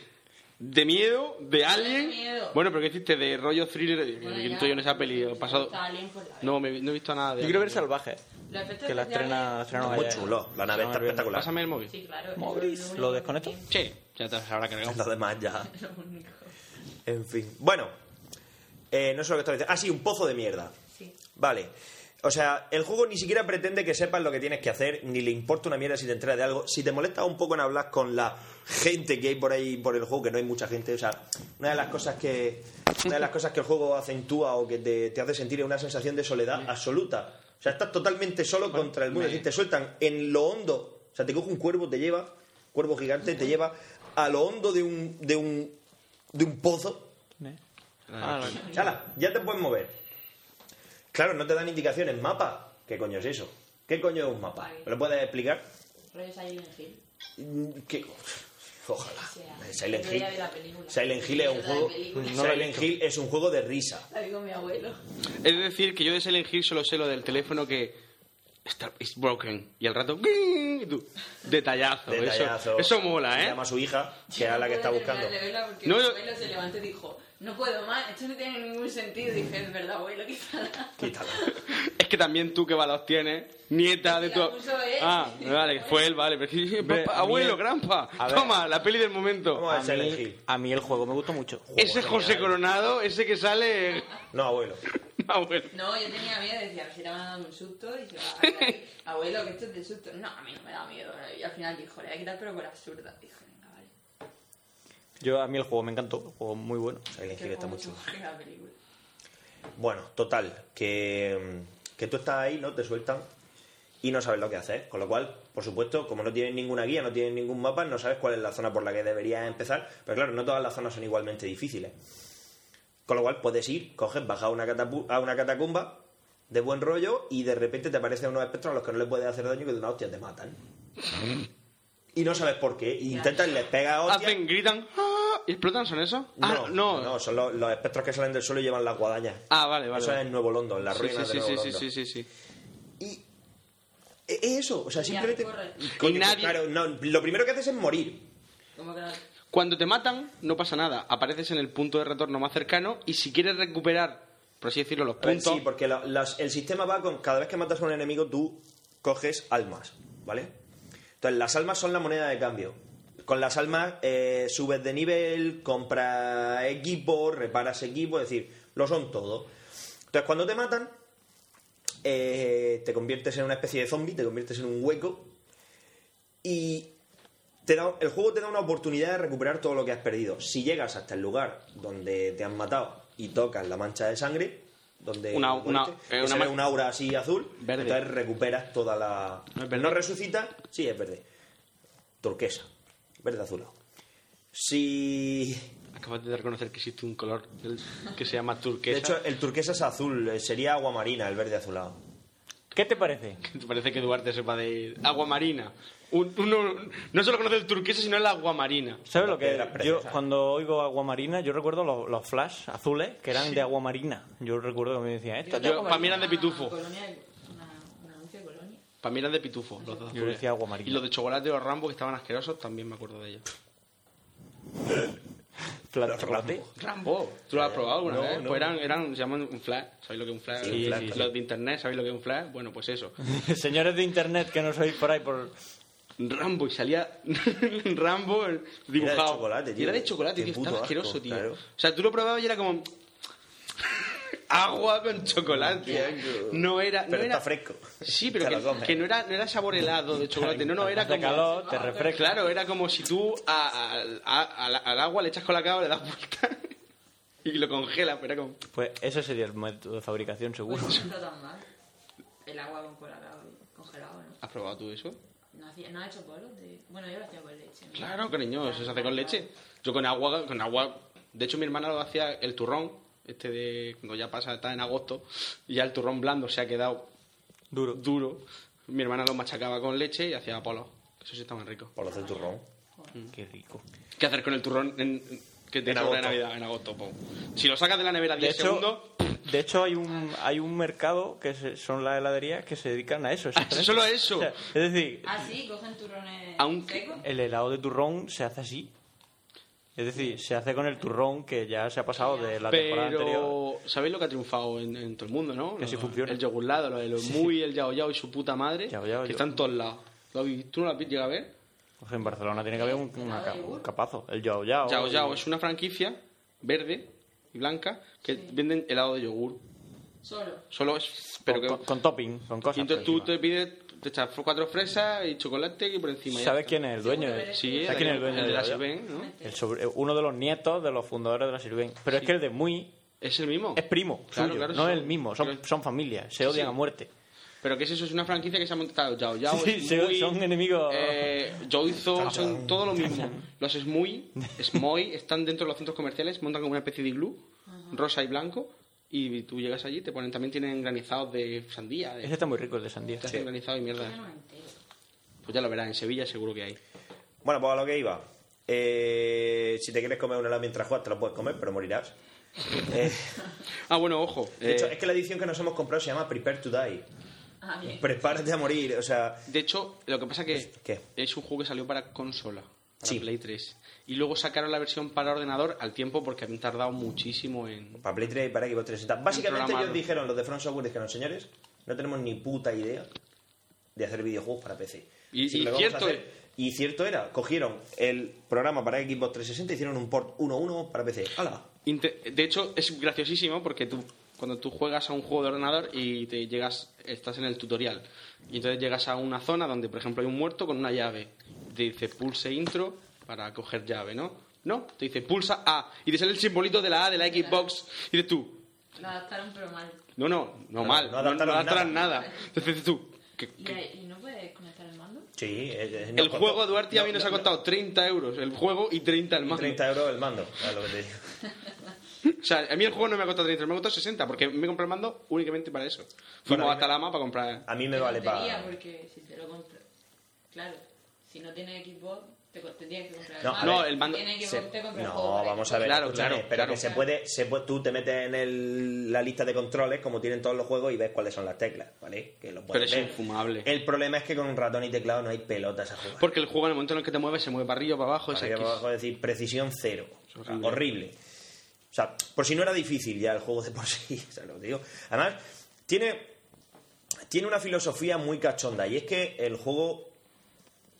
[SPEAKER 1] De miedo, de alien.
[SPEAKER 4] miedo.
[SPEAKER 1] Bueno, pero ¿qué hiciste? De rollo thriller. ¿Qué
[SPEAKER 4] Bueno,
[SPEAKER 1] pinto
[SPEAKER 4] ya.
[SPEAKER 1] yo en esa peli?
[SPEAKER 4] Si te
[SPEAKER 1] Pasado.
[SPEAKER 4] gusta Alien, pues la ves.
[SPEAKER 1] No, me- no he visto nada de.
[SPEAKER 5] Yo quiero ver
[SPEAKER 1] alien.
[SPEAKER 3] ¿Eh?
[SPEAKER 5] Salvaje.
[SPEAKER 4] Los efectos
[SPEAKER 5] Que la
[SPEAKER 4] especiales-
[SPEAKER 5] estrena, estrena
[SPEAKER 2] Muy chulo. La nave está espectacular.
[SPEAKER 1] Pásame el móvil.
[SPEAKER 4] Sí, claro.
[SPEAKER 5] Móvil,
[SPEAKER 4] es
[SPEAKER 5] ¿lo
[SPEAKER 4] único
[SPEAKER 5] desconecto?
[SPEAKER 4] que tiene,
[SPEAKER 1] Sí, ya te habrá cargado.
[SPEAKER 2] *laughs* Lo demás ya.
[SPEAKER 1] *laughs*
[SPEAKER 4] es Lo único.
[SPEAKER 2] En fin. Bueno, eh, no sé lo que estaba diciendo. Ah, sí, un pozo de mierda.
[SPEAKER 4] Sí.
[SPEAKER 2] Vale. O sea, el juego ni siquiera pretende que sepas lo que tienes que hacer, ni le importa una mierda si te enteras de algo. Si te molesta un poco en hablar con la gente que hay por ahí por el juego, que no hay mucha gente, o sea, una de las cosas que una de las cosas que el juego acentúa o que te, te hace sentir es una sensación de soledad absoluta. O sea, estás totalmente solo contra el mundo. Es
[SPEAKER 1] me-
[SPEAKER 2] decir, te sueltan en lo hondo. O sea, te coge un cuervo, te lleva, cuervo gigante, te lleva a lo hondo de un, de un, de un pozo.
[SPEAKER 5] ¿Eh?
[SPEAKER 1] Ah,
[SPEAKER 5] Ah,
[SPEAKER 2] Chala, ya te puedes mover. Claro, no te dan indicaciones. Mapa. ¿Qué coño es eso? ¿Qué coño es un mapa? ¿Me lo puedes explicar?
[SPEAKER 4] Rollo Silent Hill.
[SPEAKER 2] Mm, ¿Qué? Ojalá.
[SPEAKER 4] sea,
[SPEAKER 2] Silent
[SPEAKER 4] yo
[SPEAKER 2] Hill.
[SPEAKER 4] ya vi la película.
[SPEAKER 2] Silent Hill es
[SPEAKER 4] Yo
[SPEAKER 2] un
[SPEAKER 4] la vi
[SPEAKER 2] juego.
[SPEAKER 4] película.
[SPEAKER 5] No la he
[SPEAKER 2] Silent
[SPEAKER 5] visto.
[SPEAKER 2] Hill es un juego de risa.
[SPEAKER 4] La digo mi abuelo.
[SPEAKER 1] Es decir, que yo de Silent Hill solo sé lo del teléfono que está it's broken y al rato ¡guing! y tú, detallazo,
[SPEAKER 2] Detallazo.
[SPEAKER 1] Eso, eso mola,
[SPEAKER 2] Se
[SPEAKER 1] ¿eh?
[SPEAKER 2] Llama a su hija, que es la que está buscando.
[SPEAKER 4] no,
[SPEAKER 1] No,
[SPEAKER 4] mi
[SPEAKER 1] yo-
[SPEAKER 4] abuelo se levantó y dijo, no puedo más, esto no tiene ningún sentido. Y dije, es verdad, abuelo, quizá.
[SPEAKER 2] Quítala.
[SPEAKER 1] *laughs* Es que también tú que balas tienes, nieta de
[SPEAKER 4] La
[SPEAKER 1] tu...
[SPEAKER 4] puso él.
[SPEAKER 1] Ah, vale, fue él, vale. Pero... es que-
[SPEAKER 5] Ve,
[SPEAKER 1] papá,
[SPEAKER 5] a mí
[SPEAKER 1] abuelo,
[SPEAKER 5] el-
[SPEAKER 1] grampa,
[SPEAKER 5] A ver.
[SPEAKER 1] toma, la peli del momento.
[SPEAKER 2] Vamos a ver
[SPEAKER 5] A
[SPEAKER 2] Silent
[SPEAKER 5] mí,
[SPEAKER 2] Hill.
[SPEAKER 5] a mí el juego me gustó mucho.
[SPEAKER 1] Ese
[SPEAKER 2] Juego
[SPEAKER 1] José
[SPEAKER 2] genial.
[SPEAKER 1] Coronado, ese que
[SPEAKER 2] *laughs*
[SPEAKER 1] sale... *laughs*
[SPEAKER 2] No, abuelo.
[SPEAKER 1] abuelo.
[SPEAKER 4] No, yo tenía miedo, decía, si te van a dar un susto. Y yo, "Ay, abuelo, que esto es de susto. No, a mí no me da miedo. Y al final dijo, le voy a quitar, pero por absurda. Dije, venga, vale.
[SPEAKER 5] Yo, a mí el juego me encantó. Un juego muy bueno.
[SPEAKER 2] Silent
[SPEAKER 4] Que
[SPEAKER 2] Hill está
[SPEAKER 4] fue
[SPEAKER 2] muy chulo.
[SPEAKER 4] mejor que la película.
[SPEAKER 2] Bueno, total, que, que tú estás ahí, ¿no? Te sueltan y no sabes lo que hacer. Con lo cual, por supuesto, como no tienes ninguna guía, no tienes ningún mapa, no sabes cuál es la zona por la que deberías empezar. Pero claro, no todas las zonas son igualmente difíciles. Con lo cual, puedes ir, coges, bajas a una, catapu- a una catacumba de buen rollo y de repente te aparecen unos espectros a los que no le puedes hacer daño y que de una hostia te matan. Y no sabes por qué. Y intentas, les pegas hostias.
[SPEAKER 1] Hacen, gritan, "Ah", y explotan, ¿son esos? ah, no.
[SPEAKER 2] no, son los, los espectros que salen del suelo y llevan las guadañas.
[SPEAKER 1] Ah, vale, vale.
[SPEAKER 2] Eso
[SPEAKER 1] vale.
[SPEAKER 2] es en Nuevo London, la
[SPEAKER 1] Sí,
[SPEAKER 2] ruina
[SPEAKER 1] sí,
[SPEAKER 2] de Nuevo
[SPEAKER 1] sí, sí,
[SPEAKER 2] London.
[SPEAKER 1] sí, sí, sí.
[SPEAKER 2] Y es eso, o sea,
[SPEAKER 4] Ya,
[SPEAKER 2] simplemente...
[SPEAKER 4] corre.
[SPEAKER 2] Coño,
[SPEAKER 1] Y nadie-
[SPEAKER 2] Claro, no, lo primero que haces es morir.
[SPEAKER 4] Como que no-
[SPEAKER 1] Cuando te matan, no pasa nada. Apareces en el punto de retorno más cercano y si quieres recuperar, por así decirlo, los
[SPEAKER 2] A ver,
[SPEAKER 1] puntos...
[SPEAKER 2] Sí, porque la- las- el sistema va con... Cada vez que matas a un enemigo, tú coges almas, ¿vale? Entonces, las almas son la moneda de cambio. Con las almas eh, subes de nivel, compras equipo, reparas equipo, es decir, lo son todo. Entonces, cuando te matan, eh, te conviertes en una especie de zombie, te conviertes en un hueco y te da- el juego te da una oportunidad de recuperar todo lo que has perdido. Si llegas hasta el lugar donde te han matado y tocas la mancha de sangre, donde
[SPEAKER 1] Una- una-
[SPEAKER 2] moriste,
[SPEAKER 1] eh,
[SPEAKER 2] que
[SPEAKER 1] una
[SPEAKER 2] se ve
[SPEAKER 1] man-
[SPEAKER 2] un aura así azul,
[SPEAKER 1] Verde.
[SPEAKER 2] entonces recuperas toda la...
[SPEAKER 1] ¿No es verde?
[SPEAKER 2] No resucitas, sí, es verde. Turquesa, verde azulado. Si...
[SPEAKER 1] Acabas de reconocer que existe un color del- que se llama
[SPEAKER 2] De
[SPEAKER 1] turquesa.
[SPEAKER 2] hecho, el turquesa es azul, eh, sería agua marina, el verde azulado.
[SPEAKER 5] ¿Qué te parece?
[SPEAKER 1] ¿Te *laughs* parece que Duarte sepa de agua marina? Un- uno- no solo conoce el turquesa, sino el agua marina.
[SPEAKER 5] ¿Sabes
[SPEAKER 2] Las
[SPEAKER 5] lo que
[SPEAKER 2] piedras
[SPEAKER 5] yo
[SPEAKER 2] preciosas.
[SPEAKER 5] cuando oigo agua marina, yo recuerdo los, los flash azules que eran de agua marina. Yo recuerdo que me decían esto. es de
[SPEAKER 1] Yo-
[SPEAKER 5] agua
[SPEAKER 1] pa' mí
[SPEAKER 5] marina.
[SPEAKER 1] eran de pitufo.
[SPEAKER 4] Una colonia, una- un anuncio de colonia.
[SPEAKER 1] Para mí eran de pitufo, los dos
[SPEAKER 5] Yo
[SPEAKER 1] azules.
[SPEAKER 5] decía agua marina.
[SPEAKER 1] Y los de chocolate o Rambo, que estaban asquerosos, también me acuerdo de ellos.
[SPEAKER 5] Flan de chocolate. *laughs*
[SPEAKER 1] ¿Rambo? ¿Tú lo has probado alguna
[SPEAKER 2] Eh, No,
[SPEAKER 1] vez?
[SPEAKER 2] no.
[SPEAKER 1] Pues eran, eran, se llaman un flash. ¿Sabéis lo que es un flash?
[SPEAKER 2] Sí, un flash,
[SPEAKER 1] los
[SPEAKER 2] claro.
[SPEAKER 1] de internet, ¿sabéis lo que es un flash? Bueno, pues eso.
[SPEAKER 5] Señores de internet que no sois por ahí por
[SPEAKER 1] Rambo, y salía *laughs* Rambo eh, dibujado.
[SPEAKER 2] Era de chocolate, tío.
[SPEAKER 1] Y era de chocolate,
[SPEAKER 2] Qué
[SPEAKER 1] tío.
[SPEAKER 2] puto
[SPEAKER 1] Estaba
[SPEAKER 2] asco,
[SPEAKER 1] asqueroso, tío.
[SPEAKER 2] claro.
[SPEAKER 1] O sea, tú lo probabas y era como... *laughs* agua con chocolate. No era. Ah, no
[SPEAKER 2] Pero
[SPEAKER 1] era-
[SPEAKER 2] está fresco.
[SPEAKER 1] Sí, pero
[SPEAKER 2] Te lo
[SPEAKER 1] que,
[SPEAKER 2] comes.
[SPEAKER 1] que no, era, no era sabor helado de chocolate. No, no, era
[SPEAKER 5] Hace
[SPEAKER 1] como. Ah,
[SPEAKER 5] calor, te refresca.
[SPEAKER 1] Claro, era como si tú a- a- a- al- al agua le echas con la cava, le das vuelta *laughs* y lo congelas, pero era como.
[SPEAKER 5] Pues ese sería el método de fabricación seguro.
[SPEAKER 4] Pues no está tan mal. El agua con colacao congelado, ¿no?
[SPEAKER 1] ¿Has probado tú eso?
[SPEAKER 4] ¿No, hacía, ¿No ha hecho bolos? De... Bueno, yo lo hacía con leche. ¿no?
[SPEAKER 1] Claro, cariño, eso se hace con leche. Yo con agua, con agua. De hecho, mi hermana lo hacía el turrón, este de cuando ya pasa, está en agosto, y ya el turrón blando se ha quedado
[SPEAKER 5] Duro.
[SPEAKER 1] duro. Mi hermana lo machacaba con leche y hacía polos. Eso sí está muy rico.
[SPEAKER 2] Por hacer turrón.
[SPEAKER 1] Mm.
[SPEAKER 5] Qué rico.
[SPEAKER 1] ¿Qué hacer con el turrón en, que te
[SPEAKER 2] En
[SPEAKER 1] sobra de
[SPEAKER 2] agosto.
[SPEAKER 1] Navidad en agosto? po? Si lo sacas de la nevera
[SPEAKER 5] De
[SPEAKER 1] 10 segundos,
[SPEAKER 5] hecho, de hecho hay un hay un mercado que se- son las heladerías que se dedican a eso. exactamente.
[SPEAKER 1] Ah, solo eso.
[SPEAKER 5] O sea, es decir,
[SPEAKER 4] Ah, sí, cogen turrones
[SPEAKER 1] Aunque-
[SPEAKER 4] secos.
[SPEAKER 5] el helado de turrón se hace así. Es decir, se hace con el turrón que ya se ha pasado de la temporada anterior.
[SPEAKER 1] pero ¿sabéis lo que ha triunfado en, en todo el mundo, no?
[SPEAKER 5] Que sí
[SPEAKER 1] Lo-
[SPEAKER 5] funciona.
[SPEAKER 1] El yogurlado, lo de los muy, el yao yao y su puta madre,
[SPEAKER 5] Yao yao,
[SPEAKER 1] que
[SPEAKER 5] yo-
[SPEAKER 1] está en todos lados. ¿Lo habéis- ¿Tú no lo has llegado a ver?
[SPEAKER 5] Pues en Barcelona tiene que haber un, una ca- un capazo. El yao yao.
[SPEAKER 1] Yao Yao es una franquicia verde y blanca que venden helado de yogur.
[SPEAKER 4] Solo.
[SPEAKER 1] Solo es.
[SPEAKER 5] Pero
[SPEAKER 1] Pero
[SPEAKER 5] con, con-
[SPEAKER 1] que.
[SPEAKER 5] con topping, con cosas.
[SPEAKER 1] y entonces tú
[SPEAKER 5] por encima.
[SPEAKER 1] te pides, te echas cuatro fresas y chocolate y por encima. ya
[SPEAKER 5] ¿Sabes
[SPEAKER 1] está.
[SPEAKER 5] quién es el dueño?
[SPEAKER 4] Seguro que eres-
[SPEAKER 1] Sí,
[SPEAKER 5] ¿Sabes quién es el dueño
[SPEAKER 1] de
[SPEAKER 5] de
[SPEAKER 1] la
[SPEAKER 5] Yao Yao?
[SPEAKER 1] Sirven, ¿no?
[SPEAKER 5] El sobre- eh, uno de los nietos de los fundadores de la Sirven. Pero es que el de Muy
[SPEAKER 1] Es el mismo.
[SPEAKER 5] es primo
[SPEAKER 1] Claro,
[SPEAKER 5] suyo,
[SPEAKER 1] claro,
[SPEAKER 5] no
[SPEAKER 1] son-
[SPEAKER 5] es el mismo. Son,
[SPEAKER 1] pero-
[SPEAKER 5] son familias, se odian
[SPEAKER 1] sí.
[SPEAKER 5] a muerte.
[SPEAKER 1] Pero que es eso, es una franquicia que se ha montado Yao Yao.
[SPEAKER 5] Sí,
[SPEAKER 1] es
[SPEAKER 5] sí,
[SPEAKER 1] muy,
[SPEAKER 5] son enemigos.
[SPEAKER 1] Eh, Yoizo, son todo lo *laughs* mismo. Los Smuy, Smoy, están dentro de los centros comerciales, montan como una especie de iglú, rosa y blanco, y tú llegas allí, te ponen, también tienen granizados de sandía, de,
[SPEAKER 5] Ese está muy rico, el de sandía.
[SPEAKER 1] te hacen granizado y mierda.
[SPEAKER 4] Yo no me entero.
[SPEAKER 1] Pues ya lo verás, en Sevilla seguro que hay.
[SPEAKER 2] Bueno, pues a lo que iba. Eh, si te quieres comer una helado mientras juegas, te la puedes comer, pero morirás. Eh,
[SPEAKER 1] Ah, bueno, ojo.
[SPEAKER 2] de hecho,
[SPEAKER 1] eh,
[SPEAKER 2] es que la edición que nos hemos comprado se llama Prepare to Die.
[SPEAKER 4] Ah, bien.
[SPEAKER 2] Prepárate a morir, o sea...
[SPEAKER 1] de hecho, lo que pasa que
[SPEAKER 2] ¿Qué?
[SPEAKER 1] es un juego que salió para consola, para
[SPEAKER 2] Sí.
[SPEAKER 1] Play 3. Y luego sacaron la versión para ordenador al tiempo porque habían tardado muchísimo en...
[SPEAKER 2] Para Play 3 y para Xbox 360. Básicamente
[SPEAKER 1] Programado.
[SPEAKER 2] ellos dijeron, los de Front Software dijeron, señores, no tenemos ni puta idea de hacer videojuegos para PC.
[SPEAKER 1] Y-
[SPEAKER 2] Así que
[SPEAKER 1] y
[SPEAKER 2] lo que vamos a
[SPEAKER 1] cierto e-
[SPEAKER 2] hacer- y cierto era, cogieron el programa para Xbox 360 y hicieron un port 1.1 para PC. ¡Hala!
[SPEAKER 1] Inte- De hecho, es graciosísimo porque tú, cuando tú juegas a un juego de ordenador y te llegas, estás en el tutorial, y entonces llegas a una zona donde, por ejemplo, hay un muerto con una llave. Te dice pulse intro para coger llave, ¿no? No, te dice pulsa A y te sale el simbolito de la A de la Xbox y dices tú,
[SPEAKER 4] Lo adaptaron pero mal.
[SPEAKER 1] no, no, no, mal, no,
[SPEAKER 2] no adaptaron
[SPEAKER 1] no adaptaron
[SPEAKER 2] nada.
[SPEAKER 1] nada. Entonces dices tú, ¿qué-
[SPEAKER 4] ¿Y,
[SPEAKER 1] qué-
[SPEAKER 4] ahí- y no puedes conectar el mando?
[SPEAKER 2] Sí, eh, eh,
[SPEAKER 1] el
[SPEAKER 2] nos costó-
[SPEAKER 1] juego a Duarte a
[SPEAKER 2] no,
[SPEAKER 1] mí nos
[SPEAKER 2] no,
[SPEAKER 1] ha costado 30 euros el juego y 30 el
[SPEAKER 2] no,
[SPEAKER 1] mando.
[SPEAKER 2] 30 euros el mando, es lo que te digo.
[SPEAKER 1] O sea, a mí el juego no me ha costado 30, me ha costado 60 porque me he comprado el mando únicamente para eso.
[SPEAKER 2] Bueno, a
[SPEAKER 1] Fuimos
[SPEAKER 2] mí
[SPEAKER 1] a
[SPEAKER 2] me-
[SPEAKER 1] Talama para comprar
[SPEAKER 2] A mí me vale
[SPEAKER 4] para...
[SPEAKER 2] para...
[SPEAKER 4] porque si te lo compras... Claro, si no tienes Xbox, te co- tendrías que comprar
[SPEAKER 2] No,
[SPEAKER 4] el
[SPEAKER 2] a
[SPEAKER 4] mando.
[SPEAKER 1] el mando-
[SPEAKER 2] ver,
[SPEAKER 4] Si tienes
[SPEAKER 2] Se-
[SPEAKER 4] Xbox, te compras el juego
[SPEAKER 2] no,
[SPEAKER 4] para
[SPEAKER 2] vamos
[SPEAKER 4] Xbox.
[SPEAKER 2] a ver,
[SPEAKER 1] Claro,
[SPEAKER 2] escúchame,
[SPEAKER 1] claro,
[SPEAKER 2] pero
[SPEAKER 1] claro.
[SPEAKER 2] que se puede, se puede- tú te metes en el- la lista de controles como tienen todos los juegos y ves cuáles son las teclas, ¿vale? Que lo puedes
[SPEAKER 1] Pero es
[SPEAKER 2] ver.
[SPEAKER 1] infumable.
[SPEAKER 2] El problema es que con un ratón y teclado no hay pelotas a jugar.
[SPEAKER 1] Porque el juego en el momento en el que te mueves se mueve para arriba, para abajo,
[SPEAKER 2] Para
[SPEAKER 1] es
[SPEAKER 2] que
[SPEAKER 1] aquí.
[SPEAKER 2] abajo decir precisión cero. O sea,
[SPEAKER 1] horrible.
[SPEAKER 2] horrible. O sea, por si no era difícil ya el juego de por *laughs* sí, ¿sabes lo que te digo? Además, tiene, tiene una filosofía muy cachonda y es que el juego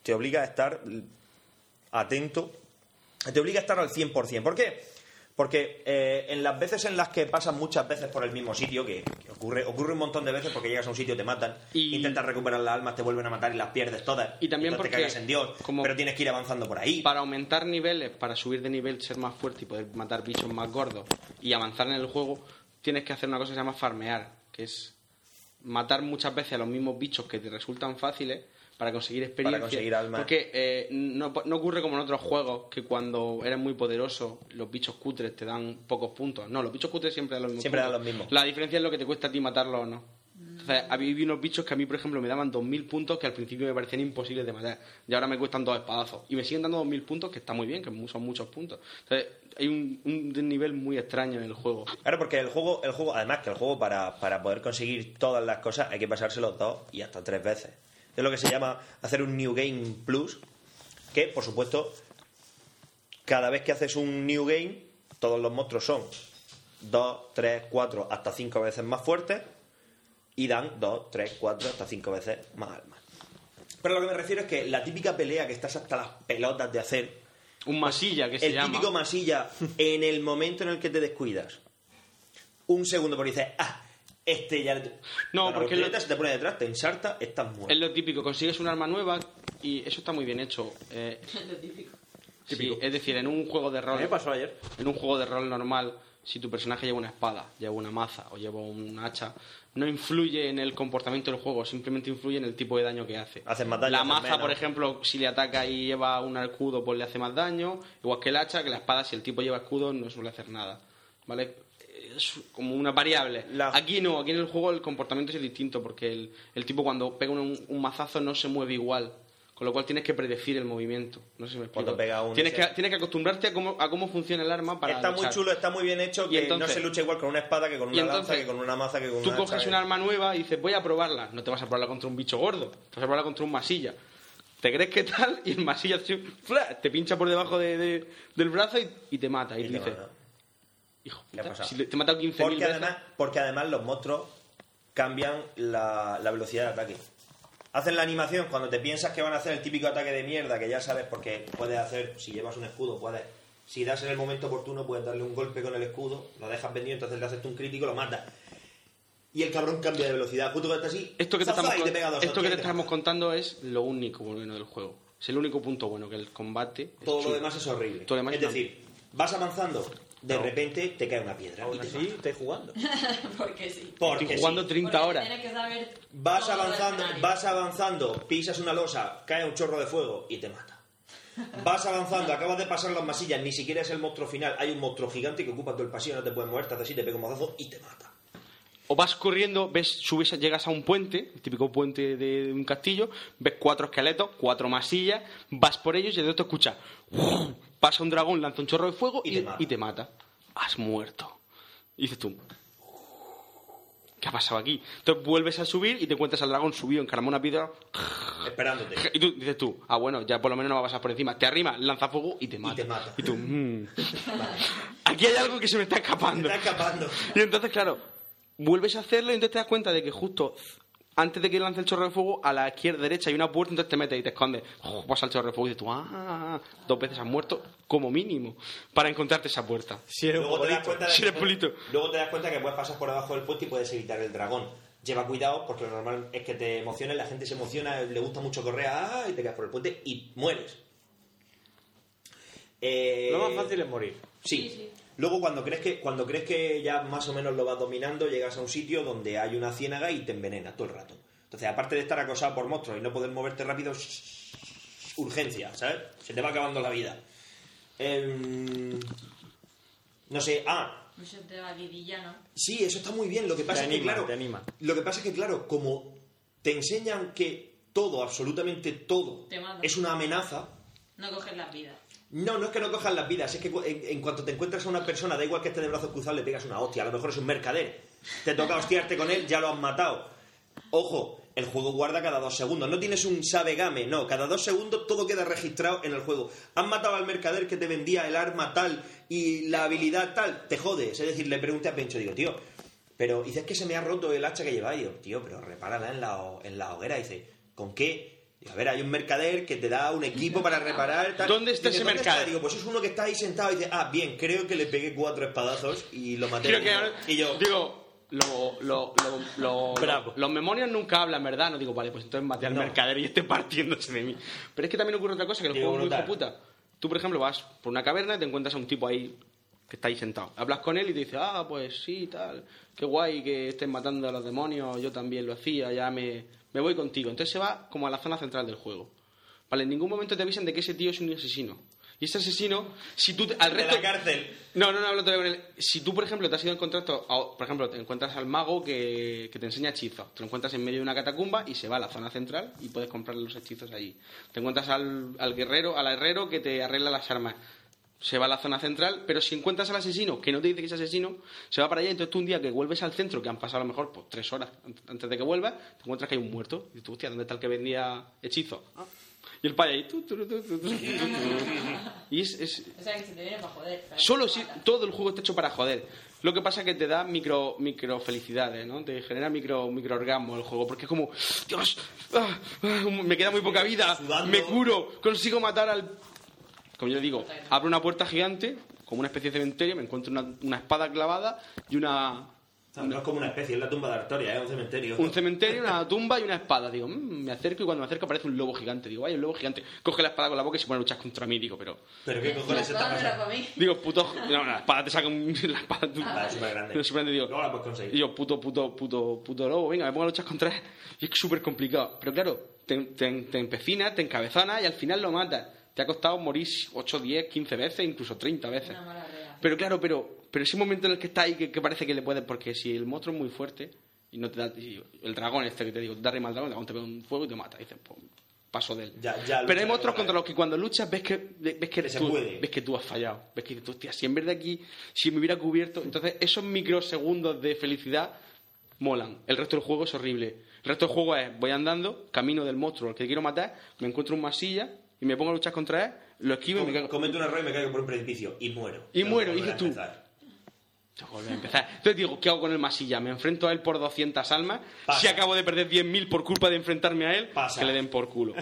[SPEAKER 2] te obliga a estar atento, te obliga a estar al 100%. ¿Por qué? Porque eh, en las veces en las que pasas muchas veces por el mismo sitio, que que ocurre, ocurre un montón de veces porque llegas a un sitio, te matan,
[SPEAKER 1] Y-
[SPEAKER 2] intentas recuperar las almas, te vuelven a matar y las pierdes todas.
[SPEAKER 1] Y también
[SPEAKER 2] Entonces
[SPEAKER 1] porque
[SPEAKER 2] te cagas en Dios,
[SPEAKER 1] como-
[SPEAKER 2] pero tienes que ir avanzando por ahí.
[SPEAKER 1] Para aumentar niveles, para subir de nivel, ser más fuerte y poder matar bichos más gordos y avanzar en el juego, tienes que hacer una cosa que se llama farmear, que es matar muchas veces a los mismos bichos que te resultan fáciles para conseguir experiencia.
[SPEAKER 2] conseguir alma.
[SPEAKER 1] Porque eh, no, no ocurre como en otros juegos, que cuando eres muy poderoso, los bichos cutres te dan pocos puntos. No, los bichos cutres siempre dan los mismos
[SPEAKER 2] Siempre dan
[SPEAKER 1] puntos.
[SPEAKER 2] los mismos.
[SPEAKER 1] La diferencia es lo que te cuesta a ti matarlo o no. Entonces, había unos bichos que a mí, por ejemplo, me daban 2.000 puntos que al principio me parecían imposibles de matar. Y ahora me cuestan dos espadazos. Y me siguen dando 2.000 puntos, que está muy bien, que mu- son muchos puntos. Entonces, hay un, un nivel muy extraño en el juego.
[SPEAKER 2] Claro, porque el juego, el juego, además que el juego para, para poder conseguir todas las cosas hay que pasárselo dos y hasta tres veces. Es lo que se llama hacer un New Game Plus, que por supuesto, cada vez que haces un New Game, todos los monstruos son dos, tres, cuatro, hasta cinco veces más fuertes y dan dos, tres, cuatro, hasta cinco veces más almas. Pero lo que me refiero es que la típica pelea que estás hasta las pelotas de hacer
[SPEAKER 1] Un masilla, que se
[SPEAKER 2] el
[SPEAKER 1] llama.
[SPEAKER 2] típico masilla en el momento en el que te descuidas. un segundo porque dices, ah, este ya... le-
[SPEAKER 1] No,
[SPEAKER 2] Con la
[SPEAKER 1] porque lo-
[SPEAKER 2] rotuleta se te pone detrás, te ensarta, estás muerto.
[SPEAKER 1] Es lo típico, consigues un arma nueva y eso está muy bien hecho. Eh,
[SPEAKER 4] *laughs* Lo típico.
[SPEAKER 1] sí, es decir, en un juego de
[SPEAKER 5] A mí me
[SPEAKER 1] rol,
[SPEAKER 5] pasó ayer.
[SPEAKER 1] en un juego de rol normal, si tu personaje lleva una espada, lleva una maza o lleva un hacha, no influye en el comportamiento del juego, simplemente influye en el tipo de daño que hace.
[SPEAKER 2] Haces más daño,
[SPEAKER 1] La
[SPEAKER 2] haces
[SPEAKER 1] maza,
[SPEAKER 2] menos.
[SPEAKER 1] por ejemplo, si le ataca y lleva un escudo, pues le hace más daño, igual que el hacha, que la espada, si el tipo lleva escudo, no suele hacer nada. ¿Vale? Es como una variable.
[SPEAKER 2] La-
[SPEAKER 1] Aquí no, aquí en el juego el comportamiento es distinto, porque el, el tipo cuando pega un, un mazazo no se mueve igual. Con lo cual tienes que predecir el movimiento. No sé si me explico.
[SPEAKER 2] Cuando pega uno,
[SPEAKER 1] tienes,
[SPEAKER 2] sí.
[SPEAKER 1] que, tienes que acostumbrarte a cómo, a cómo funciona el arma para.
[SPEAKER 2] está muy
[SPEAKER 1] luchar.
[SPEAKER 2] chulo, está muy bien hecho,
[SPEAKER 1] Y
[SPEAKER 2] que no
[SPEAKER 1] entonces-
[SPEAKER 2] se lucha igual con una espada que con
[SPEAKER 1] Y
[SPEAKER 2] una lanza,
[SPEAKER 1] entonces,
[SPEAKER 2] que con una maza, que con
[SPEAKER 1] Tú
[SPEAKER 2] una hacha,
[SPEAKER 1] coges
[SPEAKER 2] que-
[SPEAKER 1] un arma nueva y dices, voy a probarla. No te vas a probarla contra un bicho gordo, te vas a probarla contra un masilla. ¿Te crees que tal? Y el masilla así, ¡fla! te pincha por debajo de- de- del brazo y, y te mata. Y,
[SPEAKER 2] Y
[SPEAKER 1] tú
[SPEAKER 2] te
[SPEAKER 1] dices,
[SPEAKER 2] mata.
[SPEAKER 1] hijo,
[SPEAKER 2] ¿Qué ha
[SPEAKER 1] puta,
[SPEAKER 2] pasado?
[SPEAKER 1] si le- te he matado 15.000
[SPEAKER 2] Porque
[SPEAKER 1] veces.
[SPEAKER 2] además, porque además los monstruos cambian la, la velocidad de ataque. Hacen la animación cuando te piensas que van a hacer el típico ataque de mierda, que ya sabes porque puedes hacer, si llevas un escudo, puedes, si das en el momento oportuno, puedes darle un golpe con el escudo, lo dejas vendido, entonces le haces tú un crítico, lo matas. Y el cabrón cambia de velocidad, justo que estás así,
[SPEAKER 1] Esto que te,
[SPEAKER 2] ¡za, za!
[SPEAKER 1] estamos,
[SPEAKER 2] y
[SPEAKER 1] con-
[SPEAKER 2] te pega dos
[SPEAKER 1] esto que
[SPEAKER 2] hostias
[SPEAKER 1] te
[SPEAKER 2] y te
[SPEAKER 1] estamos
[SPEAKER 2] mata.
[SPEAKER 1] contando es lo único bueno del juego. Es el único punto bueno, que el combate... es
[SPEAKER 2] Todo lo
[SPEAKER 1] chulo.
[SPEAKER 2] demás es horrible.
[SPEAKER 1] Todo lo demás
[SPEAKER 2] es
[SPEAKER 1] es
[SPEAKER 2] decir, vas avanzando, de repente te cae una piedra. y te mata.
[SPEAKER 5] estoy jugando.
[SPEAKER 4] Porque sí.
[SPEAKER 2] Porque
[SPEAKER 1] Estoy
[SPEAKER 2] sí.
[SPEAKER 1] jugando 30
[SPEAKER 4] Porque
[SPEAKER 1] horas.
[SPEAKER 4] Tienes que saber.
[SPEAKER 2] Vas
[SPEAKER 4] todo el
[SPEAKER 2] avanzando,
[SPEAKER 4] escenario.
[SPEAKER 2] vas avanzando, pisas una losa, cae un chorro de fuego y te mata. Vas avanzando, acabas de pasar las masillas, ni siquiera es el monstruo final. Hay un monstruo gigante que ocupa todo el pasillo, no te puedes mover, te hace así, te pega un mazazo y te mata.
[SPEAKER 1] O vas corriendo, ves, subes, llegas a un puente, el típico puente de, de un castillo, ves cuatro esqueletos, cuatro masillas, vas por ellos y el otro escucha. ¡guau! Pasa un dragón, lanza un chorro de fuego
[SPEAKER 2] Y
[SPEAKER 1] y,
[SPEAKER 2] te mata.
[SPEAKER 1] y te mata. Has muerto. Y dices tú. ¿Qué ha pasado aquí? Entonces vuelves a subir y te encuentras al dragón subido, encaramado una piedra.
[SPEAKER 2] Esperándote.
[SPEAKER 1] Y tú dices tú, ah, bueno, ya por lo menos no me vas a pasar por encima. Te arrima, lanza fuego y te mata.
[SPEAKER 2] te mata.
[SPEAKER 1] tú,
[SPEAKER 2] *laughs*
[SPEAKER 1] mm. aquí hay algo que se me está escapando.
[SPEAKER 2] Está escapando.
[SPEAKER 1] Y entonces, claro, vuelves a hacerlo y entonces te das cuenta de que justo antes de que lance el chorro de fuego, a la izquierda derecha hay una puerta, entonces te metes y te escondes. Uf, pasa el chorro de fuego y dices tú, ah, dos veces has muerto como mínimo para encontrarte esa puerta.
[SPEAKER 5] Si eres un
[SPEAKER 2] Luego
[SPEAKER 5] poco
[SPEAKER 2] te, das
[SPEAKER 5] listo.
[SPEAKER 2] cuenta de
[SPEAKER 1] Si eres
[SPEAKER 2] que-
[SPEAKER 1] pulito.
[SPEAKER 2] luego te das cuenta que puedes pasar por abajo del puente y puedes evitar el dragón. Lleva cuidado porque lo normal es que te emociones, la gente se emociona, le gusta mucho correr ¡ah! y te caes por el puente y mueres. Eh,
[SPEAKER 5] Lo más fácil es morir.
[SPEAKER 2] Sí.
[SPEAKER 4] Sí, sí.
[SPEAKER 2] Luego cuando crees que cuando crees que ya más o menos lo vas dominando, llegas a un sitio donde hay una ciénaga y te envenena todo el rato. Entonces, aparte de estar acosado por monstruos y no poder moverte rápido, es urgencia, ¿sabes? Se te va acabando la vida. Em, no sé, ah,
[SPEAKER 4] Mucho te va vidilla, ¿no?
[SPEAKER 2] sí, eso está muy bien. Lo que pasa
[SPEAKER 5] Te
[SPEAKER 2] es que
[SPEAKER 5] anima,
[SPEAKER 2] claro,
[SPEAKER 5] te anima.
[SPEAKER 2] lo que pasa es que claro, como te enseñan que todo, absolutamente todo,
[SPEAKER 4] Te mata.
[SPEAKER 2] es una amenaza,
[SPEAKER 4] No coges las vidas.
[SPEAKER 2] no, no es que no cojas las vidas, es que cu- en, en cuanto te encuentras a una persona, da igual que esté de brazos cruzados, le pegas una hostia. A lo mejor es un mercader. Te toca hostiarte con él, ya lo has matado. Ojo, el juego guarda cada dos segundos. No tienes un sabegame, no. Cada dos segundos todo queda registrado en el juego. Has matado al mercader que te vendía el arma tal y la habilidad tal. Te jodes. Es decir, le pregunté a Pencho, digo, tío, pero dices que se me ha roto el hacha que llevaba. Y digo, tío, pero repárala en la, ho- en la hoguera. Dice, ¿con qué? Digo, a ver, hay un mercader que te da un equipo para reparar. tal.
[SPEAKER 1] ¿Dónde está
[SPEAKER 2] Dice,
[SPEAKER 1] ese
[SPEAKER 2] "¿Dónde está?".
[SPEAKER 1] mercader?
[SPEAKER 2] Digo, pues es uno que está ahí sentado y dice, ah, bien, creo que le pegué cuatro espadazos y lo maté.
[SPEAKER 1] Creo que ahora-
[SPEAKER 2] y yo,
[SPEAKER 1] digo, lo- lo- lo- lo-
[SPEAKER 5] Bravo.
[SPEAKER 1] los memorios nunca hablan, ¿verdad? No digo, vale, pues entonces maté al
[SPEAKER 2] No.
[SPEAKER 1] mercader y esté partiéndose de mí. Pero es que también ocurre otra cosa, que el
[SPEAKER 2] Digo,
[SPEAKER 1] juego es muy hijo
[SPEAKER 2] brutal.
[SPEAKER 1] puta. Tú, por ejemplo, vas por una caverna y te encuentras a un tipo ahí que está ahí sentado. Hablas con él y te dice, ah, pues sí, tal, qué guay que estés matando a los demonios, yo también lo hacía, ya me, me voy contigo. Entonces se va como a la zona central del juego. Vale, en ningún momento te avisan de que ese tío es un asesino. Y ese asesino, si tú te- al
[SPEAKER 2] de
[SPEAKER 1] resto...
[SPEAKER 2] la cárcel.
[SPEAKER 1] No, no, no hablo todavía con él. Si tú, por ejemplo, te has ido en contacto, a- por ejemplo, te encuentras al mago que, que te enseña hechizos, te lo encuentras en medio de una catacumba y se va a la zona central y puedes comprar los hechizos allí. Te encuentras al, al guerrero, al herrero que te arregla las armas. Se va a la zona central, pero si encuentras al asesino, que no te dice que es asesino, se va para allá. Entonces tú un día que vuelves al centro, que han pasado a lo mejor pues, tres horas an- antes de que vuelvas, te encuentras que hay un muerto. Y tú, hostia, ¿dónde está el que vendía hechizos? Ah. Y el paya ahí. tu, tu, tu, tu, tu, tu, tu. Y es- es,
[SPEAKER 4] O sea, que se te viene para joder. ¿sabes?
[SPEAKER 1] Solo
[SPEAKER 4] Te
[SPEAKER 1] si
[SPEAKER 4] mata.
[SPEAKER 1] todo el juego está hecho para joder. Lo que pasa es que te da micro, micro felicidades, ¿no? Te genera micro, micro orgasmo el juego, porque es como, Dios, ah, ah, me queda muy poca vida,
[SPEAKER 2] Sudando.
[SPEAKER 1] me curo, consigo matar al... Como yo digo, abro una puerta gigante, con como una especie de cementerio, me encuentro una, una espada clavada y una...
[SPEAKER 2] No, no es como una especie, es la tumba de Artoria, es un cementerio.
[SPEAKER 1] Un cementerio, una tumba y una espada. Digo, "Mm", me acerco y cuando me acerco aparece un lobo gigante. Digo, ay, un lobo gigante. Coge la espada con la boca y se pone a luchar contra mí. Digo, pero...
[SPEAKER 2] Pero qué cojones se está
[SPEAKER 4] no era
[SPEAKER 2] pasando.
[SPEAKER 4] para
[SPEAKER 2] *laughs*
[SPEAKER 4] mí.
[SPEAKER 1] Digo, puto... No, la espada te saca un... *laughs* La espada... tú-
[SPEAKER 2] Ah, es supergrande.
[SPEAKER 1] Pero supergrande, digo...
[SPEAKER 2] Luego la puedes conseguir.
[SPEAKER 1] Y yo, puto, puto, puto, puto lobo, venga, me pongo a luchar contra él. Y es súper complicado. Pero claro, te, te, te empecinas, te encabezanas y al final lo matas. Te ha costado morir 8, 10, 15 veces, incluso 30 veces.
[SPEAKER 4] Una mala relación.
[SPEAKER 1] Pero claro, pero, pero ese momento en el que está ahí que, que parece que le puedes, porque si el monstruo es muy fuerte y no te da. y el dragón este que te digo, te da rima al dragón, el dragón te pega un fuego y te mata. Y dices, pues, paso de él.
[SPEAKER 2] Ya- ya
[SPEAKER 1] pero
[SPEAKER 2] lucharé
[SPEAKER 1] hay monstruos
[SPEAKER 2] con él.
[SPEAKER 1] contra los que cuando luchas ves que, ves que,
[SPEAKER 2] Que se
[SPEAKER 1] tú,
[SPEAKER 2] puede.
[SPEAKER 1] ves que tú has fallado. Ves que dices, tú, hostia, si en vez de aquí, si me hubiera cubierto. Entonces, esos microsegundos de felicidad molan. El resto del juego es horrible. El resto del juego es, voy andando, camino del monstruo al que quiero matar, me encuentro un masilla y me pongo a luchar contra él, lo esquivo y me
[SPEAKER 2] Com-
[SPEAKER 1] cago.
[SPEAKER 2] Cometo un error y me caigo por un precipicio y muero.
[SPEAKER 1] Y
[SPEAKER 2] Tengo que
[SPEAKER 1] muero, y
[SPEAKER 2] volver a
[SPEAKER 1] dices tú,
[SPEAKER 2] empezar.
[SPEAKER 1] Tengo que volver a empezar. Entonces digo, ¿qué hago con el masilla? ¿Me enfrento a él por 200 almas?
[SPEAKER 2] Pasa.
[SPEAKER 1] Si acabo de perder 10.000 por culpa de enfrentarme a él,
[SPEAKER 2] Pasa.
[SPEAKER 1] que le den por
[SPEAKER 2] *laughs*
[SPEAKER 1] culo.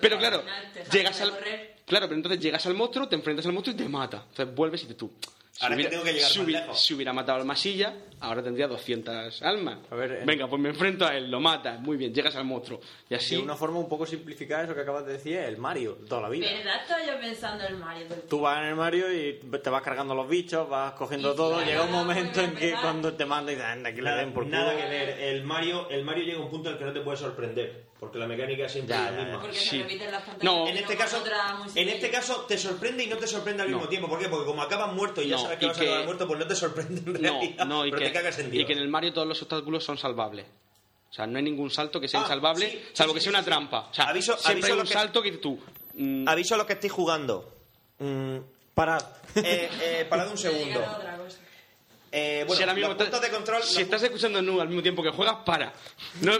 [SPEAKER 1] pero claro,
[SPEAKER 4] Al final te ¿eh?
[SPEAKER 1] llegas
[SPEAKER 4] sales
[SPEAKER 1] al...
[SPEAKER 4] de correr.
[SPEAKER 1] Claro, pero entonces llegas al monstruo, te enfrentas al monstruo y te mata. Entonces vuelves y te tú... si
[SPEAKER 2] Ahora es que tengo que llegar
[SPEAKER 1] si
[SPEAKER 2] más
[SPEAKER 1] hubiera-
[SPEAKER 2] lejos.
[SPEAKER 1] si hubiera matado al masilla, ahora tendría 200 almas.
[SPEAKER 5] A ver, en-
[SPEAKER 1] Venga, pues me enfrento a él, lo mata. Muy bien, llegas al monstruo. Y así...
[SPEAKER 5] De una forma un poco simplificada, eso que acabas de decir, es el Mario, toda la vida.
[SPEAKER 4] ¿Verdad? Estaba yo pensando en el Mario del
[SPEAKER 5] Tú vas en el Mario y te vas cargando los bichos, vas cogiendo
[SPEAKER 4] Y
[SPEAKER 5] todo.
[SPEAKER 4] ya,
[SPEAKER 5] Llega un
[SPEAKER 4] ya,
[SPEAKER 5] momento
[SPEAKER 4] ya,
[SPEAKER 5] en que
[SPEAKER 4] ya.
[SPEAKER 5] cuando te mandan y dices, anda, que le
[SPEAKER 2] Nada,
[SPEAKER 5] den por culo.
[SPEAKER 2] nada que ver. El Mario, el Mario llega a un punto en el que no te puede sorprender, porque la mecánica siempre
[SPEAKER 1] Ya,
[SPEAKER 2] es la
[SPEAKER 1] ya,
[SPEAKER 2] misma.
[SPEAKER 4] Porque
[SPEAKER 1] Sí.
[SPEAKER 4] se repiten las pantallas.
[SPEAKER 1] No.
[SPEAKER 2] En
[SPEAKER 4] una
[SPEAKER 2] este,
[SPEAKER 4] con
[SPEAKER 2] caso,
[SPEAKER 4] otra muy
[SPEAKER 2] en
[SPEAKER 4] sencilla.
[SPEAKER 2] este caso te sorprende y no te sorprende al
[SPEAKER 1] No.
[SPEAKER 2] mismo tiempo. ¿Por qué? Porque como acabas muerto y ya
[SPEAKER 1] No,
[SPEAKER 2] sabes que
[SPEAKER 1] y
[SPEAKER 2] vas
[SPEAKER 1] que-
[SPEAKER 2] a acabar muerto, pues no te sorprende en
[SPEAKER 1] No,
[SPEAKER 2] realidad,
[SPEAKER 1] no, y
[SPEAKER 2] pero
[SPEAKER 1] que,
[SPEAKER 2] te cagas en *laughs* Dios.
[SPEAKER 1] y que en el Mario todos los obstáculos son salvables. O sea, no hay ningún salto que sea
[SPEAKER 2] Ah,
[SPEAKER 1] insalvable,
[SPEAKER 2] sí, sí,
[SPEAKER 1] salvo que
[SPEAKER 2] sí,
[SPEAKER 1] sea una
[SPEAKER 2] sí, sí.
[SPEAKER 1] trampa. O sea,
[SPEAKER 2] Aviso-
[SPEAKER 1] siempre
[SPEAKER 2] aviso
[SPEAKER 1] hay
[SPEAKER 2] lo
[SPEAKER 1] un
[SPEAKER 2] que- Ah,
[SPEAKER 1] salto que dices tú. mm,
[SPEAKER 2] Aviso a los que estéis jugando. Mm, parad. Eh, eh, parad
[SPEAKER 4] *laughs*
[SPEAKER 2] un
[SPEAKER 4] Se dedican
[SPEAKER 2] segundo.
[SPEAKER 4] a otra cosa.
[SPEAKER 2] Eh, bueno,
[SPEAKER 1] si ahora mismo
[SPEAKER 2] los
[SPEAKER 1] estás-
[SPEAKER 2] puntos de control...
[SPEAKER 1] si
[SPEAKER 2] los-
[SPEAKER 1] estás escuchando Nu al mismo tiempo que juegas, para. No,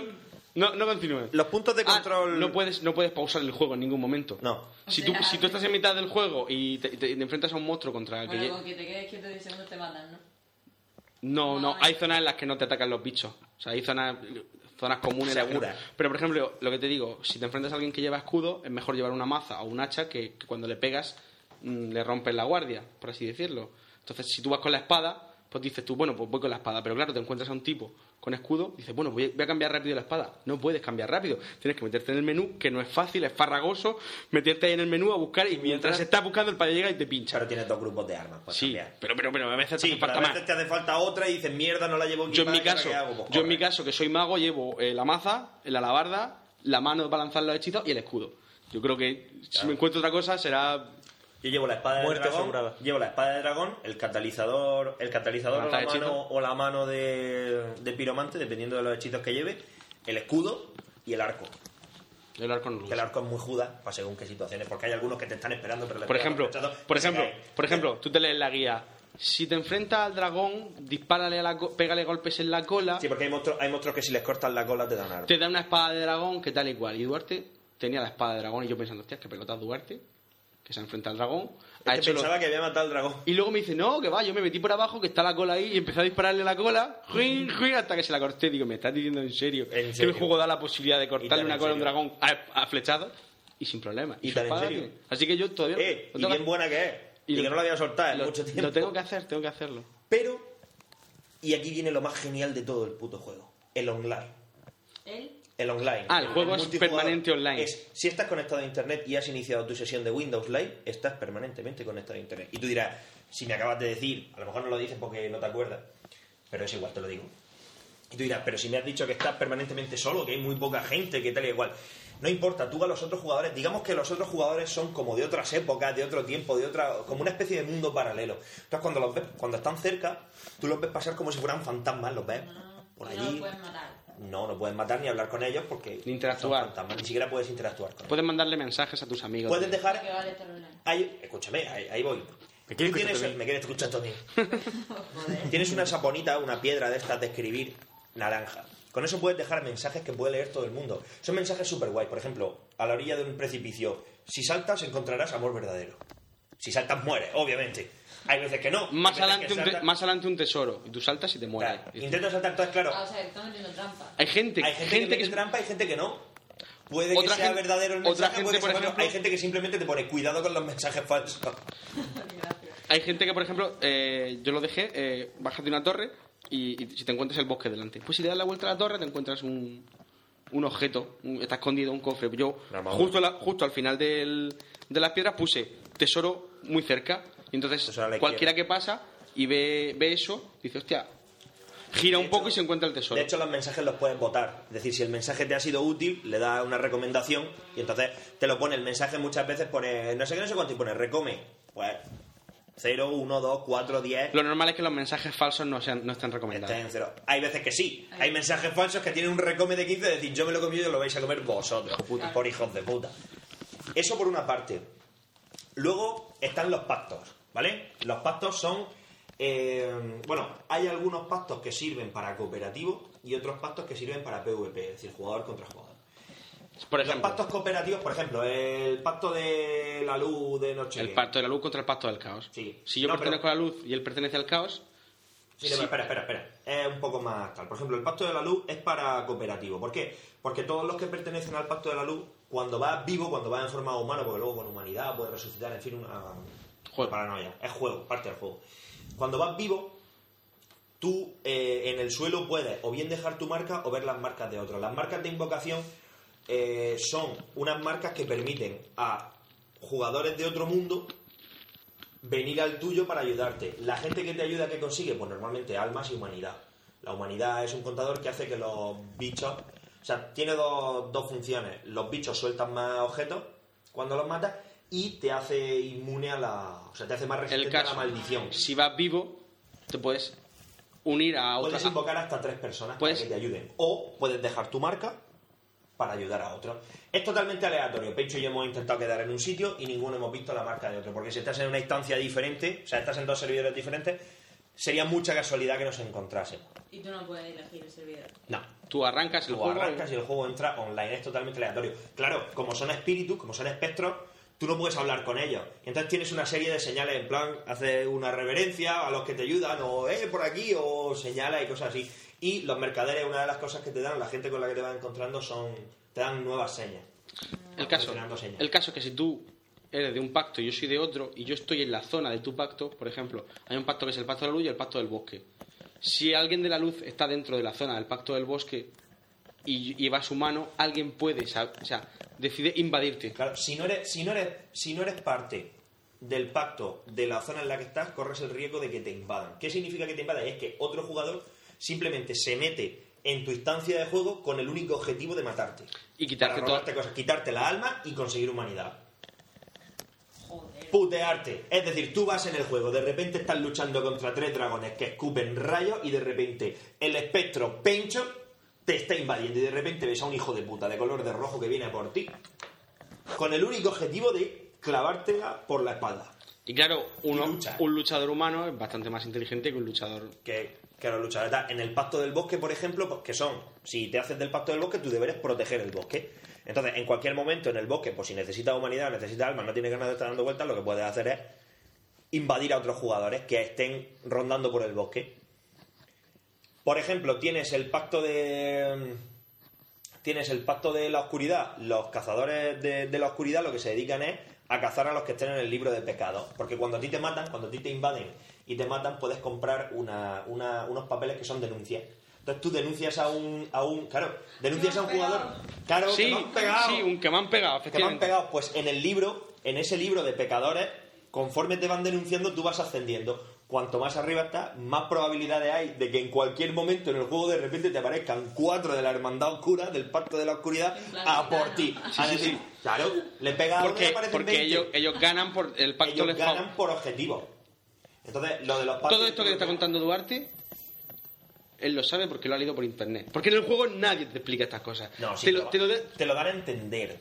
[SPEAKER 1] no, no continúes.
[SPEAKER 2] Los puntos de
[SPEAKER 1] Ah,
[SPEAKER 2] control...
[SPEAKER 1] no, puedes, no puedes pausar el juego en ningún momento.
[SPEAKER 2] No.
[SPEAKER 1] Si tú, si tú estás en mitad del juego y te, te- te enfrentas a un monstruo contra el que... lle-
[SPEAKER 4] Bueno, con que te quedes quieto 10 segundos te matan, ¿no?
[SPEAKER 1] No, no,
[SPEAKER 4] No,
[SPEAKER 1] hay
[SPEAKER 4] no.
[SPEAKER 1] zonas en las que no te atacan los bichos. O sea, hay zonas, zonas comunes. en las que no-
[SPEAKER 2] Seguras.
[SPEAKER 1] Pero, por ejemplo, lo que te digo, si te enfrentas a alguien que lleva escudo, es mejor llevar una maza o un hacha que, que cuando le pegas mm, le rompes la guardia, por así decirlo. Entonces, si tú vas con la espada, pues dices tú, bueno, pues voy con la espada. Pero claro, te encuentras a un tipo con escudo, dices, bueno, voy, voy a cambiar rápido la espada. No puedes cambiar rápido. Tienes que meterte en el menú, que no es fácil, es farragoso, meterte ahí en el menú a buscar y mientras,
[SPEAKER 5] mientras-
[SPEAKER 1] estás buscando el payo llega y te pincha.
[SPEAKER 2] Claro, tienes dos grupos de armas. puedes
[SPEAKER 1] Sí,
[SPEAKER 2] cambiar.
[SPEAKER 1] pero, pero, pero a veces te
[SPEAKER 2] Sí,
[SPEAKER 1] hace
[SPEAKER 2] pero
[SPEAKER 1] falta
[SPEAKER 2] a
[SPEAKER 1] más.
[SPEAKER 2] veces te hace falta otra y dices, mierda, no la llevo
[SPEAKER 1] Yo en mi
[SPEAKER 2] equipada,
[SPEAKER 1] caso,
[SPEAKER 2] ¿qué hago? Pues
[SPEAKER 1] yo en mi
[SPEAKER 2] corre.
[SPEAKER 1] caso que soy mago llevo eh, la maza, la alabarda, la mano para lanzar los hechizos y el escudo. Yo creo que si me encuentro otra cosa será
[SPEAKER 2] Yo llevo la espada de
[SPEAKER 5] Muerte
[SPEAKER 2] dragón,
[SPEAKER 5] asegurada.
[SPEAKER 2] llevo la espada de dragón, el catalizador, el catalizador o
[SPEAKER 1] Lanza
[SPEAKER 2] la mano,
[SPEAKER 1] hechizo.
[SPEAKER 2] o la mano de, de piromante, dependiendo de los hechizos que lleve, el escudo y el arco.
[SPEAKER 1] el arco no lo
[SPEAKER 2] Que el
[SPEAKER 1] uso.
[SPEAKER 2] arco es muy juda, para según qué situaciones, porque hay algunos que te están esperando, pero les
[SPEAKER 1] Por
[SPEAKER 2] pegas
[SPEAKER 1] ejemplo,
[SPEAKER 2] un flechazo y
[SPEAKER 1] por
[SPEAKER 2] se
[SPEAKER 1] ejemplo,
[SPEAKER 2] caen.
[SPEAKER 1] por ejemplo, tú te lees la guía. Si te enfrentas al dragón, dispárale a la co- pégale golpes en la cola,
[SPEAKER 2] Sí, porque hay monstruos, hay monstruos que si les cortas la cola te dan arco.
[SPEAKER 1] te da una espada de dragón, que tal y cual. Y Duarte tenía la espada de dragón y yo pensando, hostia, qué pelotas Duarte, que se enfrenta al dragón, ha
[SPEAKER 2] Es que
[SPEAKER 1] hecho lo-
[SPEAKER 2] Este pensaba que había matado al dragón.
[SPEAKER 1] Y luego me dice, no, que va, yo me metí por abajo, que está la cola ahí, y empecé a dispararle la cola, juin, juin, hasta que se la corté. Digo, me estás diciendo en serio,
[SPEAKER 2] En
[SPEAKER 1] que el
[SPEAKER 2] serio.
[SPEAKER 1] juego da la posibilidad de cortarle
[SPEAKER 2] en
[SPEAKER 1] una cola a un
[SPEAKER 2] serio.
[SPEAKER 1] dragón a, a flechado y sin problema.
[SPEAKER 2] Y
[SPEAKER 1] su
[SPEAKER 2] tan en
[SPEAKER 1] espada
[SPEAKER 2] serio.
[SPEAKER 1] tiene. Así que yo todavía...
[SPEAKER 2] Eh,
[SPEAKER 1] lo
[SPEAKER 2] y
[SPEAKER 1] tengo-
[SPEAKER 2] bien buena que es. Y,
[SPEAKER 1] lo-
[SPEAKER 2] que no la voy a soltar en
[SPEAKER 1] lo-
[SPEAKER 2] mucho tiempo.
[SPEAKER 1] Lo tengo que hacer, tengo que hacerlo.
[SPEAKER 2] Pero, y aquí viene lo más genial de todo el puto juego, el online.
[SPEAKER 4] Él.
[SPEAKER 2] El online.
[SPEAKER 1] Ah, el juego es
[SPEAKER 2] multijugador
[SPEAKER 1] permanente online.
[SPEAKER 2] es- si estás conectado a internet y has iniciado tu sesión de Windows Live, estás permanentemente conectado a internet. Y tú dirás, si me acabas de decir, a lo mejor no lo dices porque no te acuerdas, pero es igual, te lo digo. Y tú dirás, pero si me has dicho que estás permanentemente solo, que hay muy poca gente, que tal y igual. No importa, tú a los otros jugadores, digamos que los otros jugadores son como de otras épocas, de otro tiempo, de otra, como una especie de mundo paralelo. Entonces cuando los ves, cuando están cerca, tú los ves pasar como si fueran fantasmas, los ves por
[SPEAKER 4] No
[SPEAKER 2] allí.
[SPEAKER 4] lo puedes matar.
[SPEAKER 2] No, no puedes matar ni hablar con ellos porque
[SPEAKER 1] Ni interactuar.
[SPEAKER 2] son fantasmas, ni siquiera puedes interactuar con ellos.
[SPEAKER 1] Puedes mandarle mensajes a tus amigos.
[SPEAKER 2] Puedes
[SPEAKER 4] Que
[SPEAKER 2] dejar.
[SPEAKER 4] vale este estar online.
[SPEAKER 2] ahí- escúchame, ahí, ahí voy.
[SPEAKER 5] Me quieres escuchar
[SPEAKER 2] Tú tienes-
[SPEAKER 5] también.
[SPEAKER 2] me quieres escuchar
[SPEAKER 1] *laughs*
[SPEAKER 2] también. tienes una saponita, una piedra de estas de escribir naranja. Con eso puedes dejar mensajes que puede leer todo el mundo. Son mensajes súper guay. Por ejemplo, a la orilla de un precipicio, si saltas encontrarás amor verdadero. Si saltas mueres, obviamente. Hay veces que no. hay
[SPEAKER 1] Más
[SPEAKER 2] veces
[SPEAKER 1] adelante,
[SPEAKER 2] que
[SPEAKER 1] un te-
[SPEAKER 2] saltas-
[SPEAKER 1] más adelante un tesoro, y tú saltas y te mueres.
[SPEAKER 2] Claro, Intenta saltar, entonces claro,
[SPEAKER 4] Ah, o sea, estamos metiendo trampa.
[SPEAKER 1] Hay gente,
[SPEAKER 2] Hay gente, que,
[SPEAKER 1] es-
[SPEAKER 2] mete trampa, hay gente que no. Puede que
[SPEAKER 1] Otra
[SPEAKER 2] sea
[SPEAKER 1] gente-
[SPEAKER 2] verdadero el
[SPEAKER 1] otra
[SPEAKER 2] mensaje,
[SPEAKER 1] gente,
[SPEAKER 2] puede que
[SPEAKER 1] por
[SPEAKER 2] sea falso.
[SPEAKER 1] ejemplo-
[SPEAKER 2] hay gente que simplemente te pone cuidado con los mensajes falsos.
[SPEAKER 4] Gracias.
[SPEAKER 1] Hay gente que, por ejemplo, eh, yo lo dejé, eh, bajas de una torre y, y si te encuentras el bosque delante. Pues si le das la vuelta a la torre, te encuentras un, un objeto, un- está escondido un cofre. Yo,
[SPEAKER 2] Armadura.
[SPEAKER 1] justo, la- justo al final del- de las piedras, puse tesoro muy cerca. Y entonces,
[SPEAKER 2] O sea, a la
[SPEAKER 1] cualquiera que pasa y ve, ve eso, dice, hostia, gira un
[SPEAKER 2] hecho-
[SPEAKER 1] poco y se encuentra el tesoro.
[SPEAKER 2] De hecho, los mensajes los puedes votar. Es decir, si el mensaje te ha sido útil, le das una recomendación y entonces te lo pone. El mensaje muchas veces pone no sé qué, no sé cuánto y pone recome. Pues 0, 1, 2, 4, 10.
[SPEAKER 1] lo normal es que los mensajes falsos no, sean, no estén recomendados.
[SPEAKER 2] Está en cero. Hay veces que sí. Hay mensajes falsos que tienen un recome de 15 de decir yo me lo comí y os lo vais a comer vosotros.
[SPEAKER 4] puta.
[SPEAKER 2] Por hijos de puta. Eso por una parte. Luego están los pactos, ¿vale? Los pactos son... eh, bueno, hay algunos pactos que sirven para cooperativo y otros pactos que sirven para PvP, es decir, jugador contra jugador.
[SPEAKER 1] Por
[SPEAKER 2] Los
[SPEAKER 1] ejemplo,
[SPEAKER 2] pactos cooperativos, por ejemplo, el pacto de la luz de noche.
[SPEAKER 1] el pacto de la luz contra el pacto del caos.
[SPEAKER 2] Sí.
[SPEAKER 1] Si yo
[SPEAKER 2] No,
[SPEAKER 1] pertenezco
[SPEAKER 2] pero-
[SPEAKER 1] a la luz y él pertenece al caos,
[SPEAKER 2] Sí, no, pero espera, espera, espera. Es un poco más tal. Por ejemplo, el Pacto de la Luz es para cooperativo. ¿Por qué? Porque todos los que pertenecen al Pacto de la Luz, cuando vas vivo, cuando vas en forma humana, porque luego con humanidad puedes resucitar, en fin, una
[SPEAKER 1] Juego.
[SPEAKER 2] paranoia. Es juego, parte del juego. Cuando vas vivo, tú eh, en el suelo puedes o bien dejar tu marca o ver las marcas de otros. Las marcas de invocación eh, son unas marcas que permiten a jugadores de otro mundo venir al tuyo para ayudarte. La gente que te ayuda, ¿qué consigue? Pues normalmente almas y humanidad. La humanidad es un contador que hace que los bichos... O sea, tiene dos, dos funciones. Los bichos sueltan más objetos cuando los matas y te hace inmune a la... O sea, te hace más
[SPEAKER 1] el
[SPEAKER 2] resistente a la
[SPEAKER 1] caso,
[SPEAKER 2] maldición.
[SPEAKER 1] si vas vivo, te puedes unir a otra.
[SPEAKER 2] Puedes invocar hasta tres personas
[SPEAKER 1] Puedes-
[SPEAKER 2] para que te ayuden. O puedes dejar tu marca para ayudar a otro. Es totalmente aleatorio. Pecho y yo hemos intentado quedar en un sitio y ninguno hemos visto la marca de otro. Porque si estás en una instancia diferente, o sea, estás en dos servidores diferentes, sería mucha casualidad que nos encontrásemos.
[SPEAKER 4] Y tú no puedes elegir el servidor.
[SPEAKER 2] No.
[SPEAKER 1] Tú arrancas el
[SPEAKER 2] Tú
[SPEAKER 1] juego.
[SPEAKER 2] arrancas y el juego entra online. Es totalmente aleatorio. Claro, como son espíritus, como son espectros, tú no puedes hablar con ellos. Y entonces tienes una serie de señales. En plan, haces una reverencia a los que te ayudan, o eh, por aquí, o señala y cosas así. Y los mercaderes, una de las cosas que te dan, la gente con la que te vas encontrando, son. te dan nuevas señas.
[SPEAKER 1] El caso,
[SPEAKER 2] Funcionando señas.
[SPEAKER 1] el caso es que si tú eres de un pacto y yo soy de otro y yo estoy en la zona de tu pacto, por ejemplo, hay un pacto que es el pacto de la luz y el pacto del bosque. Si alguien de la luz está dentro de la zona del pacto del bosque y lleva su mano, alguien puede, sa- o sea, decide invadirte.
[SPEAKER 2] Claro, si no eres, si no eres, si no eres parte del pacto de la zona en la que estás, corres el riesgo de que te invadan. ¿Qué significa que te invadan? Es que otro jugador simplemente se mete en tu instancia de juego con el único objetivo de matarte.
[SPEAKER 1] Y quitarte
[SPEAKER 2] Para
[SPEAKER 1] todo-
[SPEAKER 2] robarte cosas, quitarte la alma y conseguir humanidad.
[SPEAKER 4] Joder.
[SPEAKER 2] Putearte. Es decir, tú vas en el juego, de repente estás luchando contra tres dragones que escupen rayos y de repente el espectro pencho te está invadiendo y de repente ves a un hijo de puta de color de rojo que viene a por ti con el único objetivo de clavártela por la espalda.
[SPEAKER 1] Y claro, uno,
[SPEAKER 2] Y lucha.
[SPEAKER 1] un luchador humano es bastante más inteligente que un luchador.
[SPEAKER 2] que, que los luchadores tal. en el pacto del bosque, por ejemplo, pues, que son, si te haces del pacto del bosque, tu deber es proteger el bosque. Entonces, en cualquier momento en el bosque, pues si necesitas humanidad, necesitas alma, no tienes ganas de estar dando vueltas, lo que puedes hacer es invadir a otros jugadores que estén rondando por el bosque. Por ejemplo, tienes el pacto de. mm, Tienes el pacto de la oscuridad. Los cazadores de, de la oscuridad lo que se dedican es a cazar a los que estén en el libro de pecados. Porque cuando a ti te matan, cuando a ti te invaden y te matan, puedes comprar una- una- unos papeles que son denuncias. Entonces tú denuncias a un. A un claro, denuncias a un
[SPEAKER 4] Me han
[SPEAKER 2] jugador.
[SPEAKER 4] pegado.
[SPEAKER 2] Claro, que
[SPEAKER 1] Sí,
[SPEAKER 2] me han pegado
[SPEAKER 1] sí, un que me han pegado,
[SPEAKER 2] que me han
[SPEAKER 1] efectivamente.
[SPEAKER 2] pegado, pues en el libro, en ese libro de pecadores, conforme te van denunciando, tú vas ascendiendo. Cuanto más arriba estás, más probabilidades hay de que en cualquier momento en el juego de repente te aparezcan cuatro de la hermandad oscura, del pacto de la oscuridad,
[SPEAKER 4] En plan
[SPEAKER 2] a por
[SPEAKER 4] gitano.
[SPEAKER 2] ti.
[SPEAKER 1] Sí,
[SPEAKER 2] A
[SPEAKER 1] sí,
[SPEAKER 2] decir,
[SPEAKER 1] sí.
[SPEAKER 2] Claro, le pega a uno y
[SPEAKER 1] Porque,
[SPEAKER 2] aparecen
[SPEAKER 1] porque
[SPEAKER 2] 20.
[SPEAKER 1] ellos, ellos ganan por el pacto
[SPEAKER 2] Ellos
[SPEAKER 1] les fa-
[SPEAKER 2] ganan por objetivo. Entonces, lo de los pactos...
[SPEAKER 1] Todo esto que te está contando Duarte, él lo sabe porque lo ha leído por internet. Porque en el juego nadie te explica estas cosas.
[SPEAKER 2] No, sí,
[SPEAKER 1] te, lo, te lo de-
[SPEAKER 2] te lo dan a entender.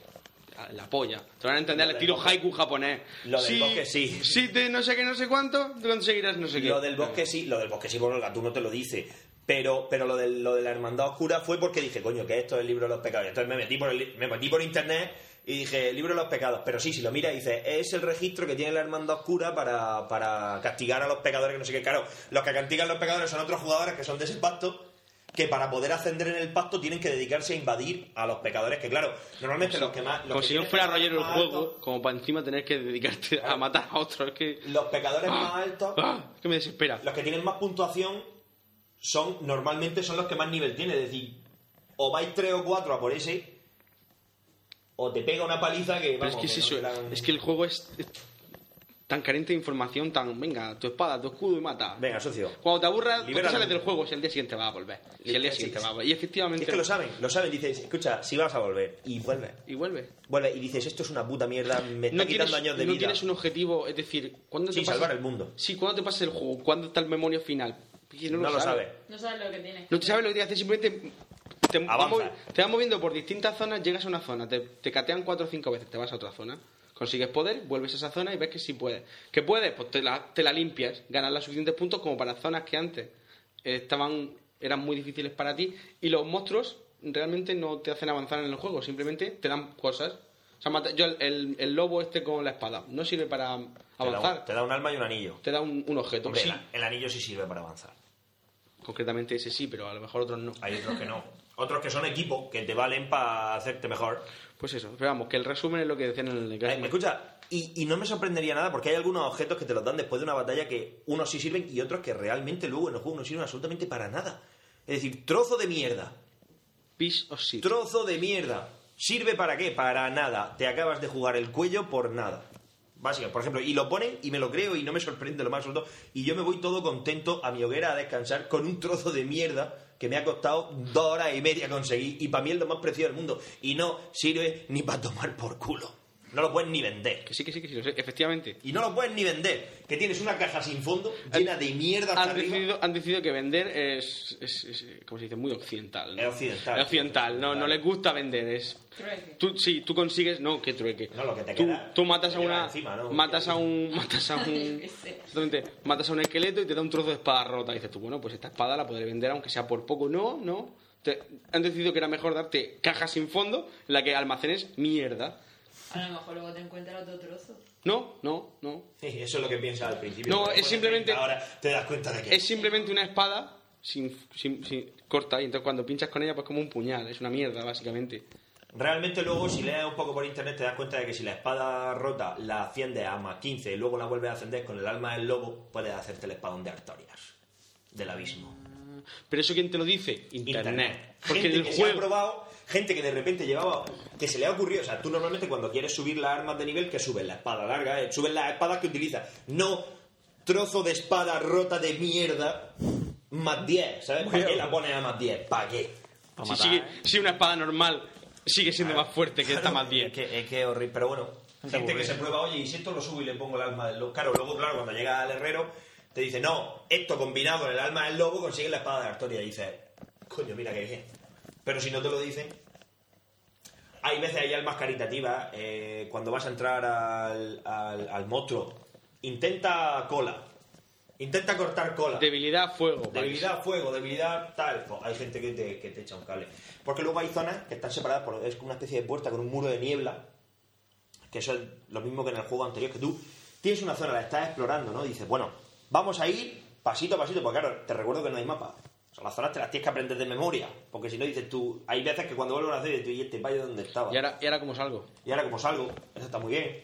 [SPEAKER 1] Ah, La polla. Te van a entender el
[SPEAKER 2] Lo del
[SPEAKER 1] estilo
[SPEAKER 2] bosque.
[SPEAKER 1] haiku japonés.
[SPEAKER 2] Lo del bosque, sí.
[SPEAKER 1] Si te no sé qué, no sé cuánto, tú conseguirás no sé qué.
[SPEAKER 2] Lo del bosque sí, lo del bosque sí, bueno, el gatuno te lo dice. Pero, pero lo, de, lo de la hermandad oscura fue porque dije, coño, que esto es el libro de los pecados. Y entonces me metí por, el, li- me metí por internet y dije, libro de los pecados. Pero sí, si lo miras, dice, es el registro que tiene la hermandad oscura para, para castigar a los pecadores, que no sé qué. Claro, los que castigan a los pecadores son otros jugadores que son de ese pacto. que para poder ascender en el pacto tienen que dedicarse a invadir a los pecadores, que claro, normalmente los que más... Los
[SPEAKER 1] Como
[SPEAKER 2] que
[SPEAKER 1] Pues si yo
[SPEAKER 2] tienen
[SPEAKER 1] fuera
[SPEAKER 2] más
[SPEAKER 1] rollero el juego,
[SPEAKER 2] altos-
[SPEAKER 1] como para encima tener que dedicarte a matar a otro. Es que.
[SPEAKER 2] Los pecadores más altos,
[SPEAKER 1] ¡Ah! Es que me desespera.
[SPEAKER 2] los que tienen más puntuación, son normalmente son los que más nivel tienen. Es decir, o vais 3 o 4 a por ese, o te pega una paliza que...
[SPEAKER 1] Pero
[SPEAKER 2] vamos,
[SPEAKER 1] es que es eso,
[SPEAKER 2] no te la-
[SPEAKER 1] es que el juego es, es tan carente de información, tan. Venga, tu espada, tu escudo y mata.
[SPEAKER 2] Venga, socio.
[SPEAKER 1] Cuando te aburras, tú
[SPEAKER 2] Libérala.
[SPEAKER 1] te sales del juego si el día siguiente va a volver. Si el día
[SPEAKER 2] Sí,
[SPEAKER 1] siguiente
[SPEAKER 2] sí.
[SPEAKER 1] va a volver. Y efectivamente.
[SPEAKER 2] Es que lo saben, lo saben. Dices, escucha, si vas a volver, y vuelve.
[SPEAKER 1] Y vuelve.
[SPEAKER 2] Vuelve y dices, esto es una puta mierda, me está
[SPEAKER 1] No tienes,
[SPEAKER 2] quitando años de
[SPEAKER 1] no
[SPEAKER 2] vida.
[SPEAKER 1] tienes un objetivo, es decir, ¿cuándo
[SPEAKER 2] Sí,
[SPEAKER 1] te pasas-
[SPEAKER 2] salvar el mundo.
[SPEAKER 1] Sí, ¿cuándo te pasas el juego? ¿Cuándo está el memoria final? Y
[SPEAKER 2] No lo
[SPEAKER 1] sabes.
[SPEAKER 2] sabe.
[SPEAKER 4] No sabes lo que tienes.
[SPEAKER 1] No te sabes lo que tienes que hacer, simplemente te, te
[SPEAKER 2] Avanza.
[SPEAKER 1] movi- te vas moviendo por distintas zonas, llegas a una zona, te, te catean cuatro o cinco veces, te vas a otra zona, consigues poder, vuelves a esa zona y ves que sí puedes. ¿Qué puedes? Pues te la, te la limpias, ganas los suficientes puntos como para zonas que antes eh, estaban eran muy difíciles para ti y los monstruos realmente no te hacen avanzar en el juego, simplemente te dan cosas. O sea, mata- yo el, el- el lobo este con la espada no sirve para
[SPEAKER 2] Te da, un,
[SPEAKER 1] avanzar,
[SPEAKER 2] te da un alma y un anillo.
[SPEAKER 1] te da un, un objeto.
[SPEAKER 2] Hombre,
[SPEAKER 1] Sí,
[SPEAKER 2] el, el anillo sí sirve para avanzar.
[SPEAKER 1] concretamente ese sí, pero a lo mejor otros no.
[SPEAKER 2] Hay otros que no. Otros que son equipos que te valen para hacerte mejor.
[SPEAKER 1] Pues eso, pero vamos, que el resumen es lo que decían en el
[SPEAKER 2] Eh,
[SPEAKER 1] gráfico.
[SPEAKER 2] me escucha, y, y no me sorprendería nada porque hay algunos objetos que te los dan después de una batalla que unos sí sirven y otros que realmente luego en el juego no sirven absolutamente para nada. Es decir, trozo de mierda.
[SPEAKER 1] Piece of shit.
[SPEAKER 2] Trozo de mierda. ¿Sirve para qué? Para nada. Te acabas de jugar el cuello por nada. Básicamente, por ejemplo, y lo ponen y me lo creo y no me sorprende lo más absoluto. Y yo me voy todo contento a mi hoguera a descansar con un trozo de mierda que me ha costado dos horas y media conseguir. Y para mí es lo más preciado del mundo. Y no sirve ni para tomar por culo. No lo puedes ni vender.
[SPEAKER 1] Que sí, que sí, que sí, lo sé, efectivamente.
[SPEAKER 2] Y no lo puedes ni vender. Que tienes una caja sin fondo llena de mierda hasta
[SPEAKER 1] Han
[SPEAKER 2] arriba. *laughs*
[SPEAKER 1] decidido, han decidido que vender es, es, es, como se dice, muy occidental. ¿no?
[SPEAKER 2] Es occidental.
[SPEAKER 1] Es occidental, no, no
[SPEAKER 2] Vale.
[SPEAKER 1] les gusta vender. Es,
[SPEAKER 4] Trueque.
[SPEAKER 1] tú, sí, tú consigues, no, que trueque.
[SPEAKER 2] No, lo que te
[SPEAKER 1] tú,
[SPEAKER 2] queda,
[SPEAKER 1] tú matas
[SPEAKER 2] te
[SPEAKER 1] a una,
[SPEAKER 2] llevas encima, ¿no?
[SPEAKER 1] matas a
[SPEAKER 2] *laughs*
[SPEAKER 1] un, matas
[SPEAKER 4] *laughs*
[SPEAKER 1] a un,
[SPEAKER 4] qué sé.
[SPEAKER 1] exactamente, matas a un esqueleto y te da un trozo de espada rota. Y dices tú, bueno, pues esta espada la podré vender aunque sea por poco. No, no. Te- han decidido que era mejor darte cajas sin fondo en la que almacenes mierda.
[SPEAKER 4] A lo mejor luego te encuentras otro trozo.
[SPEAKER 1] No, no, no.
[SPEAKER 2] Sí, Eso es lo que piensas al principio.
[SPEAKER 1] No,
[SPEAKER 2] Pero
[SPEAKER 1] es
[SPEAKER 2] después de
[SPEAKER 1] simplemente-
[SPEAKER 2] 30 Ahora te das cuenta de que.
[SPEAKER 1] es simplemente una espada sin, sin- sin- corta y entonces cuando pinchas con ella pues como un puñal, es una mierda básicamente.
[SPEAKER 2] Realmente luego si lees un poco por internet te das cuenta de que si la espada rota la asciendes a más 15 y luego la vuelves a ascender con el alma del lobo, puedes hacerte el espadón de Artorias, del abismo.
[SPEAKER 1] Pero eso quién te lo dice? Internet. Porque en
[SPEAKER 2] gente
[SPEAKER 1] el
[SPEAKER 2] que se ha
[SPEAKER 1] juego
[SPEAKER 2] probado, gente que de repente llevaba, que se le ha ocurrido, o sea, tú normalmente cuando quieres subir las armas de nivel, que subes la espada larga, eh, subes las espadas que utilizas, no trozo de espada rota de mierda más 10, ¿sabes? ¿Para qué la pones a más 10? ¿Para qué?
[SPEAKER 1] si, sigue-
[SPEAKER 2] ¿eh?
[SPEAKER 1] si una espada normal sigue siendo más fuerte que esta más
[SPEAKER 2] Es
[SPEAKER 1] 10.
[SPEAKER 2] que es que es horrible, pero bueno. Gente que se prueba, oye, y si esto lo subo y le pongo el alma del lobo. Claro, luego, claro, cuando llega al herrero, te dice, no, esto combinado con el alma del lobo consigue la espada de Artoria. Y dices, coño, mira qué bien. Pero si no te lo dicen. Hay veces, hay almas caritativas, eh, cuando vas a entrar al, al, al monstruo, intenta cola. Intenta cortar cola.
[SPEAKER 1] Debilidad fuego.
[SPEAKER 2] Debilidad fuego, debilidad tal. Pues hay gente que te, que te echa un cable. Porque luego hay zonas que están separadas por es como una especie de puerta con un muro de niebla. Que eso es lo mismo que en el juego anterior. Que tú tienes una zona, la estás explorando, ¿no? Y dices, bueno, vamos a ir pasito a pasito. Porque claro, te recuerdo que no hay mapa. O sea, las zonas te las tienes que aprender de memoria. Porque si no, dices tú. Hay veces que cuando vuelves a hacer, dices tú, y este valle donde estaba.
[SPEAKER 1] ¿Y ahora, ¿Y ahora cómo salgo?
[SPEAKER 2] Y ahora como salgo, eso está muy bien.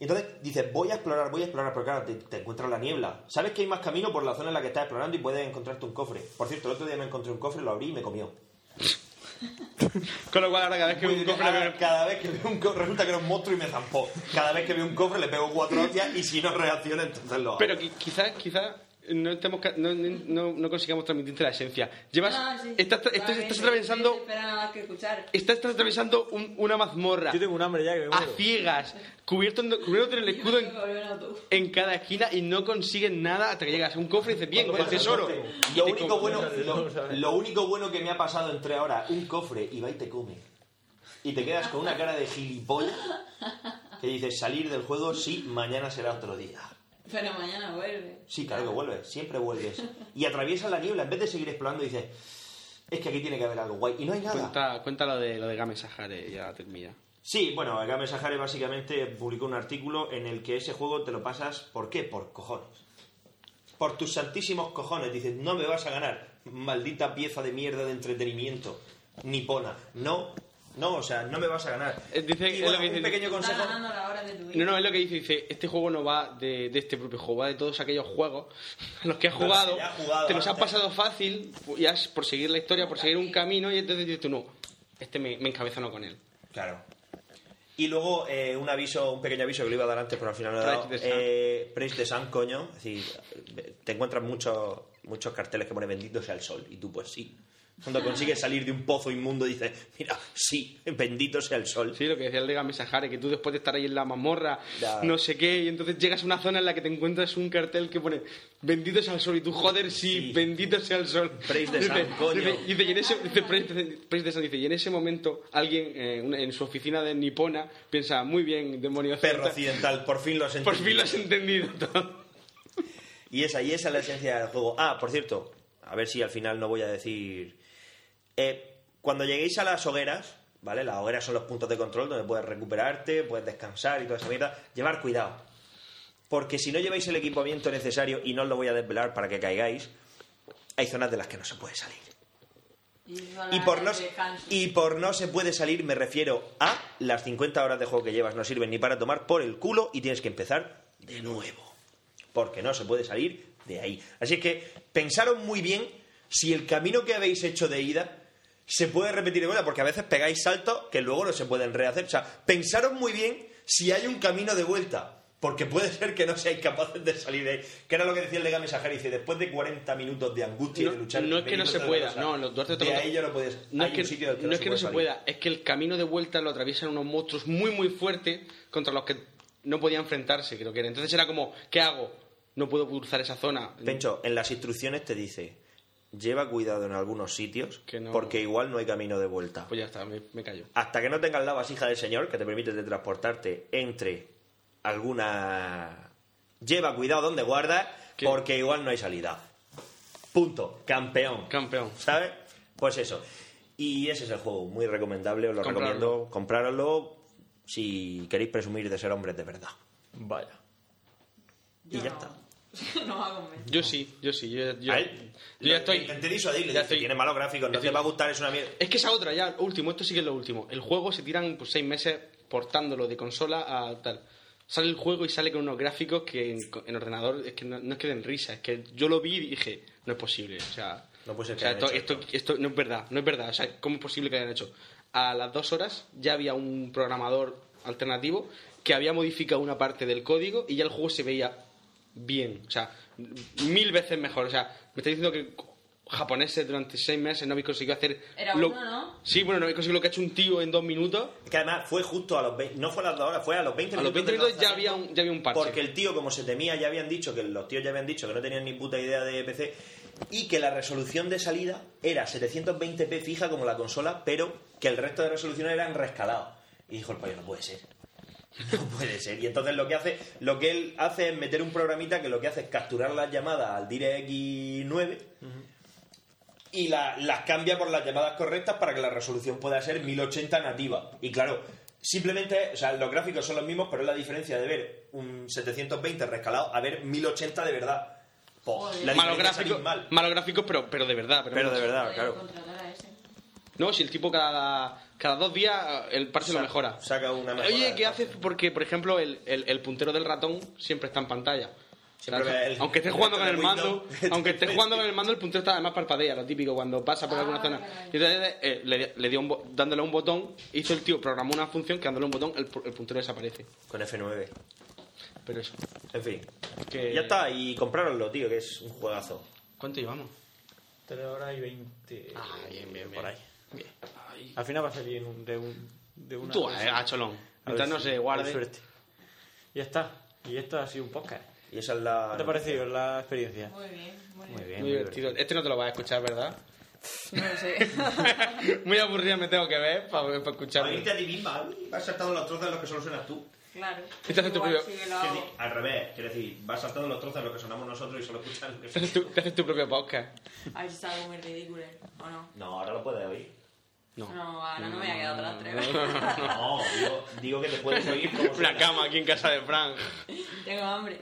[SPEAKER 2] Y entonces dices, voy a explorar, voy a explorar, pero claro, te, te encuentras la niebla. Sabes que hay más camino por la zona en la que estás explorando y puedes encontrarte un cofre. Por cierto, el otro día me encontré un cofre, lo abrí y me comió.
[SPEAKER 1] Con lo cual ahora cada vez que
[SPEAKER 2] Muy
[SPEAKER 1] un
[SPEAKER 2] bien,
[SPEAKER 1] cofre
[SPEAKER 2] ahora, Cada vez que veo un cofre, resulta que era un monstruo y me zampó. Cada vez que veo un cofre le pego cuatro hostias y si no reacciona, entonces lo hago.
[SPEAKER 1] Pero qui- quizás, quizás no, estemos ca- no, no- no- no consigamos transmitirte la esencia. Llevas,
[SPEAKER 4] Ah, sí, sí,
[SPEAKER 1] estás, estás-
[SPEAKER 4] claramente,
[SPEAKER 1] estás atravesando,
[SPEAKER 4] no espera nada más que escuchar.
[SPEAKER 1] estás, atravesando un- una mazmorra
[SPEAKER 5] Yo tengo un hambre ya que me
[SPEAKER 1] a
[SPEAKER 5] muero.
[SPEAKER 1] ciegas, cubierto, en- cubierto en el escudo en,
[SPEAKER 4] Me volvió un autobús.
[SPEAKER 1] en cada esquina y no consiguen nada hasta que llegas a un cofre y dices, bien, con el tesoro. Y
[SPEAKER 2] Lo
[SPEAKER 1] te
[SPEAKER 2] único,
[SPEAKER 1] comes.
[SPEAKER 2] bueno, lo, lo único bueno que me ha pasado entre ahora, un cofre y va y te come. Y te quedas con una cara de gilipollas que dices salir del juego, sí, mañana será otro día.
[SPEAKER 4] Pero mañana vuelve.
[SPEAKER 2] Sí, claro que vuelves, siempre vuelves. Y atraviesas la niebla, en vez de seguir explorando, dices, es que aquí tiene que haber algo guay. Y no hay nada.
[SPEAKER 1] Cuenta, cuenta lo de, lo de Game Sahare y ya termina.
[SPEAKER 2] Sí, bueno, Game Sahare básicamente publicó un artículo en el que ese juego te lo pasas, ¿por qué? Por cojones. Por tus santísimos cojones. Dices, no me vas a ganar. maldita pieza de mierda de entretenimiento nipona. No, no, o sea, no me vas a ganar.
[SPEAKER 1] Eh, dice-
[SPEAKER 2] Y
[SPEAKER 1] es
[SPEAKER 2] bueno,
[SPEAKER 1] lo que dice-
[SPEAKER 2] un pequeño
[SPEAKER 4] Está
[SPEAKER 2] consejo.
[SPEAKER 4] ganando la hora de tu vida.
[SPEAKER 1] No, no, es lo que dice, dice, este juego no va de, de este propio juego, va de todos aquellos juegos a los que has
[SPEAKER 2] A los que
[SPEAKER 1] jugado,
[SPEAKER 2] ya has jugado
[SPEAKER 1] te los has
[SPEAKER 2] antes.
[SPEAKER 1] pasado fácil pues, y has por seguir la historia, por seguir un camino y entonces dices tú, no, este me, me encabezano con él.
[SPEAKER 2] Claro. Y luego eh, un aviso, un pequeño aviso que le iba a dar antes, pero al final no he dado.
[SPEAKER 1] Praise the Sun.
[SPEAKER 2] Eh, Praise the Sun, coño. Es decir, te encuentras muchos, muchos carteles que pone bendito sea el sol. Y tú, pues sí. Cuando consigues salir de un pozo inmundo, dices, mira, sí, bendito sea el sol.
[SPEAKER 1] Sí, lo que decía el de Gamesahare, que tú después de estar ahí en la mazmorra,
[SPEAKER 2] Ya.
[SPEAKER 1] no sé qué, y entonces llegas a una zona en la que te encuentras un cartel que pone bendito sea el sol, y tú, joder, sí,
[SPEAKER 2] Sí.
[SPEAKER 1] bendito sea el sol.
[SPEAKER 2] Praise
[SPEAKER 1] *laughs*
[SPEAKER 2] the sun,
[SPEAKER 1] Dice-
[SPEAKER 2] coño.
[SPEAKER 1] dice- dice, y en ese, dice, praise the- praise the sun, dice, y en ese momento alguien eh, una- en su oficina de Nipona piensa, muy bien, demonio
[SPEAKER 2] Perro
[SPEAKER 1] occidental,
[SPEAKER 2] occidental, por fin lo has
[SPEAKER 1] *laughs* Por
[SPEAKER 2] entendido.
[SPEAKER 1] fin lo has entendido todo.
[SPEAKER 2] Y esa, y esa es la esencia del juego. Ah, por cierto, a ver si al final no voy a decir. Eh, cuando lleguéis a las hogueras, ¿vale? Las hogueras son los puntos de control donde puedes recuperarte, puedes descansar y toda esa mierda. Llevar cuidado. Porque si no lleváis el equipamiento necesario, y no os lo voy a desvelar para que caigáis, hay zonas de las que no se puede salir.
[SPEAKER 4] Y,
[SPEAKER 2] Y por, no,
[SPEAKER 4] y...
[SPEAKER 2] y por no se puede salir me refiero a las 50 horas de juego que llevas no sirven ni para tomar por el culo y tienes que empezar de nuevo. Porque no se puede salir de ahí. Así es que pensaron muy bien si el camino que habéis hecho de ida se puede repetir de vuelta, porque a veces pegáis saltos que luego no se pueden rehacer. O sea, pensaron muy bien si hay un camino de vuelta. Porque puede ser que no seáis capaces de salir de ahí. Que era lo que decía el Legame Sahara. Dice, después de 40 minutos de angustia y
[SPEAKER 1] No-
[SPEAKER 2] de luchar...
[SPEAKER 1] no es que no se
[SPEAKER 2] bendito
[SPEAKER 1] pueda,
[SPEAKER 2] sea la
[SPEAKER 1] no,
[SPEAKER 2] cosa,
[SPEAKER 1] los Duarte te
[SPEAKER 2] de
[SPEAKER 1] lo-
[SPEAKER 2] ahí ya no puedes...
[SPEAKER 1] No
[SPEAKER 2] hay
[SPEAKER 1] es que,
[SPEAKER 2] un sitio del que
[SPEAKER 1] no,
[SPEAKER 2] no
[SPEAKER 1] es
[SPEAKER 2] se
[SPEAKER 1] que no
[SPEAKER 2] puede
[SPEAKER 1] se
[SPEAKER 2] salir.
[SPEAKER 1] pueda, es que el camino de vuelta lo atraviesan unos monstruos muy, muy fuertes contra los que no podía enfrentarse, creo que era. Entonces era como, ¿qué hago? No puedo cruzar esa zona.
[SPEAKER 2] Pencho, en las instrucciones te dice, lleva cuidado en algunos sitios
[SPEAKER 1] Que no-
[SPEAKER 2] porque igual no hay camino de vuelta.
[SPEAKER 1] Pues ya está, me, me callo.
[SPEAKER 2] Hasta que no tengas la vasija del señor que te permite de transportarte entre alguna... Lleva cuidado donde guardas
[SPEAKER 1] ¿Qué?
[SPEAKER 2] porque igual no hay salida. Punto. Campeón.
[SPEAKER 1] Campeón.
[SPEAKER 2] ¿Sabes? Pues eso. Y ese es el juego, muy recomendable, os lo
[SPEAKER 1] Comprarlo.
[SPEAKER 2] recomiendo. Comprároslo si queréis presumir de ser hombres de verdad.
[SPEAKER 5] Vaya.
[SPEAKER 2] Y ya está.
[SPEAKER 4] *laughs* no va a convencer.
[SPEAKER 1] Yo sí, yo sí, yo, yo-
[SPEAKER 2] A él,
[SPEAKER 1] yo ya
[SPEAKER 2] lo-
[SPEAKER 1] estoy.
[SPEAKER 2] Intenté disuadirle,
[SPEAKER 1] ya
[SPEAKER 2] dije,
[SPEAKER 1] estoy-
[SPEAKER 2] tiene malos gráficos, no
[SPEAKER 1] estoy-
[SPEAKER 2] te va a gustar, es una mierda.
[SPEAKER 1] Es que esa otra, ya, último, esto sí que es lo último. El juego se tiran pues, seis meses portándolo de consola a tal. Sale el juego y sale con unos gráficos que en, en ordenador es que no, no es que den risa, es que yo lo vi y dije, no es posible, o sea,
[SPEAKER 2] No puede ser
[SPEAKER 1] o
[SPEAKER 2] que
[SPEAKER 1] sea,
[SPEAKER 2] hayan
[SPEAKER 1] esto,
[SPEAKER 2] hecho
[SPEAKER 1] esto- esto no es verdad, no es verdad, o sea, ¿cómo es posible que hayan hecho? A las dos horas ya había un programador alternativo que había modificado una parte del código y ya el juego se veía bien, o sea, mil veces mejor, o sea, me está diciendo que japoneses durante seis meses no habéis conseguido hacer
[SPEAKER 4] Era uno, ¿no?
[SPEAKER 1] Sí, bueno, no habéis conseguido lo que ha hecho un tío en dos minutos.
[SPEAKER 2] Que además fue justo a los 20, no fue a las dos horas, fue a los 20
[SPEAKER 1] A los 20
[SPEAKER 2] del
[SPEAKER 1] minutos ya
[SPEAKER 2] lanzamiento,
[SPEAKER 1] había un, ya había un parche.
[SPEAKER 2] Porque el tío, como se temía, ya habían dicho que los tíos ya habían dicho que no tenían ni puta idea de PC y que la resolución de salida era 720p fija como la consola, pero que el resto de resoluciones eran rescalados. Y dijo el payo, no puede ser. *laughs* No puede ser. Y entonces lo que hace, lo que él hace es meter un programita que lo que hace es capturar las llamadas al DirectX 9 y la- las cambia por las llamadas correctas para que la resolución pueda ser 1080 nativa. Y claro, simplemente, o sea, los gráficos son los mismos, pero es la diferencia de ver un 720 rescalado a ver 1080 de verdad. Po,
[SPEAKER 4] Joder.
[SPEAKER 2] la
[SPEAKER 1] malos
[SPEAKER 2] diferencia es
[SPEAKER 1] gráficos,
[SPEAKER 2] abismal.
[SPEAKER 1] malos gráficos, pero, pero de verdad. Pero,
[SPEAKER 2] Pero de verdad,
[SPEAKER 4] Podría
[SPEAKER 2] claro.
[SPEAKER 4] contratar a ese.
[SPEAKER 1] No, si el tipo cada, cada dos días eh, el parche lo
[SPEAKER 2] Sa-
[SPEAKER 1] mejora.
[SPEAKER 2] saca una mejora
[SPEAKER 1] Oye,
[SPEAKER 2] del
[SPEAKER 1] ¿qué
[SPEAKER 2] parche.
[SPEAKER 1] haces? Porque, por ejemplo, el, el- el puntero del ratón siempre está en pantalla.
[SPEAKER 2] Siempre
[SPEAKER 1] Claro,
[SPEAKER 2] ve el-
[SPEAKER 1] aunque estés jugando
[SPEAKER 2] el
[SPEAKER 1] con el
[SPEAKER 2] Windows.
[SPEAKER 1] mando, aunque estés jugando con el mando, el puntero está además parpadea, lo típico, cuando pasa por
[SPEAKER 4] Ah,
[SPEAKER 1] alguna zona.
[SPEAKER 4] vale.
[SPEAKER 1] Y entonces eh, le, le dio un bo- dándole un botón, hizo el tío, programó una función que dándole un botón, el, pu- el puntero desaparece.
[SPEAKER 2] Con F9.
[SPEAKER 1] Pero eso.
[SPEAKER 2] En fin.
[SPEAKER 1] Que-
[SPEAKER 2] Ya está, y comprároslo, tío, que es un juegazo.
[SPEAKER 1] ¿Cuánto llevamos?
[SPEAKER 5] 3 horas y 20.
[SPEAKER 1] Ah, bien, bien, bien.
[SPEAKER 2] Por ahí.
[SPEAKER 1] Bien. Ay.
[SPEAKER 5] Al final va a salir un, de, un, de una.
[SPEAKER 1] Tú, eh, gacholón. Mientras no se guarde.
[SPEAKER 5] Suerte. Ya está. Y esto ha sido un podcast.
[SPEAKER 2] Y esa es la.
[SPEAKER 5] ¿Qué te ha parecido la experiencia?
[SPEAKER 4] Muy bien,
[SPEAKER 5] Muy
[SPEAKER 4] muy bien.
[SPEAKER 5] bien.
[SPEAKER 1] Muy
[SPEAKER 5] muy divertido.
[SPEAKER 1] divertido. Este no te lo vas a escuchar, ¿verdad? *laughs*
[SPEAKER 4] No lo sé.
[SPEAKER 1] Muy aburrido me tengo que ver para, para escucharlo.
[SPEAKER 2] Irte a ti misma, uy, vas saltando los trozos de los que solo suenas tú.
[SPEAKER 4] claro.
[SPEAKER 1] Este hace tu
[SPEAKER 4] Igual
[SPEAKER 1] propio-
[SPEAKER 4] sí que
[SPEAKER 2] Quiero
[SPEAKER 4] lo hago.
[SPEAKER 2] decir, Al revés, quiero decir, vas saltando los trozos de los que sonamos nosotros y solo escuchas lo que
[SPEAKER 1] Te haces *laughs* tu, te haces tu propio podcast.
[SPEAKER 4] A ver si salgo muy ridículo, ¿o no?
[SPEAKER 2] No, ahora lo puedes oír.
[SPEAKER 4] No, ahora no me voy a quedar atrás tres
[SPEAKER 2] No, digo, digo que te puedes oír
[SPEAKER 1] *laughs*
[SPEAKER 2] como
[SPEAKER 1] Una
[SPEAKER 2] suena.
[SPEAKER 1] cama aquí en casa de Frank.
[SPEAKER 4] *laughs* Tengo hambre.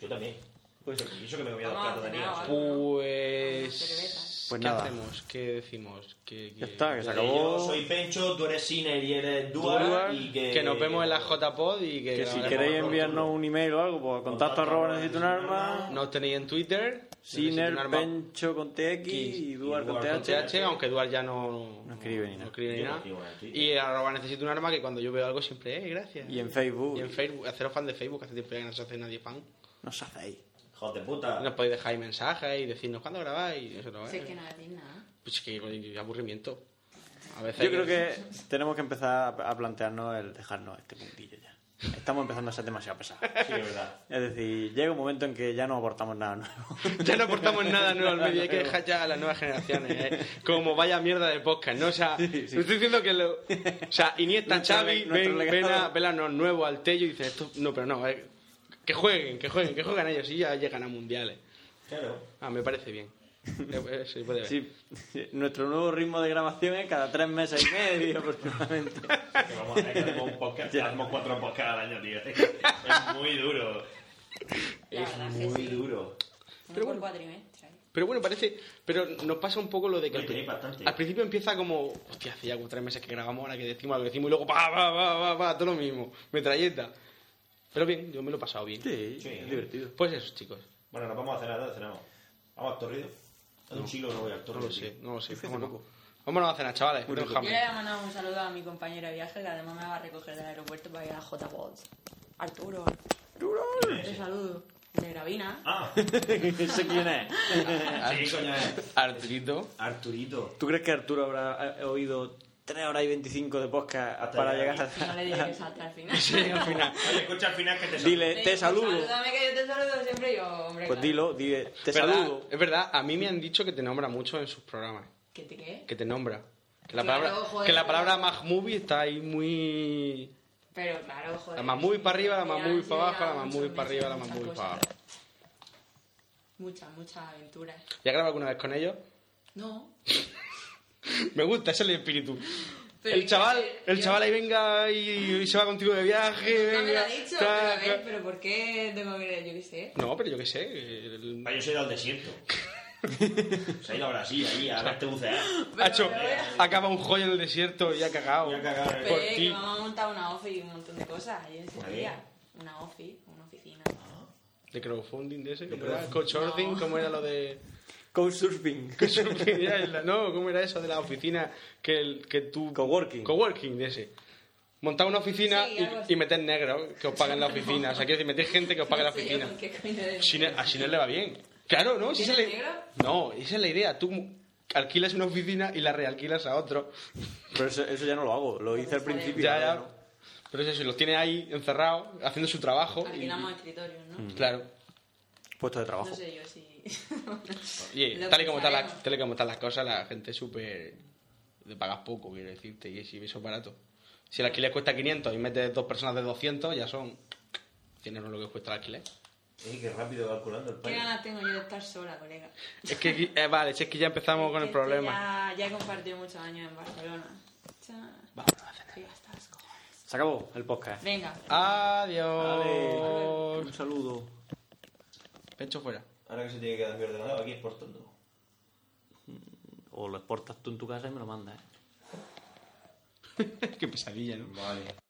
[SPEAKER 2] Yo también. Pues eso que me comía dos
[SPEAKER 4] Vamos a
[SPEAKER 2] platos de
[SPEAKER 4] cenar o
[SPEAKER 2] niños.
[SPEAKER 4] algo.
[SPEAKER 1] Pues.
[SPEAKER 4] Cerveza.
[SPEAKER 3] Pues
[SPEAKER 1] ¿Qué
[SPEAKER 3] nada.
[SPEAKER 1] hacemos? ¿Qué decimos? ¿Qué, qué-
[SPEAKER 3] Ya está, que se
[SPEAKER 2] Yo
[SPEAKER 3] acabó.
[SPEAKER 2] soy Pencho, tú eres Siner y eres Duar.
[SPEAKER 1] Duar,
[SPEAKER 2] Y que...
[SPEAKER 1] que nos vemos en la JPod y que,
[SPEAKER 3] Que si
[SPEAKER 1] hablemos-
[SPEAKER 3] queréis enviarnos un email o algo, pues contacto arroba necesito un arma.
[SPEAKER 1] nos tenéis en Twitter,
[SPEAKER 3] Siner,
[SPEAKER 1] necesito un arma-
[SPEAKER 3] Pencho con TX y Duar con
[SPEAKER 2] Duar con
[SPEAKER 3] TH.
[SPEAKER 1] TH, aunque Eduard ya no,
[SPEAKER 3] No escribe ni nada.
[SPEAKER 1] no escribe ni
[SPEAKER 2] Yo no
[SPEAKER 1] nada.
[SPEAKER 2] escribo nada en Twitter.
[SPEAKER 1] Y arroba necesito un arma que cuando yo veo algo siempre, eh, gracias.
[SPEAKER 3] Y en Facebook.
[SPEAKER 1] Y en Facebook, haceros fan de Facebook, hace tiempo ya que no se hace nadie fan.
[SPEAKER 3] Nos hacéis.
[SPEAKER 2] Hijos de puta.
[SPEAKER 1] Y nos podéis dejar ahí mensajes y decirnos cuándo grabáis y nosotros,
[SPEAKER 4] Si
[SPEAKER 1] eh,
[SPEAKER 4] es que nada tiene nada.
[SPEAKER 1] Pues es que coño, qué aburrimiento. A veces
[SPEAKER 3] Yo creo que tenemos que empezar a a plantearnos el dejarnos este puntillo ya. Estamos empezando a ser demasiado pesados.
[SPEAKER 2] Sí, es verdad.
[SPEAKER 3] Es decir, llega un momento en que ya no aportamos nada nuevo.
[SPEAKER 1] ya no aportamos nada nuevo al medio, hay que dejar ya a las nuevas generaciones. eh, Como vaya mierda de podcast, ¿no? O sea,
[SPEAKER 3] Sí, sí.
[SPEAKER 1] estoy diciendo que lo. O sea, Iniesta,
[SPEAKER 3] Nuestro
[SPEAKER 1] Xavi,
[SPEAKER 3] le- nuestro
[SPEAKER 1] ven,
[SPEAKER 3] legado.
[SPEAKER 1] ven a, ven a los nuevos al Tello y dicen esto. No, pero no, eh, que jueguen, que jueguen, que juegan ellos y ya llegan a mundiales.
[SPEAKER 2] Claro.
[SPEAKER 1] Ah, me parece bien. Eh, eh, se puede ver.
[SPEAKER 3] Sí, sí, nuestro nuevo ritmo de grabación es cada tres meses y medio aproximadamente.
[SPEAKER 2] Que vamos a hacer que hacemos un podcast.
[SPEAKER 3] Ya.
[SPEAKER 2] Hacemos cuatro podcasts al año, tío. Es muy duro.
[SPEAKER 4] La
[SPEAKER 2] Es
[SPEAKER 4] verdad es que
[SPEAKER 2] muy
[SPEAKER 4] sí.
[SPEAKER 2] duro.
[SPEAKER 4] Uno
[SPEAKER 1] Pero
[SPEAKER 4] por
[SPEAKER 1] bueno.
[SPEAKER 4] cuatrimestre.
[SPEAKER 1] Pero bueno, parece. Pero nos pasa un poco lo de que.
[SPEAKER 2] No,
[SPEAKER 1] al
[SPEAKER 2] tenéis
[SPEAKER 1] pri-
[SPEAKER 2] bastante.
[SPEAKER 1] Al principio empieza como. Hostia, hace ya como tres meses que grabamos, ahora que decimos lo que decimos y luego. ¡Pa, pa, pa, pa, pa! Todo lo mismo. Metralleta. Pero bien, yo me lo he pasado bien.
[SPEAKER 3] Sí,
[SPEAKER 2] Sí.
[SPEAKER 3] es divertido.
[SPEAKER 1] Pues eso, chicos.
[SPEAKER 2] Bueno, nos vamos a cenar, ¿dónde cenamos? ¿Vamos al Torrido? Hace un siglo no voy al
[SPEAKER 1] No
[SPEAKER 2] Torrido.
[SPEAKER 1] lo sé,
[SPEAKER 2] tío.
[SPEAKER 1] no lo sé. Vámonos. Vámonos a cenar, chavales. que tengo
[SPEAKER 4] Yo
[SPEAKER 1] hambre.
[SPEAKER 4] le voy a mandar un saludo a mi compañero de viaje que además me va a recoger del aeropuerto para ir a j Arturo. Te saludo. De Gravina.
[SPEAKER 2] *laughs* Ah,
[SPEAKER 3] *laughs* ¿Ese quién es?
[SPEAKER 2] sí, coño, es.
[SPEAKER 1] Arturito.
[SPEAKER 2] Arturito.
[SPEAKER 3] ¿Tú crees que Arturo habrá eh, oído 3 horas y 25 de podcast
[SPEAKER 2] Hasta
[SPEAKER 3] para
[SPEAKER 2] llegar
[SPEAKER 3] llegar
[SPEAKER 4] Que no
[SPEAKER 3] a...
[SPEAKER 4] le diré que salte al final.
[SPEAKER 1] Sí, al final.
[SPEAKER 2] Oye, escucha al final que te saludo.
[SPEAKER 3] Dile, te saludo.
[SPEAKER 4] Saludame que yo te saludo siempre yo, hombre.
[SPEAKER 3] Pues
[SPEAKER 4] claro.
[SPEAKER 3] dilo, dile, te
[SPEAKER 1] Es verdad,
[SPEAKER 3] saludo.
[SPEAKER 1] Es verdad, a mí me han dicho que te nombra mucho en sus programas.
[SPEAKER 4] ¿Que te qué?
[SPEAKER 1] Que te nombra. Que la
[SPEAKER 4] Claro, eh.
[SPEAKER 1] palabra,
[SPEAKER 4] joder,
[SPEAKER 1] que la
[SPEAKER 4] claro.
[SPEAKER 1] palabra Mag Movie está ahí muy.
[SPEAKER 4] Pero claro, joder.
[SPEAKER 1] La más muy para arriba, la más
[SPEAKER 4] Ya
[SPEAKER 1] muy
[SPEAKER 4] han
[SPEAKER 1] para abajo,
[SPEAKER 4] llegado
[SPEAKER 1] la más
[SPEAKER 4] muchos
[SPEAKER 1] muy para
[SPEAKER 4] meses,
[SPEAKER 1] arriba, la más
[SPEAKER 4] muchas
[SPEAKER 1] muy para
[SPEAKER 4] cosas.
[SPEAKER 1] abajo.
[SPEAKER 4] Muchas, muchas aventuras.
[SPEAKER 1] ¿Ya grabado alguna vez con ellos?
[SPEAKER 4] No.
[SPEAKER 1] Me gusta, ese es el espíritu.
[SPEAKER 4] Pero
[SPEAKER 1] el
[SPEAKER 4] yo-
[SPEAKER 1] chaval, el
[SPEAKER 4] yo-
[SPEAKER 1] chaval ahí venga y, y se va contigo de viaje,
[SPEAKER 4] No me lo
[SPEAKER 1] venga.
[SPEAKER 4] ha dicho, pero
[SPEAKER 1] ta,
[SPEAKER 4] a ver,
[SPEAKER 1] ta.
[SPEAKER 4] pero ¿por qué tengo que yo qué sé?
[SPEAKER 1] No, pero yo qué sé. el-
[SPEAKER 2] Ah, Yo soy del *laughs* desierto. Se ha ido a Brasil, allí, a verte bucear.
[SPEAKER 1] Hacho,
[SPEAKER 4] pero voy a-
[SPEAKER 1] acaba un joyo en el desierto y ha cagado.
[SPEAKER 2] Voy a cagar. eh.
[SPEAKER 4] Pero
[SPEAKER 1] Por
[SPEAKER 4] es
[SPEAKER 1] ti.
[SPEAKER 4] que vamos a montar una ofi y un montón de cosas allí en Sevilla. Una ofi, una oficina.
[SPEAKER 1] De crowdfunding de ese, ¿cómo era? Coach Ordin, ¿cómo era lo de.?
[SPEAKER 3] Couchsurfing.
[SPEAKER 1] que surgía en la- no, ¿cómo era eso de la oficina que, el- que tú.
[SPEAKER 3] Coworking.
[SPEAKER 1] Coworking, de ese. Montar una oficina
[SPEAKER 4] Sí, algo
[SPEAKER 1] y,
[SPEAKER 4] así.
[SPEAKER 1] y meter negros que os paguen la oficina. O sea, quiero decir, meter gente que os
[SPEAKER 4] *laughs*
[SPEAKER 1] pague la
[SPEAKER 4] No sé yo
[SPEAKER 1] oficina.
[SPEAKER 4] con ¿Qué coño de-
[SPEAKER 1] Sine- a Siner le va bien. Claro, ¿no? Si esa es la-
[SPEAKER 4] ¿Tiene negro?
[SPEAKER 1] No, esa es la idea. Tú alquilas una oficina y la realquilas a otro.
[SPEAKER 3] Pero eso, eso ya no lo hago, lo hice al
[SPEAKER 4] sale.
[SPEAKER 3] principio.
[SPEAKER 1] Ya,
[SPEAKER 3] ahora
[SPEAKER 1] ya. Pero es eso, y los tiene ahí encerrados, haciendo su trabajo. y-
[SPEAKER 4] Alquilamos escritorios, ¿no?
[SPEAKER 1] Claro.
[SPEAKER 3] no. Puesto de trabajo.
[SPEAKER 4] No sé yo si. *laughs*
[SPEAKER 1] Oye,
[SPEAKER 4] Lo
[SPEAKER 1] tal y, como están las,
[SPEAKER 4] pensaremos.
[SPEAKER 1] tal y como están las cosas, la gente es súper... de pagas poco, quiero decirte, y si eso es barato. Si el alquiler cuesta 500 y metes dos personas de 200, ya son... Tienes lo que cuesta el alquiler.
[SPEAKER 2] Ey, qué rápido calculando el
[SPEAKER 4] ¿Qué
[SPEAKER 2] país.
[SPEAKER 4] ganas tengo yo de estar sola, colega?
[SPEAKER 1] Es que, aquí- eh, vale, si es que ya empezamos con el
[SPEAKER 4] Esto
[SPEAKER 1] problema.
[SPEAKER 4] Ya, ya he compartido muchos años en Barcelona. Cha, estoy hasta las cojones.
[SPEAKER 3] Se acabó el podcast.
[SPEAKER 4] Venga.
[SPEAKER 1] Adiós.
[SPEAKER 3] Un saludo.
[SPEAKER 1] Pecho fuera. *laughs*
[SPEAKER 2] Ahora que se tiene que dar mi ordenador, aquí exportando.
[SPEAKER 3] O lo exportas tú en tu casa y me lo mandas. ¿eh?
[SPEAKER 1] Qué pesadilla, ¿no?
[SPEAKER 2] Vale.